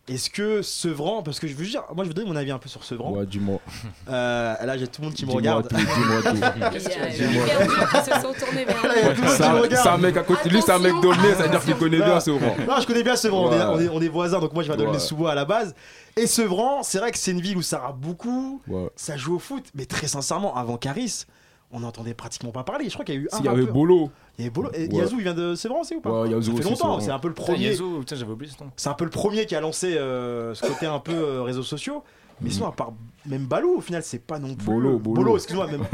Speaker 3: Est-ce que Sevran, parce que je veux dire, moi je veux donner mon avis un peu sur Sevran.
Speaker 21: Ouais, dis-moi.
Speaker 3: Euh, là, j'ai tout le monde qui me
Speaker 21: Dis-moi
Speaker 3: regarde.
Speaker 21: tout, dis-moi tout. Qu'est-ce qu'il y a Dis-moi
Speaker 4: hyper
Speaker 21: tout.
Speaker 4: dur qui se sont tournés vers
Speaker 3: Il y a tout le monde qui me
Speaker 21: C'est
Speaker 3: regarde.
Speaker 21: un mec à côté de lui, c'est un mec donné, c'est-à-dire qu'il connaît bien ce rang.
Speaker 3: Non, je connais bien Sevran, on est-
Speaker 21: Ouais.
Speaker 3: on, est, on est voisins, donc moi je vais donner
Speaker 21: Ouais.
Speaker 3: sous bois à la base. Et Sevran, c'est vrai que c'est une ville où ça rappe beaucoup,
Speaker 21: Ouais.
Speaker 3: ça joue au foot, mais très sincèrement, avant Caris, on n'entendait pratiquement pas parler. Je crois qu'il y a eu un.
Speaker 21: S'il y avait
Speaker 3: rappeur.
Speaker 21: Bolo.
Speaker 3: Il y avait Bolo. Et
Speaker 21: Ouais.
Speaker 3: Yazoo, il vient de Sevran aussi ou pas
Speaker 21: Ouais, Yazoo
Speaker 3: Ça fait
Speaker 21: aussi,
Speaker 3: longtemps,
Speaker 21: Sevran.
Speaker 3: c'est un peu le
Speaker 21: Putain,
Speaker 3: premier.
Speaker 5: Yazoo, putain, j'avais oublié ce nom.
Speaker 3: C'est un peu le premier qui a lancé euh, ce côté un peu euh, réseaux sociaux. Mais sinon, à part même Balou, au final, c'est pas non plus. euh,
Speaker 21: Bolo, Bolo.
Speaker 3: excuse-moi, même.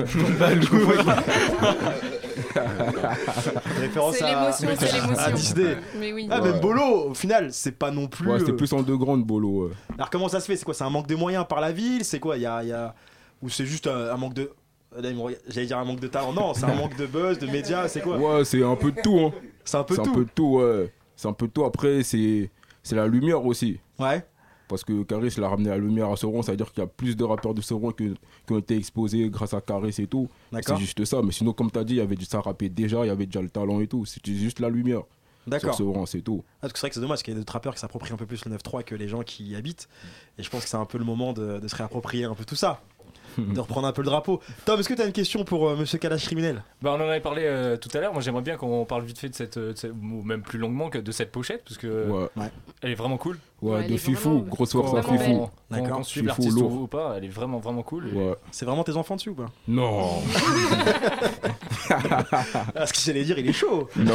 Speaker 3: Référence
Speaker 21: C'est
Speaker 3: à.
Speaker 21: l'émotion, c'est l'émotion.
Speaker 3: à Disney.
Speaker 21: Mais oui.
Speaker 3: Ah,
Speaker 21: Ouais.
Speaker 3: même Bolo, au final, c'est pas non plus.
Speaker 21: Ouais, c'était
Speaker 3: euh,
Speaker 21: plus en deux grandes, Bolo. ouais.
Speaker 3: Alors, comment ça se fait C'est quoi C'est un manque de moyens par la ville C'est quoi Il y a, il y a- Ou c'est juste euh, un, un manque de. Là, il me regarde- J'allais dire un manque de talent. Non, c'est un manque de buzz, de médias, c'est quoi
Speaker 21: Ouais, c'est un peu de tout. Hein.
Speaker 3: C'est un peu
Speaker 21: C'est un
Speaker 3: tout.
Speaker 21: peu de tout, ouais. C'est un peu de tout. Après, c'est. c'est la lumière aussi.
Speaker 3: Ouais.
Speaker 21: Parce que Caris il a ramené la lumière à Soron, ça veut dire qu'il y a plus de rappeurs de Soron que- qui ont été exposés grâce à Caris et tout.
Speaker 3: D'accord.
Speaker 21: C'est juste ça. Mais sinon, comme tu as dit, il y avait du ça rappé déjà, il y avait déjà le talent et tout. C'était juste la lumière.
Speaker 3: D'accord.
Speaker 21: Sur Soron, c'est tout.
Speaker 3: Ah, parce que c'est vrai que c'est dommage qu'il y ait des trappeurs qui s'approprient un peu plus le 9-3 que les gens qui y habitent. Et je pense que c'est un peu le moment de, de se réapproprier un peu tout ça. de reprendre un peu le drapeau. Tom, est-ce que tu as une question pour euh, monsieur Kalash Criminel
Speaker 5: Bah, on en avait parlé euh, tout à l'heure. Moi, j'aimerais bien qu'on parle vite fait de cette, euh, de cette- ou même plus longuement que de cette pochette, parce que
Speaker 21: Ouais.
Speaker 3: Ouais.
Speaker 5: elle est vraiment cool.
Speaker 21: Ouais, Ouais, elle de est Fifou, vraiment- grosse force à
Speaker 5: Qu'on-
Speaker 21: Fifou.
Speaker 5: qu'on-
Speaker 21: D'accord.
Speaker 5: Qu'on suive
Speaker 21: Fifou,
Speaker 5: l'artiste
Speaker 21: lourd.
Speaker 5: ou, ou pas, elle est vraiment vraiment cool.
Speaker 21: Ouais.
Speaker 3: C'est vraiment tes enfants dessus ou pas
Speaker 21: Non
Speaker 3: Parce Ah, que j'allais dire, il est chaud
Speaker 21: Non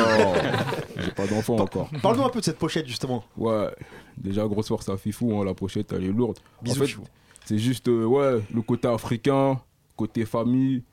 Speaker 21: J'ai pas d'enfant encore.
Speaker 3: Parle-nous un peu de cette pochette justement.
Speaker 21: Ouais, déjà grosse force à Fifou, hein, la pochette elle est lourde.
Speaker 3: Bisous,
Speaker 21: en fait,
Speaker 3: Fifou.
Speaker 21: c'est juste euh, ouais, le côté africain, côté famille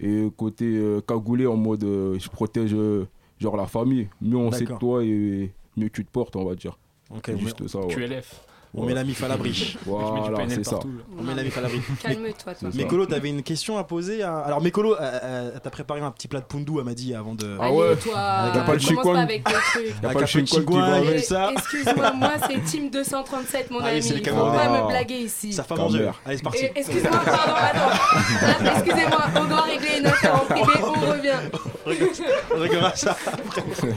Speaker 21: et côté euh, cagoulé en mode euh, je protège euh, genre la famille. Mieux on sait de
Speaker 3: D'accord.
Speaker 21: toi et mieux tu te portes, on va dire.
Speaker 3: Ok,
Speaker 21: C'est
Speaker 3: on
Speaker 21: juste
Speaker 3: met-
Speaker 21: ça. ouais.
Speaker 5: QLF.
Speaker 3: On
Speaker 21: Ouais.
Speaker 3: met la mif à l'abri.
Speaker 21: Voilà, c'est ça.
Speaker 3: On met la mif à l'abri.
Speaker 4: Calme-toi, toi.
Speaker 3: Mais- Mécolo, t'avais une question à poser à... Alors Mécolo, euh, euh, t'as préparé un petit plat de pundu, elle m'a dit avant de.
Speaker 4: Ah ouais. Allez, toi,
Speaker 3: Avec un
Speaker 4: commence
Speaker 3: peu de
Speaker 4: pas
Speaker 3: chikwang.
Speaker 4: avec le truc.
Speaker 3: Avec
Speaker 21: pas
Speaker 3: un
Speaker 21: le
Speaker 3: peu de
Speaker 21: chikwang qui
Speaker 3: chikwang,
Speaker 21: va
Speaker 3: avec
Speaker 21: avec.
Speaker 3: ça.
Speaker 4: Excuse-moi, moi c'est Team 237, mon
Speaker 3: Ah oui,
Speaker 4: ami.
Speaker 3: c'est les
Speaker 4: Faut
Speaker 3: Camerounais.
Speaker 4: pas
Speaker 3: Ah.
Speaker 4: me blaguer ici.
Speaker 3: Ça fait manger. Allez, c'est parti.
Speaker 4: Et- Excuse-moi, pardon, attends. Ah, Excusez-moi, on doit régler une affaire en privé, on revient.
Speaker 3: On rigolera ça après.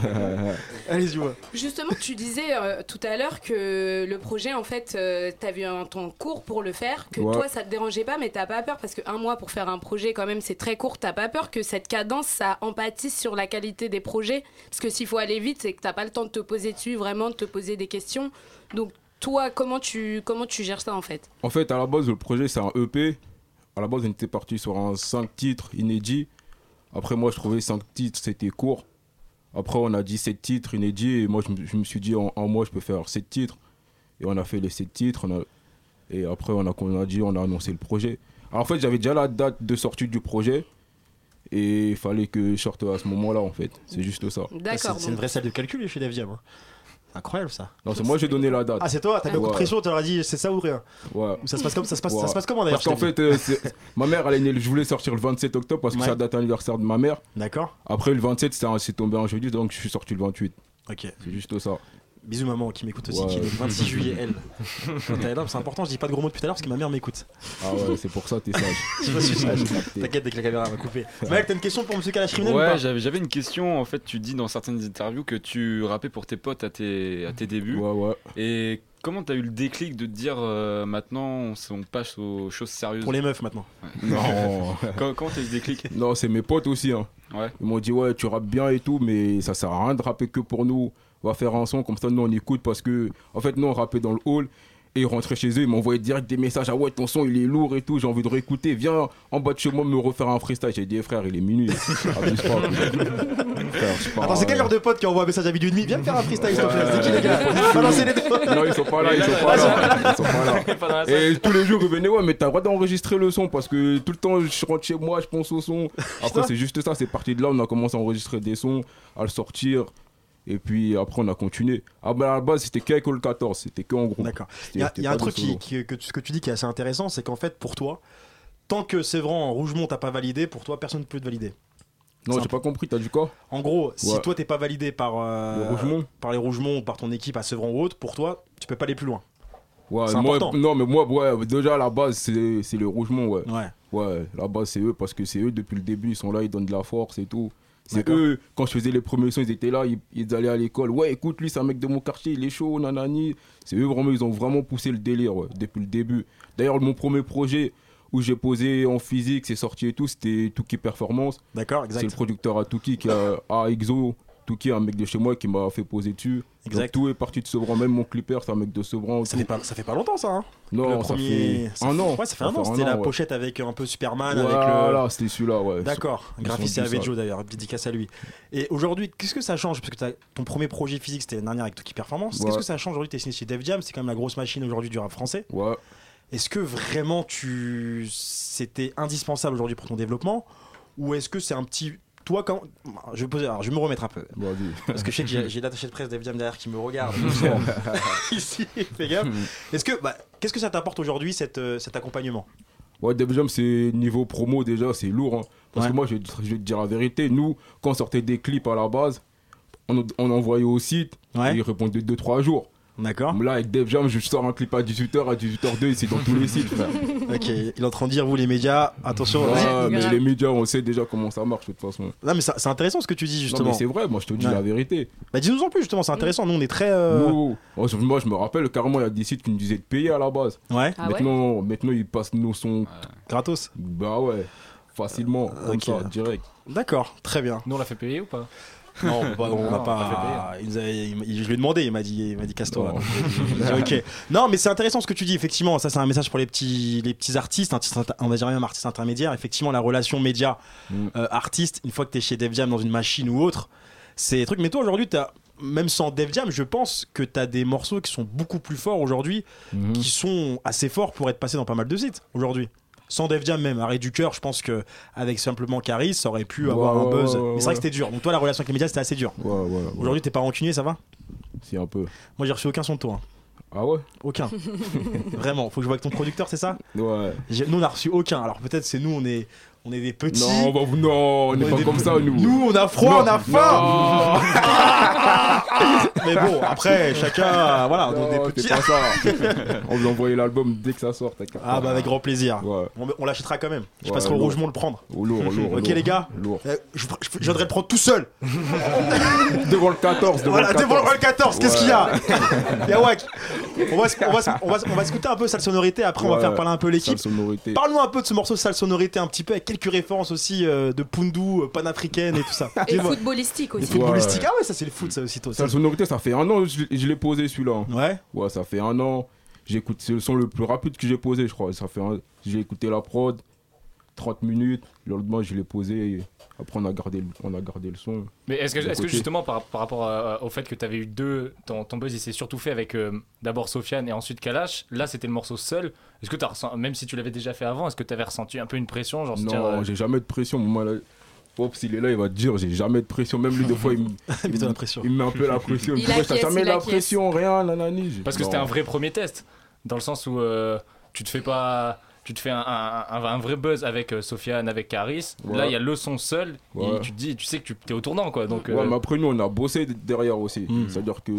Speaker 3: Allez-y, ouais.
Speaker 4: Justement, tu disais euh, tout à l'heure que le projet, en fait, euh, t'avais un temps court pour le faire, que
Speaker 21: Ouais.
Speaker 4: toi, ça te dérangeait pas, mais t'as pas peur, parce qu'un mois pour faire un projet, quand même, c'est très court, t'as pas peur que cette cadence, ça empathise sur la qualité des projets, parce que s'il faut aller vite, c'est que t'as pas le temps de te poser dessus, vraiment, de te poser des questions. Donc, toi, comment tu, comment tu gères ça, en fait
Speaker 21: En fait, à la base, le projet, c'est un EP. À la base, on était parti sur un 5 titres inédits. Après, moi, je trouvais 5 titres, c'était court. Après, on a dit 7 titres inédits. Et moi, je me, je me suis dit, en un mois, je peux faire 7 titres. Et on a fait les 7 titres. on a- Et après, on a, on a dit, on a annoncé le projet. Alors, en fait, j'avais déjà la date de sortie du projet. Et il fallait que je sorte à ce moment-là, en fait. C'est juste ça.
Speaker 4: D'accord,
Speaker 3: Ah, C'est c'est une vraie salle de calcul chez Dave Diam, hein. Incroyable ça.
Speaker 21: Non, c'est moi, j'ai donné la date.
Speaker 3: Ah, c'est toi T'as mis un coup de
Speaker 21: Ouais.
Speaker 3: pression, t'aurais dit c'est ça ou rien
Speaker 21: Ouais.
Speaker 3: Ça se passe comme ça se passe,
Speaker 21: Ouais.
Speaker 3: ça se passe comment d'ailleurs
Speaker 21: Parce qu'en
Speaker 3: je t'ai
Speaker 21: fait,
Speaker 3: dit
Speaker 21: euh, c'est- ma mère, elle est née, je voulais sortir le 27 octobre parce que
Speaker 3: Ouais.
Speaker 21: c'est la date anniversaire de ma mère.
Speaker 3: D'accord.
Speaker 21: Après, le 27, c'est un- c'est tombé un jeudi, donc je suis sorti le 28.
Speaker 3: Ok.
Speaker 21: C'est juste ça.
Speaker 3: Bisous maman qui m'écoute aussi,
Speaker 21: Ouais.
Speaker 3: qui est le 26 juillet elle. Quand elle est là, C'est important, je dis pas de gros mots depuis tout à l'heure parce que ma mère m'écoute.
Speaker 21: Ah ouais, c'est pour ça, t'es
Speaker 3: Je me suis sage.
Speaker 21: sage.
Speaker 3: T'inquiète, dès que la caméra va couper. Mec, t'as une question pour monsieur Kalash Criminel ou pas
Speaker 6: Ouais, j'avais j'avais une question. En fait, tu dis dans certaines interviews que tu rappais pour tes potes à tes, à tes débuts.
Speaker 21: Ouais, ouais.
Speaker 6: Et comment t'as eu le déclic de te dire euh, maintenant on, s- on passe aux choses sérieuses
Speaker 3: Pour les meufs, maintenant.
Speaker 6: Ouais.
Speaker 21: Non.
Speaker 6: Comment- comment t'as eu ce déclic
Speaker 21: Non, c'est mes potes aussi. hein. Ils m'ont dit, ouais, tu rappes bien et tout, mais ça sert à rien de rapper que pour nous. On va faire un son, comme ça, nous, on écoute parce que, en fait, nous, on rappait dans le hall. Et ils rentraient chez eux, ils m'envoyaient direct des messages. Ah ouais, ton son il est lourd et tout, j'ai envie de réécouter. Viens en bas de chez moi me refaire un freestyle. J'ai dit, eh, frère, il est minuit. Abuse pas. Frère, je pars,
Speaker 3: Attends, c'est quel
Speaker 21: euh,
Speaker 3: genre de pote qui envoie un message à midi et demi Viens me faire un freestyle, s'il te plaît. C'est qui les gars Balancez les deux.
Speaker 21: Non, ils sont pas là, ils sont pas là. Ils sont pas là. Et tous les jours, ils venaient, ouais, mais t'as le droit d'enregistrer le son parce que tout le temps, je rentre chez moi, je pense au son. Après, c'est juste ça, c'est parti de là, on a commencé à enregistrer des sons, à le sortir. Et puis après, on a continué. Ah, bah, à la base, c'était qu'avec le 14, c'était que en groupe.
Speaker 3: D'accord.
Speaker 21: C'était-
Speaker 3: Il y a,
Speaker 21: c'était
Speaker 3: il y a
Speaker 21: pas
Speaker 3: un
Speaker 21: de
Speaker 3: truc qui,
Speaker 21: solo.
Speaker 3: qui- que, tu- que tu dis qui est assez intéressant, c'est qu'en fait, pour toi, tant que Sévran en Rougemont t'as pas validé, pour toi, personne ne peut te valider.
Speaker 21: Non,
Speaker 3: C'est
Speaker 21: j'ai
Speaker 3: un-
Speaker 21: pas compris, t'as du quoi
Speaker 3: En gros, si
Speaker 21: Ouais.
Speaker 3: toi t'es pas validé par, euh,
Speaker 21: Le Rougemont
Speaker 3: par les Rougemont ou par ton équipe à Sevran ou autre, pour toi, tu peux pas aller plus loin.
Speaker 21: Ouais,
Speaker 3: C'est
Speaker 21: moi,
Speaker 3: important.
Speaker 21: non, mais moi, ouais, déjà, à la base, c'est c'est les Rougemont, ouais.
Speaker 3: Ouais.
Speaker 21: la base, c'est eux, parce que c'est eux, depuis le début, ils sont là, ils donnent de la force et tout. C'est
Speaker 3: D'accord.
Speaker 21: eux, quand je faisais les premiers sons, ils étaient là, ils, ils allaient à l'école. Ouais, écoute, lui, c'est un mec de mon quartier, il est chaud, nanani. C'est eux, vraiment, ils ont vraiment poussé le délire, ouais, depuis le début. D'ailleurs, mon premier projet où j'ai posé en physique, c'est sorti et tout, c'était Tuki Performance.
Speaker 3: D'accord, exact.
Speaker 21: C'est le producteur à Tuki qui a, à Exo. Tuki, un mec de chez moi qui m'a fait poser dessus.
Speaker 3: Exact.
Speaker 21: Donc, tout est parti de Sevran, même mon clipper, c'est un mec de Sevran.
Speaker 3: Ça fait, pas, ça fait pas longtemps ça. hein.
Speaker 21: Non,
Speaker 3: le
Speaker 21: ça
Speaker 3: premier.
Speaker 21: fait un an.
Speaker 3: Ouais, ça fait un an. C'était la pochette avec euh, un peu Superman.
Speaker 21: Voilà,
Speaker 3: avec le...
Speaker 21: c'était celui-là, ouais.
Speaker 3: D'accord.
Speaker 21: Ils sont
Speaker 3: Graphiste c'est
Speaker 21: tous ça.
Speaker 3: Avejo d'ailleurs. Dédicace à lui. Et aujourd'hui, qu'est-ce que ça change Parce que t'as- ton premier projet physique, c'était l'année dernière avec Toki Performance. Qu'est-ce
Speaker 21: Ouais.
Speaker 3: que ça change aujourd'hui T'es signé chez Def Jam, c'est quand même la grosse machine aujourd'hui du rap français.
Speaker 21: Ouais.
Speaker 3: Est-ce que vraiment tu. C'était indispensable aujourd'hui pour ton développement Ou est-ce que c'est un petit. Toi, quand. Je vais, poser... alors, je vais me remettre un peu. Parce que je sais que j'ai- j'ai l'attaché de presse Def Jam derrière qui me regarde. Ici, fais gaffe. Est-ce que. bah, Qu'est-ce que ça t'apporte aujourd'hui cette, euh, cet accompagnement
Speaker 21: Ouais, Def Jam, c'est niveau promo déjà, c'est lourd. hein. Parce que moi, je, vais te- je vais te dire la vérité. Nous, quand on sortait des clips à la base, on, on envoyait au site, et ils répondaient 2-3 jours.
Speaker 3: D'accord.
Speaker 21: Là, avec Def Jam, je sors un clip à 18h, à 18h02, c'est dans tous les sites, frère.
Speaker 3: Ok, il est en train de dire, vous les médias, attention.
Speaker 21: Ah, mais les médias, on sait déjà comment ça marche, de toute façon.
Speaker 3: Non, mais ça- c'est intéressant ce que tu dis justement.
Speaker 21: mais c'est vrai, moi, je te dis la vérité.
Speaker 3: Bah, dis-nous en plus, justement, c'est intéressant. Nous, on est très. euh,
Speaker 21: Wow. Oh, je- Moi, je me rappelle carrément, il y a des sites qui nous disaient de payer à la base.
Speaker 3: Ouais.
Speaker 21: Maintenant, maintenant ils passent nos sons.
Speaker 3: Gratos Euh,
Speaker 21: Bah ouais, facilement, comme
Speaker 3: ok.
Speaker 21: ça, direct.
Speaker 3: D'accord, très bien.
Speaker 5: Nous, on l'a fait payer ou pas
Speaker 3: Non, bah, on
Speaker 5: Non,
Speaker 3: va
Speaker 5: on
Speaker 3: pas.
Speaker 5: l'a fait
Speaker 3: il nous avait- il m'a- il- je lui ai demandé, il m'a dit, il m'a dit casse-toi.
Speaker 21: Non.
Speaker 3: là. J'ai dit, ok. Non, mais c'est intéressant ce que tu dis. Effectivement, ça c'est un message pour les petits, les petits artistes. Un artiste inter- on va dire même artiste intermédiaire. Effectivement, la relation média euh, artiste. Une fois que t'es chez Def Jam dans une machine ou autre, c'est des trucs. Mais toi aujourd'hui, t'as même sans Def Jam, je pense que t'as des morceaux qui sont beaucoup plus forts aujourd'hui, qui sont assez forts pour être passés dans pas mal de sites aujourd'hui. Sans Def Jam même, arrêt du cœur, je pense que avec simplement Caris, ça aurait pu
Speaker 21: Ouais,
Speaker 3: avoir un
Speaker 21: ouais,
Speaker 3: buzz.
Speaker 21: ouais, ouais,
Speaker 3: mais c'est vrai que
Speaker 21: ouais.
Speaker 3: c'était dur. Donc toi, la relation avec les médias, c'était assez dur.
Speaker 21: Ouais, ouais, ouais.
Speaker 3: Aujourd'hui, t'es pas rancunier, ça va
Speaker 21: Si, un peu.
Speaker 3: Moi, j'ai reçu aucun son de toi. hein.
Speaker 21: Ah ouais
Speaker 3: Aucun. Vraiment, faut que je vois avec ton producteur, c'est ça
Speaker 21: Ouais.
Speaker 3: J'ai- Nous, on a reçu aucun. Alors peut-être c'est nous, on est, on est des petits.
Speaker 21: Non, bah, vous- non, on n'est
Speaker 3: est
Speaker 21: pas
Speaker 3: des-
Speaker 21: comme ça, nous.
Speaker 3: Nous, on a froid,
Speaker 21: Non,
Speaker 3: on a faim. Mais bon, après, chacun, euh, voilà, on est
Speaker 21: Non,
Speaker 3: des petits.
Speaker 21: c'est pas ça. on vous envoie l'album dès que ça sort, t'inquiète
Speaker 3: Ah
Speaker 21: pas.
Speaker 3: bah avec grand plaisir.
Speaker 21: Ouais.
Speaker 3: On, on l'achètera quand même. Je
Speaker 21: Ouais,
Speaker 3: passerai au
Speaker 21: lourd.
Speaker 3: Rougemont le prendre.
Speaker 21: Oh, lourd, lourd,
Speaker 3: ok
Speaker 21: lourd.
Speaker 3: les gars.
Speaker 21: Lourd.
Speaker 3: Euh, je, je, je viendrai le prendre tout seul.
Speaker 21: devant le 14. Devant
Speaker 3: voilà,
Speaker 21: le 14.
Speaker 3: devant le 14, qu'est-ce qu'il y a
Speaker 21: Ouais.
Speaker 3: Yawak, on va, se- on, va, se- on, va, se- on va s'écouter un peu sale sonorité, après on va
Speaker 21: Ouais,
Speaker 3: faire parler un peu l'équipe.
Speaker 21: sale sonorité.
Speaker 3: Parle-nous un peu de ce morceau sale sonorité, un petit peu, avec quelques références aussi euh, de Pundu, euh, panafricaine et tout ça.
Speaker 4: Et
Speaker 3: Dis-moi.
Speaker 4: footballistique
Speaker 3: Et
Speaker 4: aussi.
Speaker 3: footballistique, ah ouais, ça c'est le foot, ça aussi, toi.
Speaker 21: Sale sonorité, ça fait un an que je, l'ai- je l'ai posé celui-là.
Speaker 3: Ouais.
Speaker 21: Ouais, ça fait un an. J'écoute, c'est le son le plus rapide que j'ai posé, je crois. Ça fait un- J'ai écouté la prod, 30 minutes. Le lendemain, je l'ai posé. et après, on a gardé, le- on a gardé le son.
Speaker 5: Mais est-ce que,
Speaker 21: De
Speaker 5: est-ce que
Speaker 21: côté.
Speaker 5: justement, par, par rapport à- au fait que tu avais eu deux, ton, ton buzz, il s'est surtout fait avec euh, d'abord Sofiane et ensuite Kalash, là c'était le morceau seul. Est-ce que tu ressenti, même si tu l'avais déjà fait avant, est-ce que tu avais ressenti un peu une pression genre, se dire,
Speaker 21: Non,
Speaker 5: euh,
Speaker 21: j'ai jamais de pression. Moi, là, Pops, il est là, il va te dire, j'ai jamais de pression. Même lui, des fois, il me,
Speaker 3: il, me-
Speaker 21: il me met un peu la pression. Il
Speaker 5: Il
Speaker 21: me dit, ouais, t'as
Speaker 5: acquiesce,
Speaker 21: jamais
Speaker 5: il
Speaker 21: la
Speaker 5: acquiesce.
Speaker 21: pression, rien, nanani. J'ai-
Speaker 5: Parce que
Speaker 21: Non.
Speaker 5: c'était un vrai premier test, dans le sens où euh, tu te fais pas. Tu te fais un, un- un- un vrai buzz avec euh, Sofiane, avec Caris.
Speaker 21: Ouais.
Speaker 5: Là, il y a le son seul.
Speaker 21: Ouais.
Speaker 5: Et tu te dis, tu sais que tu es au tournant, quoi. Donc,
Speaker 21: Ouais,
Speaker 5: euh,
Speaker 21: mais après, nous, on a bossé d- derrière aussi. C'est-à-dire que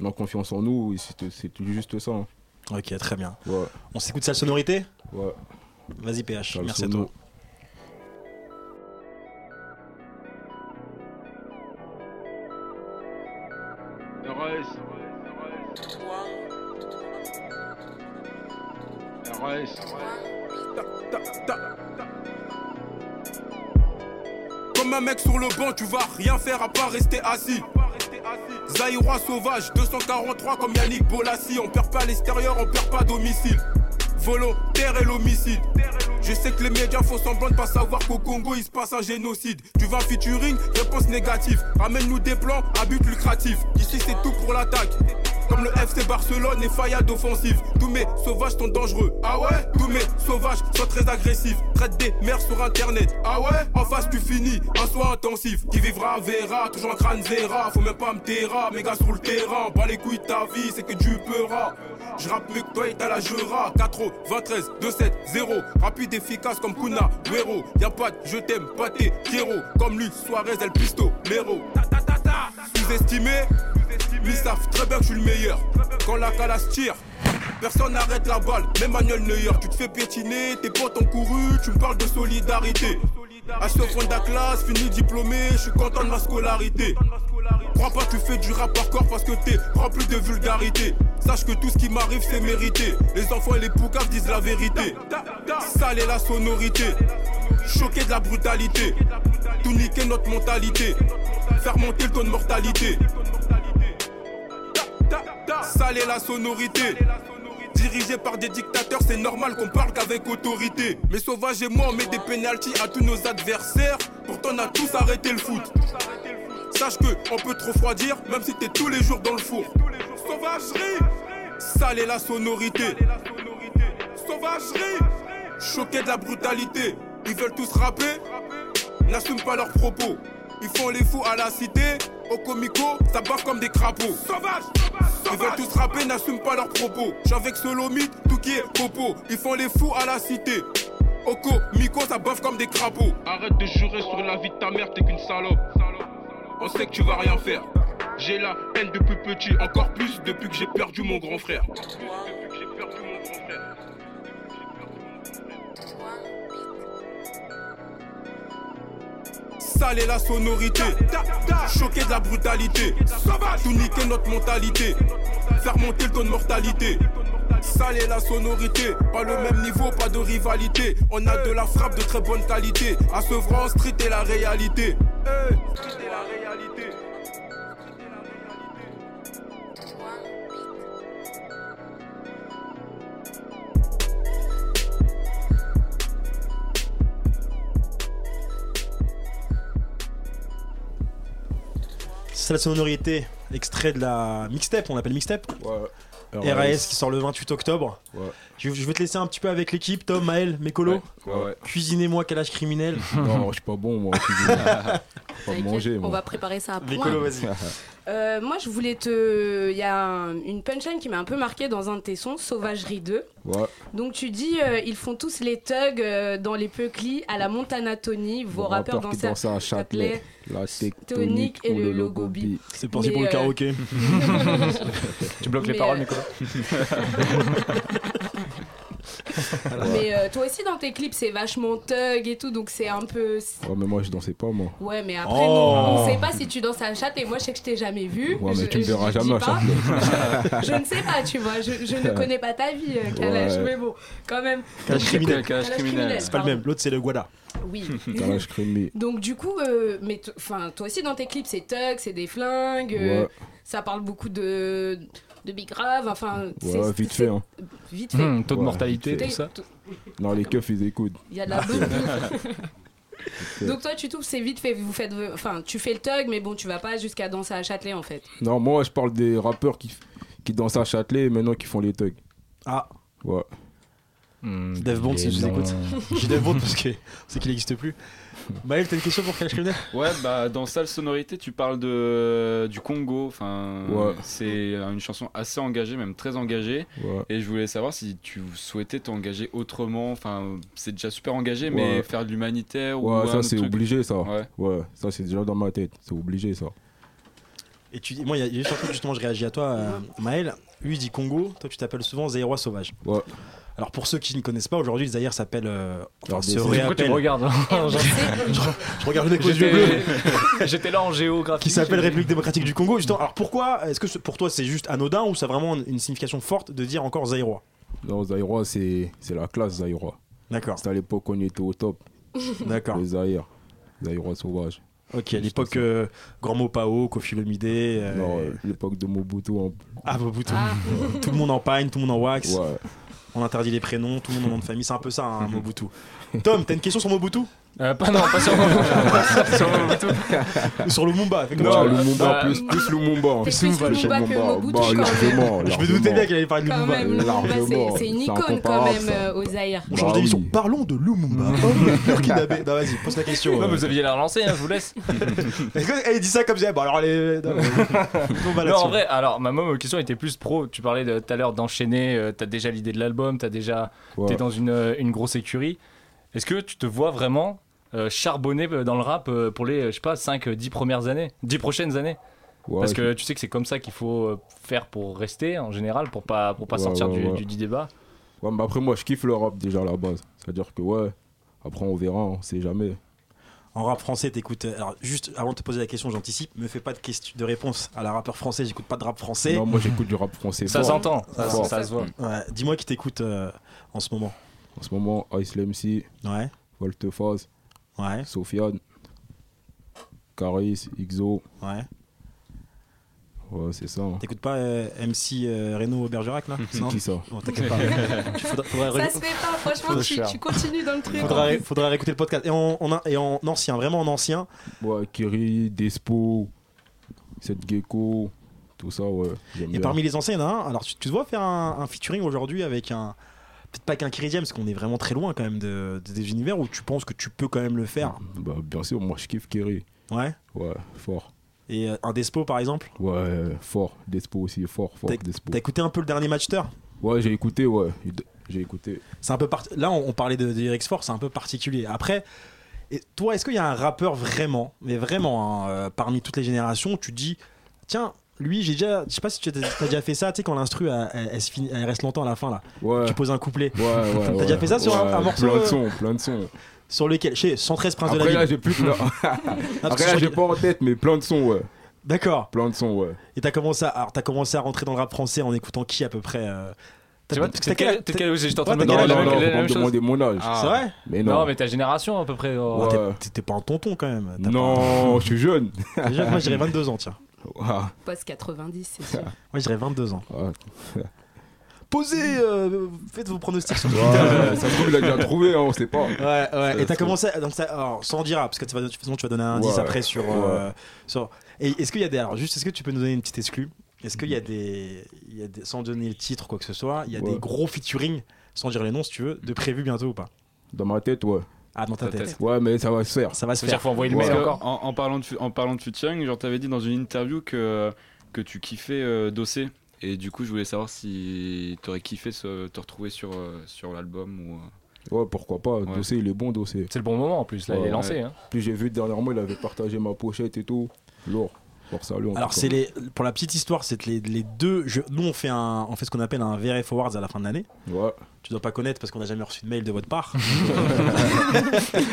Speaker 21: on a confiance en nous, et c'est c'est juste ça. hein.
Speaker 3: Ok, très bien.
Speaker 21: Ouais.
Speaker 3: On s'écoute sale sonorité
Speaker 21: Ouais.
Speaker 3: Vas-y PH,
Speaker 21: Sale
Speaker 3: merci à
Speaker 21: sono.
Speaker 3: toi.
Speaker 15: Comme un mec sur le banc, tu vas rien faire à part rester assis. Zaïrois sauvage, 243 comme Yannick Bolassi. On perd pas à l'extérieur, on perd pas à domicile. Volontaire et l'homicide. Je sais que les médias font semblant de pas savoir qu'au Congo il se passe un génocide. Tu vas en featuring, réponse négative. Ramène-nous des plans à but lucratif. Ici c'est tout pour l'attaque. Comme le FC Barcelone et faillade offensive. Tous mes sauvages sont dangereux. Ah ouais Tous mes sauvages sont très agressifs. Traite des mères sur internet. Ah ouais En face tu finis, un soin intensif. Qui vivra verra, toujours un crâne zéra. Faut même pas me terra, mes gars sur le terrain. Pas les couilles de ta vie, c'est que tu peuras. Je rappe mieux que toi et t'as la jura 4 23 27 0 Rapide efficace comme Kuna Guero Y'a pas de je t'aime pas tes Piero Comme lui Suarez El Pisto Lero Sous-estimé Ils savent très bien que je suis le meilleur Quand la calasse tire Personne n'arrête la balle, même Manuel Neuer Tu te fais piétiner, tes potes ont couru Tu me parles de solidarité À ce fond de la classe, fini diplômé Je suis content de ma scolarité Crois pas que tu fais du rap par corps parce que t'es rempli de vulgarité. Sache que tout ce qui m'arrive c'est mérité. Les enfants et les poucaves disent la vérité. Sale est la sonorité. Choqué de la brutalité. Tout niquer notre mentalité. Faire monter le taux de mortalité. Sale est la sonorité. Dirigé par des dictateurs, c'est normal qu'on parle qu'avec autorité. Mais Sauvage et moi, on met des pénalties à tous nos adversaires. Pourtant, on a tous arrêté le foot. Sache que on peut te refroidir, même si t'es tous les jours dans le four. Sauvagerie, sale est la sonorité. Sauvagerie, choqué de la brutalité. Ils veulent tous rapper, n'assument pas leurs propos. Ils font les fous à la cité, au comico, ça barre comme des crapauds. Sauvage, ils veulent tous rapper, n'assument pas leurs propos. J'suis avec Solomit, tout qui est popo. Ils font les fous à la cité. Oko, Miko, ça baffe comme des crapauds. Arrête de jurer sur la vie de ta mère, t'es qu'une salope. On sait que tu vas rien faire.
Speaker 22: J'ai la haine depuis petit, encore plus depuis que j'ai perdu mon grand frère.
Speaker 15: Sale est la sonorité, choqué de la brutalité. Tout niquer notre mentalité, faire monter le taux de mortalité. Sale est la sonorité, pas le même niveau, pas de rivalité. On a de la frappe de très bonne qualité. À Sevran, street est la réalité.
Speaker 3: C'est la sonorité, extrait de la mixtape, on l'appelle mixtape.
Speaker 21: Ouais.
Speaker 3: RAS qui sort le 28 octobre.
Speaker 21: Ouais.
Speaker 3: Je, je vais te laisser un petit peu avec l'équipe, Tom, Maël, mes colos.
Speaker 21: Ouais, ouais.
Speaker 3: Cuisinez-moi quel âge criminel.
Speaker 21: Non, je suis pas bon, moi. en cuisine. Faut pas
Speaker 4: T'inquiète,
Speaker 21: manger,
Speaker 4: on
Speaker 21: moi.
Speaker 4: va préparer ça à point.
Speaker 21: Nicolo, vas-y.
Speaker 4: Euh, moi, je voulais te. Il y a un- une punchline qui m'a un peu marqué dans un de tes sons, Sauvagerie 2.
Speaker 21: Ouais.
Speaker 4: Donc, tu dis euh, ils font tous les thugs euh, dans les peuplis à la Montana Tony, vos rappeurs
Speaker 21: Rappeur qui danse à
Speaker 4: danseurs.
Speaker 21: Châtelet. La
Speaker 4: tonique
Speaker 21: tectonique
Speaker 4: et
Speaker 21: ou
Speaker 4: le euh,
Speaker 21: le logo B.
Speaker 3: C'est parti pour le karaoké.
Speaker 5: tu bloques les
Speaker 4: Mais,
Speaker 5: paroles,
Speaker 4: euh,
Speaker 5: Nicolas
Speaker 4: Mais euh, toi aussi, dans tes clips, c'est vachement thug et tout, donc c'est un peu.
Speaker 21: Ouais, mais moi, je dansais pas, moi.
Speaker 4: euh, Ouais, mais après,
Speaker 21: Oh.
Speaker 4: nous, on sait pas si tu danses à chatte et moi, je sais que je t'ai jamais vu.
Speaker 21: Ouais, mais
Speaker 4: Je-
Speaker 21: tu me
Speaker 4: je
Speaker 21: verras
Speaker 4: dis
Speaker 21: jamais à
Speaker 4: pas.
Speaker 21: Châtelet.
Speaker 4: Je ne sais pas, tu vois, je, je ne connais pas ta vie, euh, Kalash,
Speaker 3: Ouais.
Speaker 4: mais bon, quand même.
Speaker 3: Calage criminel.
Speaker 4: Calage criminel,
Speaker 3: C'est pas le
Speaker 4: pardon.
Speaker 3: même, l'autre c'est le Guada.
Speaker 4: Oui.
Speaker 21: Calage criminel.
Speaker 4: Donc, du coup, euh, mais t- 'fin, toi aussi, dans tes clips, c'est thug, c'est des flingues, euh,
Speaker 21: Ouais.
Speaker 4: ça parle beaucoup de, de Big Rave, enfin, c'est-
Speaker 21: Ouais, vite fait, hein.
Speaker 4: vite fait.
Speaker 5: Hum, taux de
Speaker 21: Ouais,
Speaker 5: mortalité,
Speaker 21: vite fait.
Speaker 5: tout ça.
Speaker 21: Non, les keufs, ils écoutent.
Speaker 4: Il y a de la bonne.
Speaker 21: Ouais.
Speaker 4: Donc toi, tu trouves c'est vite fait. Vous faites, enfin, tu fais le thug, mais bon, tu vas pas jusqu'à danser à Châtelet en fait.
Speaker 21: Non, moi, je parle des rappeurs qui, qui dansent à Châtelet et maintenant qui font les thugs.
Speaker 3: Ah.
Speaker 21: Ouais.
Speaker 3: Dev Bond si
Speaker 21: Et
Speaker 3: je vous
Speaker 21: non.
Speaker 3: écoute. J'ai Dev Bond parce que c'est qu'il n'existe plus. Maël, t'as une question pour Calage criminel
Speaker 6: Ouais, bah dans Sale Sonorité, tu parles de, du Congo. Enfin,
Speaker 21: Ouais.
Speaker 6: c'est une chanson assez engagée, même très engagée.
Speaker 21: Ouais.
Speaker 6: Et je voulais savoir si tu souhaitais t'engager autrement. Enfin, c'est déjà super engagé,
Speaker 21: Ouais.
Speaker 6: mais faire de l'humanitaire ou.
Speaker 21: Ouais,
Speaker 6: un
Speaker 21: ça,
Speaker 6: autre
Speaker 21: c'est
Speaker 6: truc.
Speaker 21: obligé, ça.
Speaker 6: Ouais.
Speaker 21: ouais, ça, c'est déjà dans ma tête. C'est obligé, ça.
Speaker 3: Et tu dis, moi, il y a- il y a juste un truc, justement, je réagis à toi, euh, Maël. Lui, il dit Congo, toi, tu t'appelles souvent Zaïrois sauvage.
Speaker 21: Ouais.
Speaker 3: Alors, pour ceux qui ne connaissent pas, aujourd'hui, le Zaïre s'appelle. euh, enfin,
Speaker 5: RDC.
Speaker 3: se
Speaker 5: Pourquoi tu me
Speaker 3: réappelle-
Speaker 5: regardes, hein
Speaker 3: je, je regarde le mec aux yeux bleus.
Speaker 5: J'étais- J'étais là en géographie.
Speaker 3: Qui s'appelle
Speaker 5: j'ai-
Speaker 3: République démocratique du Congo. Justement, alors pourquoi Est-ce que ce- pour toi c'est juste anodin ou ça a vraiment une signification forte de dire encore Zaïrois
Speaker 21: Non, Zaïrois, c'est c'est la classe, Zaïrois.
Speaker 3: D'accord.
Speaker 21: C'était à l'époque on était au top.
Speaker 3: D'accord.
Speaker 21: Les Zaïre. Zaïrois sauvage.
Speaker 3: Ok, à l'époque, euh, Grand Mopao, Kofi Olomide. euh,
Speaker 21: Non, euh, l'époque de Mobutu. en-
Speaker 3: Ah, Mobutu.
Speaker 21: Ah.
Speaker 3: tout le monde en pagne, tout le monde en wax.
Speaker 21: Ouais. Mhm.
Speaker 3: On interdit les prénoms, tout le monde en nom de famille. C'est un peu ça, hein, Mobutu. Tom, t'as une question sur Mobutu
Speaker 5: Euh, pas- non, pas sur Mobutu. Sur Mobutu. Euh,
Speaker 3: Ou sur Lumumba. fais comme
Speaker 21: Non,
Speaker 3: tu veux.
Speaker 21: Lumumba, Bah, plus- plus Lumumba, hein.
Speaker 4: plus Lumumba que Mobutu,
Speaker 21: bah,
Speaker 4: quand même.
Speaker 3: Je
Speaker 21: largement,
Speaker 3: me doutais
Speaker 21: largement.
Speaker 3: bien qu'elle allait parler de
Speaker 4: Quand
Speaker 3: Lumumba.
Speaker 4: même, Lumumba, c'est- c'est une icône quand
Speaker 3: incomparable,
Speaker 4: même
Speaker 3: ça.
Speaker 4: euh, au Zaïre.
Speaker 3: On
Speaker 21: Bah
Speaker 3: change d'émission. Parlons de Lumumba. Homme burkinabé. Non, vas-y, pose la question.
Speaker 5: Ouais,
Speaker 3: euh.
Speaker 5: vous aviez la relancer, hein, je vous laisse.
Speaker 3: Elle dit ça comme ça. Bon, alors, allez. non, on va
Speaker 5: Non, en
Speaker 3: là-dessus.
Speaker 5: vrai, alors ma même question était plus pro. Tu parlais de- tout à l'heure d'enchaîner, euh, t'as déjà l'idée de l'album, t'as déjà.
Speaker 21: Ouais.
Speaker 5: T'es dans une, euh, une grosse écurie. Est-ce que tu te vois vraiment euh, charbonner euh, dans le rap euh, pour les, euh, je sais pas, 5-10 premières années 10 prochaines années
Speaker 21: Ouais,
Speaker 5: Parce que
Speaker 21: je-
Speaker 5: tu sais que c'est comme ça qu'il faut euh, faire pour rester en général, pour pas, pour pas
Speaker 21: Ouais,
Speaker 5: sortir
Speaker 21: ouais,
Speaker 5: du,
Speaker 21: ouais.
Speaker 5: du dit débat.
Speaker 21: Ouais, mais après, moi, je kiffe le rap déjà à la base. C'est-à-dire que, ouais, après, on verra, on sait jamais.
Speaker 3: En rap français, t'écoutes. euh, Alors, juste avant de te poser la question, j'anticipe. Me fais pas de, question, de réponse à la rappeur français. J'écoute pas de rap français.
Speaker 21: Non, moi, j'écoute du rap français.
Speaker 5: Ça
Speaker 21: fort. hein,
Speaker 5: s'entend, ça-
Speaker 21: Fort.
Speaker 5: ça se voit.
Speaker 3: Ouais, Dis-moi qui t'écoute euh, en ce moment.
Speaker 21: En ce moment, Ice MC,
Speaker 3: ouais.
Speaker 21: Volteface,
Speaker 3: ouais.
Speaker 21: Sofiane, Caris, Ixo.
Speaker 3: Ouais.
Speaker 21: Ouais, c'est ça. hein.
Speaker 3: T'écoutes pas euh, MC euh, Reno Bergerac là
Speaker 21: C'est
Speaker 3: Non
Speaker 21: qui, ça
Speaker 3: Bon, t'inquiète pas. Tu faudra-
Speaker 21: bah,
Speaker 3: faudra
Speaker 4: Ça
Speaker 3: re-
Speaker 4: se fait pas, franchement,
Speaker 3: Faudra-
Speaker 4: tu, tu continues dans le truc.
Speaker 3: Faudra, ré- faudra réécouter le podcast. Et en, en, et en ancien, vraiment en ancien.
Speaker 21: Ouais, Kiri, Despo, Seth Gecko, tout ça, ouais. j'aime
Speaker 3: Et
Speaker 21: bien.
Speaker 3: parmi les anciens, il y en a un. Alors, tu, tu te vois faire un, un featuring aujourd'hui avec un. Peut-être pas qu'un Kiridium, parce qu'on est vraiment très loin quand même de, de- des univers où tu penses que tu peux quand même le faire.
Speaker 21: Bah, bien sûr, moi, je kiffe Kiri.
Speaker 3: Ouais.
Speaker 21: Ouais, fort.
Speaker 3: Et euh, un Despo par exemple
Speaker 21: Ouais, fort. Despo aussi, fort, fort.
Speaker 3: T'as
Speaker 21: Despo.
Speaker 3: t'as écouté un peu le dernier Matchster
Speaker 21: Ouais, j'ai écouté, ouais. J'ai écouté.
Speaker 3: C'est un peu part- Là, on, on parlait de, de X Force, c'est un peu particulier. Après, et toi, est-ce qu'il y a un rappeur vraiment, mais vraiment, hein, euh, parmi toutes les générations, où tu te dis Tiens, lui, j'ai déjà. Je sais pas si tu as t'as déjà fait ça, tu sais, quand l'instru, elle, elle- elle se finit- elle reste longtemps à la fin, là. Tu poses un couplet.
Speaker 21: Ouais, ouais.
Speaker 3: T'as
Speaker 21: ouais.
Speaker 3: déjà fait ça sur un-
Speaker 21: Ouais,
Speaker 3: un morceau,
Speaker 21: Plein de
Speaker 3: euh,
Speaker 21: sons, plein de sons.
Speaker 3: Sur lequel Chez 113 Prince de
Speaker 21: Après
Speaker 3: la
Speaker 21: là,
Speaker 3: Ville.
Speaker 21: j'ai plus. non.
Speaker 3: parce que
Speaker 21: Après
Speaker 3: je
Speaker 21: là,
Speaker 3: crois
Speaker 21: j'ai
Speaker 3: que-
Speaker 21: pas en tête, mais plein de sons, ouais.
Speaker 3: D'accord.
Speaker 21: Plein de sons, ouais.
Speaker 3: Et t'as commencé, à... alors, t'as commencé à rentrer dans le rap français en écoutant qui à peu près euh,
Speaker 5: Tu vois,
Speaker 3: parce que
Speaker 5: t'es
Speaker 3: quel-
Speaker 5: quel- t'es quel- j'étais en train de
Speaker 3: Ouais,
Speaker 5: me demander
Speaker 3: t'as quel
Speaker 5: la
Speaker 3: âge
Speaker 5: même- la
Speaker 21: on
Speaker 5: même
Speaker 21: me
Speaker 5: chose.
Speaker 21: demandait mon âge.
Speaker 5: Ah.
Speaker 3: C'est vrai
Speaker 21: Mais non.
Speaker 5: mais ta génération à peu près. oh.
Speaker 21: Ouais.
Speaker 3: Ouais, t'es- T'es pas un tonton quand même. T'as
Speaker 21: Non,
Speaker 3: pas-
Speaker 21: je suis jeune.
Speaker 3: Déjà, moi, j'irais 22 ans, tiens.
Speaker 21: Ouah.
Speaker 4: Post 90, c'est sûr.
Speaker 3: Moi, j'irais 22 ans.
Speaker 4: Posez,
Speaker 3: euh, faites vos pronostics sur
Speaker 21: Ouais, ça se trouve, il a déjà trouvé, hein, on sait pas.
Speaker 3: Ouais, ouais. Et
Speaker 21: Ça
Speaker 3: t'as
Speaker 21: se trouve.
Speaker 3: commencé, à- donc ça, alors, ça en dira, parce que tu vas, de toute façon, tu vas donner un indice
Speaker 21: Ouais.
Speaker 3: après sur.
Speaker 21: Ouais.
Speaker 3: euh, sur- et est-ce qu'il y a des, alors juste, est-ce que tu peux nous donner une petite exclue Est-ce qu'il y a des, il y a des, sans donner le titre ou quoi que ce soit, il y a
Speaker 21: Mm. Ouais.
Speaker 3: des gros featuring, sans dire les noms si tu veux, de prévu bientôt ou pas
Speaker 21: Dans ma tête, ouais.
Speaker 3: Ah, dans ta tête.
Speaker 21: Ouais, mais ça va se faire.
Speaker 3: Ça va se
Speaker 21: dire
Speaker 3: faire.
Speaker 6: Parce que En, en parlant de, fu- en parlant de featuring, genre t'avais dit dans une interview que, que tu kiffais euh, Dossé. Et du coup, je voulais savoir si t'aurais kiffé se- te retrouver sur, euh, sur l'album ou.
Speaker 21: Ouais, pourquoi pas. Dossé, il est bon, Dossé.
Speaker 5: C'est le bon moment en plus, là, il est lancé, hein.
Speaker 21: Puis j'ai vu dernièrement, il avait partagé ma pochette et tout. Lourd. Pour ça, lourd.
Speaker 3: Alors c'est les pour la petite histoire, c'est que les, les deux je- nous on fait un on fait ce qu'on appelle un VRF Awards à la fin de l'année.
Speaker 21: Ouais.
Speaker 3: Tu dois pas connaître parce qu'on n'a jamais reçu de mail de votre part.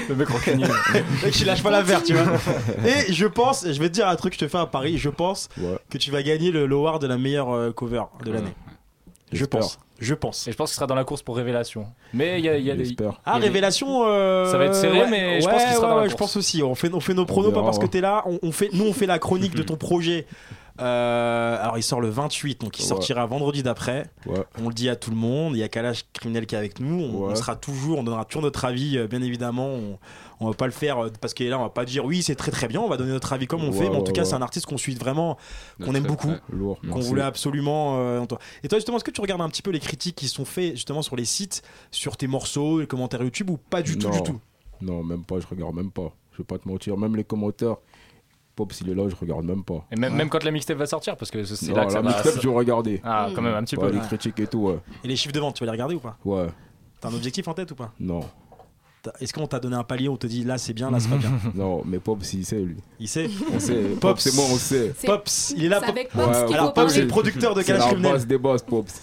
Speaker 5: Le mec rancunier.
Speaker 3: Le mec, il lâche pas l'affaire, tu vois. Et je pense, je vais te dire un truc, je te fais un pari, je pense que tu vas gagner le l'award de la meilleure euh, cover de l'année. Je pense. Je pense.
Speaker 5: Et je pense qu'il sera dans la course pour Révélation. Mais il y a, il y a des.
Speaker 3: Ah,
Speaker 5: il y a des-
Speaker 3: révélation. euh,
Speaker 5: Ça va être serré,
Speaker 3: ouais,
Speaker 5: mais je
Speaker 3: ouais,
Speaker 5: pense qu'il sera
Speaker 3: ouais,
Speaker 5: dans la
Speaker 3: ouais, je
Speaker 5: course.
Speaker 3: pense aussi. On fait, on fait nos pronos,
Speaker 5: verra,
Speaker 3: pas parce que
Speaker 21: hein.
Speaker 5: ouais.
Speaker 3: t'es là. On, on fait, nous, on fait la chronique de ton projet. Euh, alors, il sort le 28, donc il
Speaker 21: Ouais.
Speaker 3: sortira vendredi d'après. On le dit à tout le monde. Il y a Kalash Criminel qui est avec nous. On,
Speaker 21: Ouais.
Speaker 3: on sera toujours, on donnera toujours notre avis, euh, bien évidemment. On, on va pas le faire euh, parce que là, on va pas dire oui, c'est très très bien. On va donner notre avis comme on
Speaker 21: Ouais,
Speaker 3: fait. Mais en
Speaker 21: ouais,
Speaker 3: tout cas,
Speaker 21: ouais.
Speaker 3: c'est un artiste qu'on suit vraiment, qu'on
Speaker 21: Ouais,
Speaker 3: aime
Speaker 21: très,
Speaker 3: beaucoup,
Speaker 21: très lourd,
Speaker 3: qu'on
Speaker 21: merci.
Speaker 3: voulait absolument. euh, entendre. Et toi, justement, est-ce que tu regardes un petit peu les critiques qui sont faites justement sur les sites, sur tes morceaux, les commentaires YouTube ou pas du tout,
Speaker 21: Non.
Speaker 3: du tout
Speaker 21: Non, même pas, je regarde même pas. Je vais pas te mentir. Même les commentaires. Pop, s'il est là, je regarde même pas.
Speaker 5: Et même, même quand la mixtape va sortir, parce que c'est
Speaker 21: Non,
Speaker 5: là que Euh, ça
Speaker 21: la
Speaker 5: va.
Speaker 21: mixtape, je vais regarder.
Speaker 5: Ah, quand même, un petit
Speaker 21: Ouais,
Speaker 5: peu.
Speaker 21: Les critiques et tout, ouais.
Speaker 3: Et les chiffres de vente, tu vas les regarder ou pas
Speaker 21: Ouais,
Speaker 3: T'as un objectif en tête ou pas
Speaker 21: non.
Speaker 3: T'as- Est-ce qu'on t'a donné un palier où on te dit là c'est bien, là c'est pas
Speaker 21: Mhm.
Speaker 3: bien
Speaker 21: non, mais Pop, s'il sait, lui.
Speaker 3: Il sait
Speaker 21: On sait.
Speaker 3: Pops.
Speaker 21: Pops, c'est moi, on sait.
Speaker 3: C'est- Pops, il est là,
Speaker 4: C'est
Speaker 3: Pop-
Speaker 4: avec Pops qu'il
Speaker 3: Alors,
Speaker 4: faut
Speaker 3: Pops,
Speaker 4: parler.
Speaker 3: c'est le producteur de
Speaker 21: C'est
Speaker 3: Kalash
Speaker 21: la
Speaker 3: Criminel.
Speaker 21: base des boss, Pops.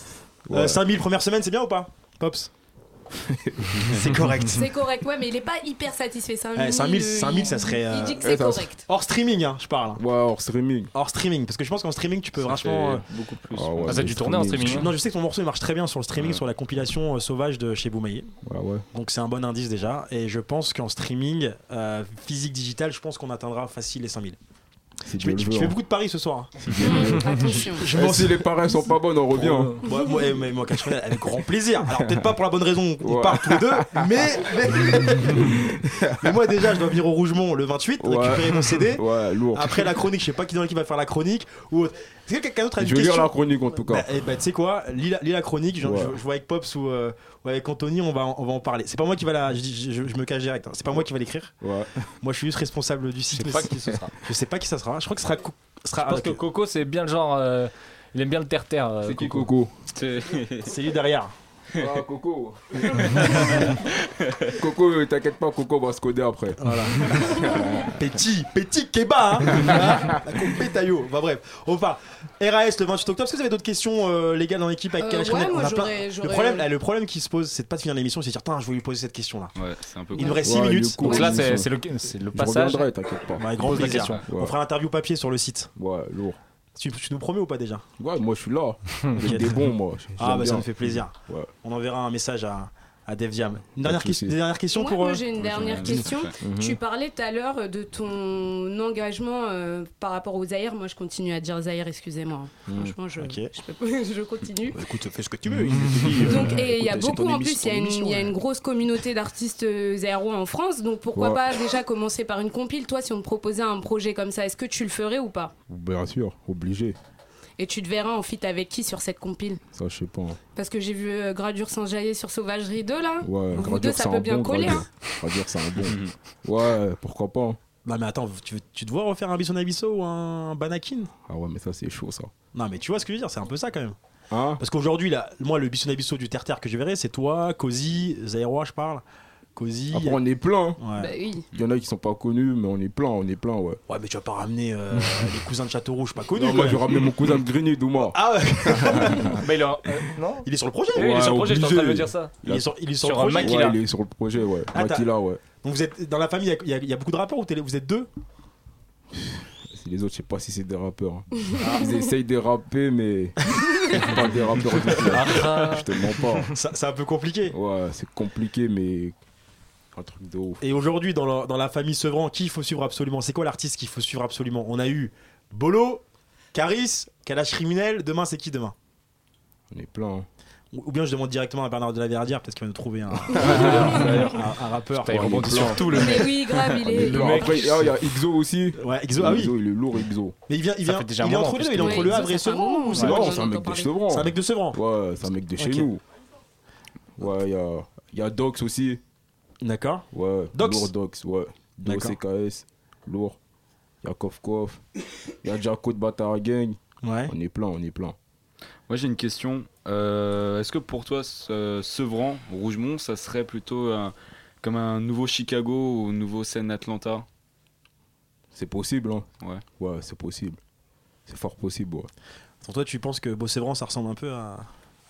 Speaker 3: Euh,
Speaker 21: Ouais.
Speaker 3: 5000 première semaine, c'est bien ou pas Pops C'est correct.
Speaker 4: C'est correct, ouais, mais il est pas hyper satisfait. 5000,
Speaker 3: Eh, 5000, 5000, ça serait. euh,
Speaker 4: Il dit que c'est correct.
Speaker 3: Hors streaming, hein, je parle.
Speaker 21: Ouais, hors streaming.
Speaker 3: Hors streaming, parce que je pense qu'en streaming, tu peux franchement. euh,
Speaker 6: Beaucoup plus.
Speaker 21: Ah ouais,
Speaker 5: Ah, ça a dû
Speaker 21: le
Speaker 5: tourner en streaming.
Speaker 3: Non, je sais que ton morceau il marche très bien sur le streaming,
Speaker 21: Ouais.
Speaker 3: sur la compilation euh, sauvage de chez Boumaillé.
Speaker 21: Ouais, ouais.
Speaker 3: Donc c'est un bon indice déjà. Et je pense qu'en streaming, euh, physique, digital, je pense qu'on atteindra facile les 5000.
Speaker 21: Si
Speaker 3: Tu, fais- tu-
Speaker 21: Dieu le
Speaker 3: tu
Speaker 21: veut,
Speaker 3: fais
Speaker 21: hein.
Speaker 3: beaucoup de paris ce soir. hein.
Speaker 21: Attention.
Speaker 3: Je
Speaker 21: Eh,
Speaker 3: m'en
Speaker 21: si
Speaker 3: suis-
Speaker 21: les paris sont pas bonnes, on revient, hein.
Speaker 3: Moi, moi, eh, mais moi, Cash Roulette, avec grand plaisir. Alors peut-être pas pour la bonne raison, on part tous les deux, mais, mais... mais moi déjà, je dois venir au Rougemont le 28,
Speaker 21: Ouais.
Speaker 3: récupérer mon CD.
Speaker 21: Ouais, lourd.
Speaker 3: Après la chronique, je sais pas qui dans l'équipe va faire la chronique. Ou... autre. Est-ce que quelqu'un d'autre a une
Speaker 21: Je vais
Speaker 3: question
Speaker 21: lire la chronique en tout cas.
Speaker 3: Bah, eh ben, tu sais quoi, lis la, lis la chronique, je,
Speaker 21: Ouais.
Speaker 3: je- je vois avec Pops ou, euh, ou avec Anthony, on va, en- on va en parler. C'est pas moi qui va la. Je, dis- je- je me cache direct, hein. c'est pas moi qui va l'écrire.
Speaker 21: Ouais.
Speaker 3: Moi je suis juste responsable du site.
Speaker 5: sais
Speaker 3: mais
Speaker 5: pas
Speaker 3: c'est-
Speaker 5: qui ce sera.
Speaker 3: Je sais pas qui ça sera, je crois que ce sera. Co- ce
Speaker 5: Je
Speaker 3: sera
Speaker 5: pense que Coco, c'est bien le genre. euh, Il aime bien le terre-terre. euh,
Speaker 21: C'est qui Coco
Speaker 6: C'est
Speaker 3: lui derrière.
Speaker 6: euh.
Speaker 21: Ah, Coco Coco, euh, t'inquiète pas, Coco va se coder après.
Speaker 3: Voilà. Petit, petit Kéba hein. Hein La compé taillot. Enfin bref, on part. RAS le 28 octobre. Est-ce que vous avez d'autres questions, euh, les gars, dans l'équipe avec
Speaker 4: Euh,
Speaker 3: Kalash
Speaker 4: ouais,
Speaker 3: Criminel
Speaker 4: moi,
Speaker 3: On a plein-
Speaker 4: j'aurais-
Speaker 3: Le
Speaker 4: j'aurais-
Speaker 3: problème, là, le problème qui se pose, c'est de pas de finir l'émission, c'est de dire, Tain, je voulais lui poser cette question-là.
Speaker 6: Ouais, c'est un peu
Speaker 3: Il nous
Speaker 6: con.
Speaker 3: reste
Speaker 6: Ouais,
Speaker 3: 6
Speaker 6: du
Speaker 3: minutes.
Speaker 6: coup, Donc là, c'est- c'est le- c'est le
Speaker 3: Je
Speaker 6: passage.
Speaker 3: reviendrai,
Speaker 21: t'inquiète pas.
Speaker 3: Ouais, grand
Speaker 21: Pose la
Speaker 3: plaisir.
Speaker 21: question.
Speaker 3: On fera l'interview papier sur le site.
Speaker 21: Ouais, lourd.
Speaker 3: Tu, tu nous promets ou pas déjà
Speaker 21: Ouais, moi je suis là.
Speaker 3: Ok.
Speaker 21: J'ai des bons, moi. J'aime
Speaker 3: Ah, bah ça
Speaker 21: bien.
Speaker 3: me fait plaisir.
Speaker 21: Ouais.
Speaker 3: On enverra un message à, à Dev Diam. Une dernière,
Speaker 21: souci.
Speaker 3: question- dernière question
Speaker 4: Ouais,
Speaker 3: pour.
Speaker 4: moi
Speaker 3: euh,
Speaker 4: j'ai une dernière question.
Speaker 3: Mhm.
Speaker 4: Tu parlais tout à l'heure euh, de ton engagement euh, par rapport au Zahir. Moi je continue à dire Zahir, excusez-moi.
Speaker 3: Mhm.
Speaker 4: Franchement, je,
Speaker 3: Ok.
Speaker 4: je, peux- je continue.
Speaker 3: Écoute, fais ce que tu veux. euh,
Speaker 4: Donc, et il y a beaucoup en plus, il y a une- il y, a une grosse communauté d'artistes euh, zahirois en France. Donc pourquoi
Speaker 21: Ouais.
Speaker 4: pas déjà commencer par une compile Toi, si on te proposait un projet comme ça, est-ce que tu le ferais ou pas
Speaker 21: Bien sûr, obligé.
Speaker 4: Et tu te verras en fit avec qui sur cette compile
Speaker 21: Ça, je sais pas. hein.
Speaker 4: Parce que j'ai vu euh, Gradur sans jaillir sur Sauvagerie 2 là.
Speaker 21: Ouais,
Speaker 4: Vous
Speaker 21: Gradure,
Speaker 4: deux,
Speaker 21: c'est
Speaker 4: ça peut
Speaker 21: un
Speaker 4: bien
Speaker 21: bon,
Speaker 4: coller.
Speaker 21: Gradure.
Speaker 4: hein.
Speaker 21: Gradure, c'est un
Speaker 6: Mhm.
Speaker 21: bon. Ouais, pourquoi pas.
Speaker 3: Non, mais attends, tu, veux- tu te vois refaire un Bison Abisso ou un Banakin
Speaker 21: Ah ouais, mais ça, c'est chaud, ça. Ah.
Speaker 3: Non, mais tu vois ce que je veux dire, c'est un peu ça quand même. Parce qu'aujourd'hui, là, moi, le Bison Abisso du Terre-Terre que je verrai, c'est toi, Cozy, Zaeroa, je parle. Cozy.
Speaker 21: Après, on est plein.
Speaker 3: Ouais.
Speaker 21: hein.
Speaker 3: Bah oui.
Speaker 21: Il y en a qui sont pas connus, mais on est plein, on est plein, ouais.
Speaker 3: Ouais, mais tu vas pas ramener euh, les cousins de Château Rouge, pas connus.
Speaker 21: Non, moi,
Speaker 3: quand
Speaker 21: je
Speaker 3: même.
Speaker 21: ramène mon cousin de Grigny, Douma.
Speaker 3: Ah ouais
Speaker 5: Bah, il a- euh,
Speaker 21: non
Speaker 3: Il est sur le projet
Speaker 5: Oui, il est sur le projet, j'étais en train de me dire ça.
Speaker 3: Il est sur, il est sur,
Speaker 5: Sur
Speaker 3: le
Speaker 5: un
Speaker 3: projet
Speaker 5: Makila.
Speaker 21: Ouais, il est sur le projet, ouais.
Speaker 3: Ah, t'as-
Speaker 21: Makila, ouais.
Speaker 3: Donc vous êtes dans la famille, il y, a- il y a beaucoup de rappeurs ou t'es- vous êtes deux
Speaker 21: Les autres, je sais pas si c'est des rappeurs. hein. Ils essayent de rapper, mais. c'est pas des rappeurs du tout. hein.
Speaker 3: Ah.
Speaker 21: Je te mens pas. hein.
Speaker 3: C'est un peu compliqué.
Speaker 21: Ouais, c'est compliqué, mais. Un truc de ouf.
Speaker 3: Et aujourd'hui, dans, la- dans la famille Sevran, qui il faut suivre absolument C'est quoi l'artiste qu'il faut suivre absolument On a eu Bolo, Caris, Kalash Criminel. Demain, c'est qui demain
Speaker 21: On est plein. hein.
Speaker 3: Ou ou bien je demande directement à Bernard de la Verdière, peut-être qu'il va nous trouver un, un- bah, un rappeur.
Speaker 21: Putain, Oh, il rebondit sur tout, le mec. Ah, Mais oui, grave, il
Speaker 3: On
Speaker 21: est-
Speaker 3: plein.
Speaker 21: Le mec. Après, oh, il y a- il y a Ixo aussi.
Speaker 3: Ouais, Ixo, ah oui.
Speaker 21: Ixo, il est lourd, Ixo.
Speaker 3: Mais il vient, il vient, il est entre les deux, il est entre le Havre et Sevran. ou c'est pas-
Speaker 21: Non, c'est un mec de Sevran.
Speaker 3: C'est un mec de Sevran.
Speaker 21: Ouais, c'est un mec de chez
Speaker 3: Ok.
Speaker 21: nous. Ouais, il y a, il y a Dox aussi.
Speaker 3: D'accord.
Speaker 21: Ouais,
Speaker 3: Dox
Speaker 21: lourd Dox, ouais. Dox
Speaker 3: D'accord.
Speaker 21: CKS, lourd. Il y a Kof Kof. Il y a Jaco de Bâtard Gang.
Speaker 3: Ouais.
Speaker 21: On est plein, on est plein.
Speaker 6: Moi j'ai une question. Euh, Est-ce que pour toi, ce- Sevran, Rougemont, ça serait plutôt un- comme un nouveau Chicago ou un nouveau scène Atlanta
Speaker 21: C'est possible, hein.
Speaker 6: Ouais.
Speaker 21: Ouais, c'est possible. C'est fort possible, ouais.
Speaker 3: Pour toi, tu penses que Beausévran, ça ressemble un peu à,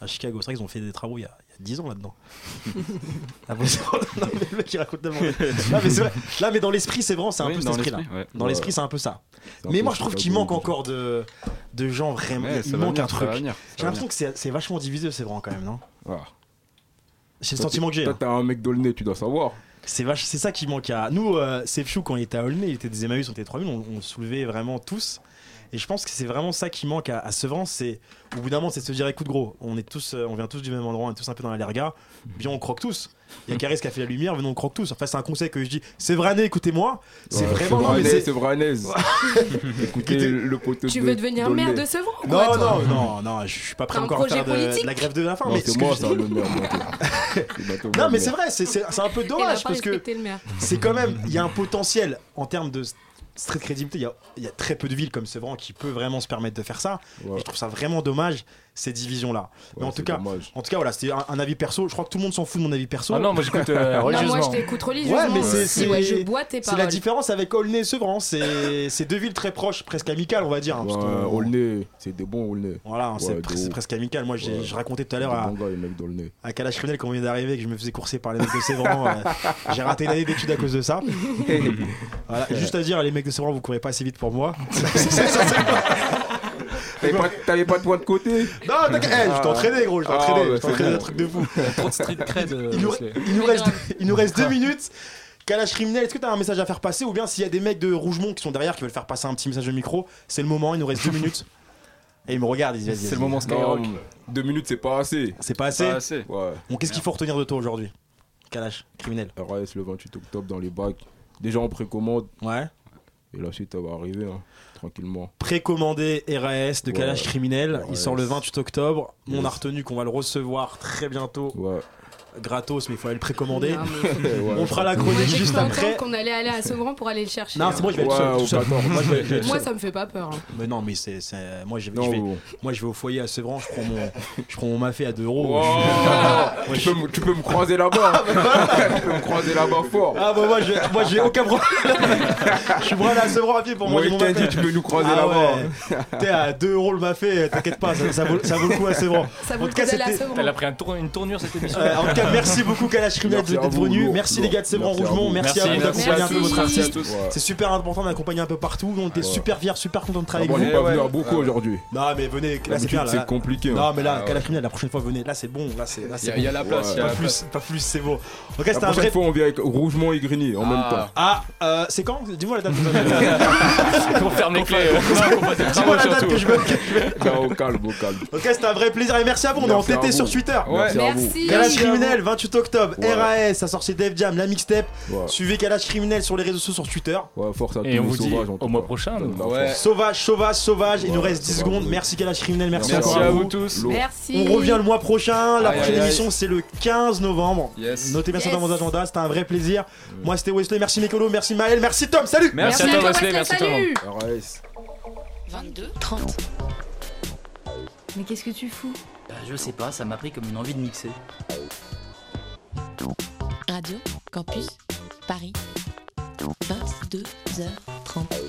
Speaker 3: à Chicago C'est vrai qu'ils ont fait des travaux il y a, il y a 10 ans là-dedans. à Beausévran Non, mais le mec, il raconte tellement. Non, mais c'est vrai. Là, mais dans l'esprit, c'est vraiment, c'est un
Speaker 6: Oui,
Speaker 3: peu cet
Speaker 6: dans
Speaker 3: esprit-là.
Speaker 6: l'esprit, ouais.
Speaker 3: Dans
Speaker 6: Ouais.
Speaker 3: l'esprit, c'est un peu ça.
Speaker 6: C'est un
Speaker 3: Mais
Speaker 6: peu
Speaker 3: moi, je trouve qu'il
Speaker 6: Chicago,
Speaker 3: manque encore de, de gens vraiment.
Speaker 6: Ouais, ça
Speaker 3: il
Speaker 6: va
Speaker 3: manque
Speaker 6: venir,
Speaker 3: un
Speaker 6: ça
Speaker 3: truc.
Speaker 6: va venir, ça
Speaker 3: J'ai
Speaker 6: va
Speaker 3: l'impression que c'est c'est vachement divisé, c'est quand même, non
Speaker 21: Ah.
Speaker 3: C'est le
Speaker 21: Toi,
Speaker 3: sentiment
Speaker 21: t'es-
Speaker 3: que j'ai.
Speaker 21: toi,
Speaker 3: hein.
Speaker 21: t'as un mec d'Aulnay, tu dois savoir.
Speaker 3: C'est vache, c'est ça qui manque à nous. Euh, Sefchou, quand il était à Olney, il était des Emmaüs, on était 3000, on, on le soulevait vraiment tous. Et je pense que c'est vraiment ça qui manque à, à Sevran. C'est au bout d'un moment, c'est de se dire écoute, gros, on est tous, euh, on vient tous du même endroit, on est tous un peu dans la lerga. Bien, on croque tous. Il y a Caris qui a fait la lumière, venons on croque tous. Enfin, c'est un conseil que je dis. C'est vrai, écoutez-moi. C'est
Speaker 21: Ouais,
Speaker 3: vraiment non, mais
Speaker 21: Vranet,
Speaker 3: c'est-
Speaker 21: C'est Vranès. Écoutez le poteau
Speaker 4: Tu
Speaker 21: de-
Speaker 4: veux devenir
Speaker 21: d'Aulnay.
Speaker 4: maire de Sevran ou quoi,
Speaker 3: Non,
Speaker 4: toi
Speaker 3: non, non, non, je suis pas prêt
Speaker 4: Un
Speaker 3: encore à faire de,
Speaker 4: projet
Speaker 3: de la
Speaker 4: politique
Speaker 3: grève de la faim.
Speaker 21: Non,
Speaker 3: mais
Speaker 21: c'est
Speaker 3: ce que
Speaker 21: moi,
Speaker 3: je-
Speaker 21: c'est un honneur. moi. C'est bientôt
Speaker 3: Non,
Speaker 21: mon
Speaker 3: mais
Speaker 21: honneur.
Speaker 3: c'est vrai, c'est- c'est c'est un peu
Speaker 4: Il a
Speaker 3: dommage
Speaker 4: pas
Speaker 3: parce que
Speaker 4: respecté le maire.
Speaker 3: c'est quand même, il y a un potentiel en termes de street crédibilité. Il y a, il y a très peu de villes comme Sevran qui peut vraiment se permettre de faire ça. Et je trouve ça vraiment dommage ces divisions là. mais en tout cas, en tout cas voilà, c'était un, un avis perso. Je crois que tout le monde s'en fout de mon avis perso.
Speaker 5: Ah non, moi, j'écoute, euh, Non, moi,
Speaker 4: religieusement. je t'écoute religieusement.
Speaker 3: Ouais, mais c'est
Speaker 4: Si,
Speaker 3: c'est-
Speaker 4: ouais, je bois tes
Speaker 3: C'est la
Speaker 4: paroles.
Speaker 3: différence avec Aulnay et Sevran. C'est c'est deux villes très proches, presque amicales, on va dire. hein, parce
Speaker 21: Ouais,
Speaker 3: que-
Speaker 21: Aulnay, Euh, c'est des bons Aulnay.
Speaker 3: Voilà, hein, c'est pres- c'est presque amical. Moi, j'ai- je racontais tout à l'heure à-
Speaker 21: Des bons gars, les mecs d'Aulnay.
Speaker 3: à Kalash Criminel quand on vient d'arriver que je me faisais courser par les mecs de Sévran. euh, j'ai raté une année d'études à cause de ça. Voilà, juste à dire, les mecs de Sévran, vous courez pas assez vite pour moi.
Speaker 21: T'avais pas, t'avais pas de poids de côté
Speaker 3: Non, t'inquiète, eh, je t'ai entraîné, gros, je t'ai
Speaker 21: Ah,
Speaker 3: entraîné,
Speaker 21: bah,
Speaker 3: je t'ai entraîné
Speaker 21: c'est
Speaker 3: un truc de fou.
Speaker 5: Trop de street cred. euh,
Speaker 3: Il nous,
Speaker 5: Wesley.
Speaker 3: il nous reste, il nous reste
Speaker 21: Ah.
Speaker 3: deux minutes. Kalash Criminel, est-ce que t'as un message à faire passer ou bien s'il y a des mecs de Rougemont qui sont derrière qui veulent faire passer un petit message au micro, c'est le moment, il nous reste deux minutes. Et ils me regardent, ils disent vas-y,
Speaker 21: C'est
Speaker 3: vas-y,
Speaker 21: le moment
Speaker 3: vas-y.
Speaker 21: Skyrock. Deux minutes, c'est pas assez.
Speaker 3: C'est pas assez
Speaker 21: Pas assez. Ouais.
Speaker 3: Bon, qu'est-ce qu'il faut retenir de toi aujourd'hui Kalash, criminel.
Speaker 21: RAS le 28 octobre dans les bacs. Déjà en précommande.
Speaker 3: Ouais.
Speaker 21: Et la suite, elle va arriver, hein, tranquillement.
Speaker 3: précommandé RAS de
Speaker 21: Ouais.
Speaker 3: Kalash Criminel. Il
Speaker 21: RAS.
Speaker 3: sort le 28 octobre. On
Speaker 21: Yes.
Speaker 3: a retenu qu'on va le recevoir très bientôt. Gratos, mais il faut aller le précommander.
Speaker 21: Non, mais- Ouais.
Speaker 3: On fera la
Speaker 4: Moi,
Speaker 3: chronique
Speaker 4: j'ai
Speaker 3: juste
Speaker 4: cru entendre
Speaker 3: après.
Speaker 4: qu'on allait aller à Sevran pour aller le chercher. hein.
Speaker 3: Non, c'est moi, je vais être
Speaker 21: Ouais,
Speaker 3: seul,
Speaker 21: au
Speaker 3: tout seul.
Speaker 21: 14.
Speaker 3: Moi, je vais- je vais être
Speaker 4: Moi,
Speaker 3: seul.
Speaker 4: ça me fait pas peur. hein.
Speaker 3: Mais non, mais c'est. c'est- Moi, je vais,
Speaker 21: Non,
Speaker 3: je vais-
Speaker 21: bon.
Speaker 3: moi, je vais au foyer à Sevran, je prends mon, je prends mon mafé à 2 euros.
Speaker 21: tu, peux, me- tu peux me croiser là-bas. tu peux me croiser là-bas fort.
Speaker 3: Ah, bah, moi, je- moi, j'ai aucun problème. je suis prêt à aller à Sevran à pied pour
Speaker 21: Moi,
Speaker 3: manger
Speaker 21: il
Speaker 3: mon
Speaker 21: t'a
Speaker 3: mafé.
Speaker 21: dit, tu peux nous croiser
Speaker 3: Ah
Speaker 21: là-bas.
Speaker 3: ouais. T'es à 2 euros le mafé, t'inquiète pas, ça, ça vaut, ça vaut le coup hein, à Sevran.
Speaker 12: Ah,
Speaker 4: Ça
Speaker 3: En
Speaker 4: vaut
Speaker 3: tout
Speaker 4: le
Speaker 3: cas,
Speaker 4: coup d'aller à
Speaker 3: c'était-
Speaker 4: Sevran.
Speaker 5: Elle a pris un tour- une tournure cette émission.
Speaker 3: Euh, en tout cas, merci beaucoup Kalash Criminel
Speaker 5: Merci à
Speaker 3: d'être
Speaker 5: vous,
Speaker 3: venu.
Speaker 5: lourd,
Speaker 3: Merci
Speaker 5: lourd.
Speaker 3: les gars de Sevran
Speaker 5: Merci à
Speaker 3: Rougemont.
Speaker 5: vous.
Speaker 3: Merci à vous
Speaker 5: Merci,
Speaker 3: d'accompagner
Speaker 5: merci
Speaker 3: un
Speaker 5: à
Speaker 3: peu votre
Speaker 5: tous.
Speaker 3: artiste.
Speaker 5: Merci à tous. Ouais.
Speaker 3: C'est super important d'accompagner un peu partout. On était super fiers, super contents de travailler
Speaker 21: Ah bon,
Speaker 3: avec
Speaker 21: on est
Speaker 3: vous.
Speaker 21: pas venu à beaucoup aujourd'hui.
Speaker 3: Non mais venez, là c'est
Speaker 21: D'habitude,
Speaker 3: bien. là,
Speaker 21: c'est
Speaker 3: là.
Speaker 21: compliqué, hein.
Speaker 3: Non mais là,
Speaker 21: Ah ouais.
Speaker 3: Kalash Criminel, la prochaine fois venez. Là c'est bon, là c'est là,
Speaker 21: Y a-
Speaker 3: c'est
Speaker 21: y a la
Speaker 3: bon.
Speaker 21: place, y a
Speaker 3: Pas
Speaker 21: la
Speaker 3: plus,
Speaker 21: place.
Speaker 3: pas plus, c'est beau. Ok,
Speaker 21: La
Speaker 3: c'était un
Speaker 21: prochaine
Speaker 3: vrai.
Speaker 21: fois, on vient avec Rougemont et Grigny en même temps.
Speaker 3: Ah, euh, c'est quand Dis-moi la date.
Speaker 5: Qu'on ferme les clés. euh. Qu'on fasse des
Speaker 3: Dis-moi la
Speaker 5: travaux
Speaker 3: date
Speaker 5: surtout.
Speaker 3: que je veux.
Speaker 21: Non, au calme, au calme.
Speaker 3: Ok, c'était un vrai plaisir et merci à vous. On est en
Speaker 21: Merci à
Speaker 3: TT
Speaker 21: vous.
Speaker 3: sur Twitter.
Speaker 21: Ouais. Merci à vous. Merci.
Speaker 3: Kalash
Speaker 21: Merci à vous.
Speaker 3: Criminel, 28 octobre.
Speaker 21: Ouais.
Speaker 3: RAS, ça sort chez Def Jam, la mixtape.
Speaker 21: Ouais.
Speaker 3: Suivez Kalash Criminel sur les réseaux sociaux, sur Twitter.
Speaker 21: Ouais, force à tous
Speaker 5: Et on
Speaker 21: les
Speaker 5: vous dit
Speaker 21: sauvages. en tout
Speaker 5: au mois prochain. nous.
Speaker 3: Bah, Sauvage, sauvage, sauvage. Il nous reste 10
Speaker 21: sauvage,
Speaker 3: secondes. Merci Kalash Criminel, merci,
Speaker 21: Merci
Speaker 3: encore
Speaker 21: à
Speaker 3: à
Speaker 21: vous
Speaker 3: vous.
Speaker 21: tous.
Speaker 4: Merci.
Speaker 3: On revient le mois prochain. La
Speaker 21: Aïe,
Speaker 3: prochaine
Speaker 21: aïe, aïe.
Speaker 3: émission, c'est le 15 novembre.
Speaker 21: Yes.
Speaker 3: Notez bien ça
Speaker 21: Yes.
Speaker 3: dans vos agendas. C'était un vrai plaisir. Moi, c'était Wesley. Merci Mécolo. Merci Maël. Merci Tom. Salut.
Speaker 5: Merci à toi, Wesley. Merci à toi. Romain.
Speaker 1: 22 30 Mais qu'est-ce que tu fous
Speaker 23: Bah, je sais pas, ça m'a pris comme une envie de mixer.
Speaker 1: Radio
Speaker 4: Campus Paris, 22h30.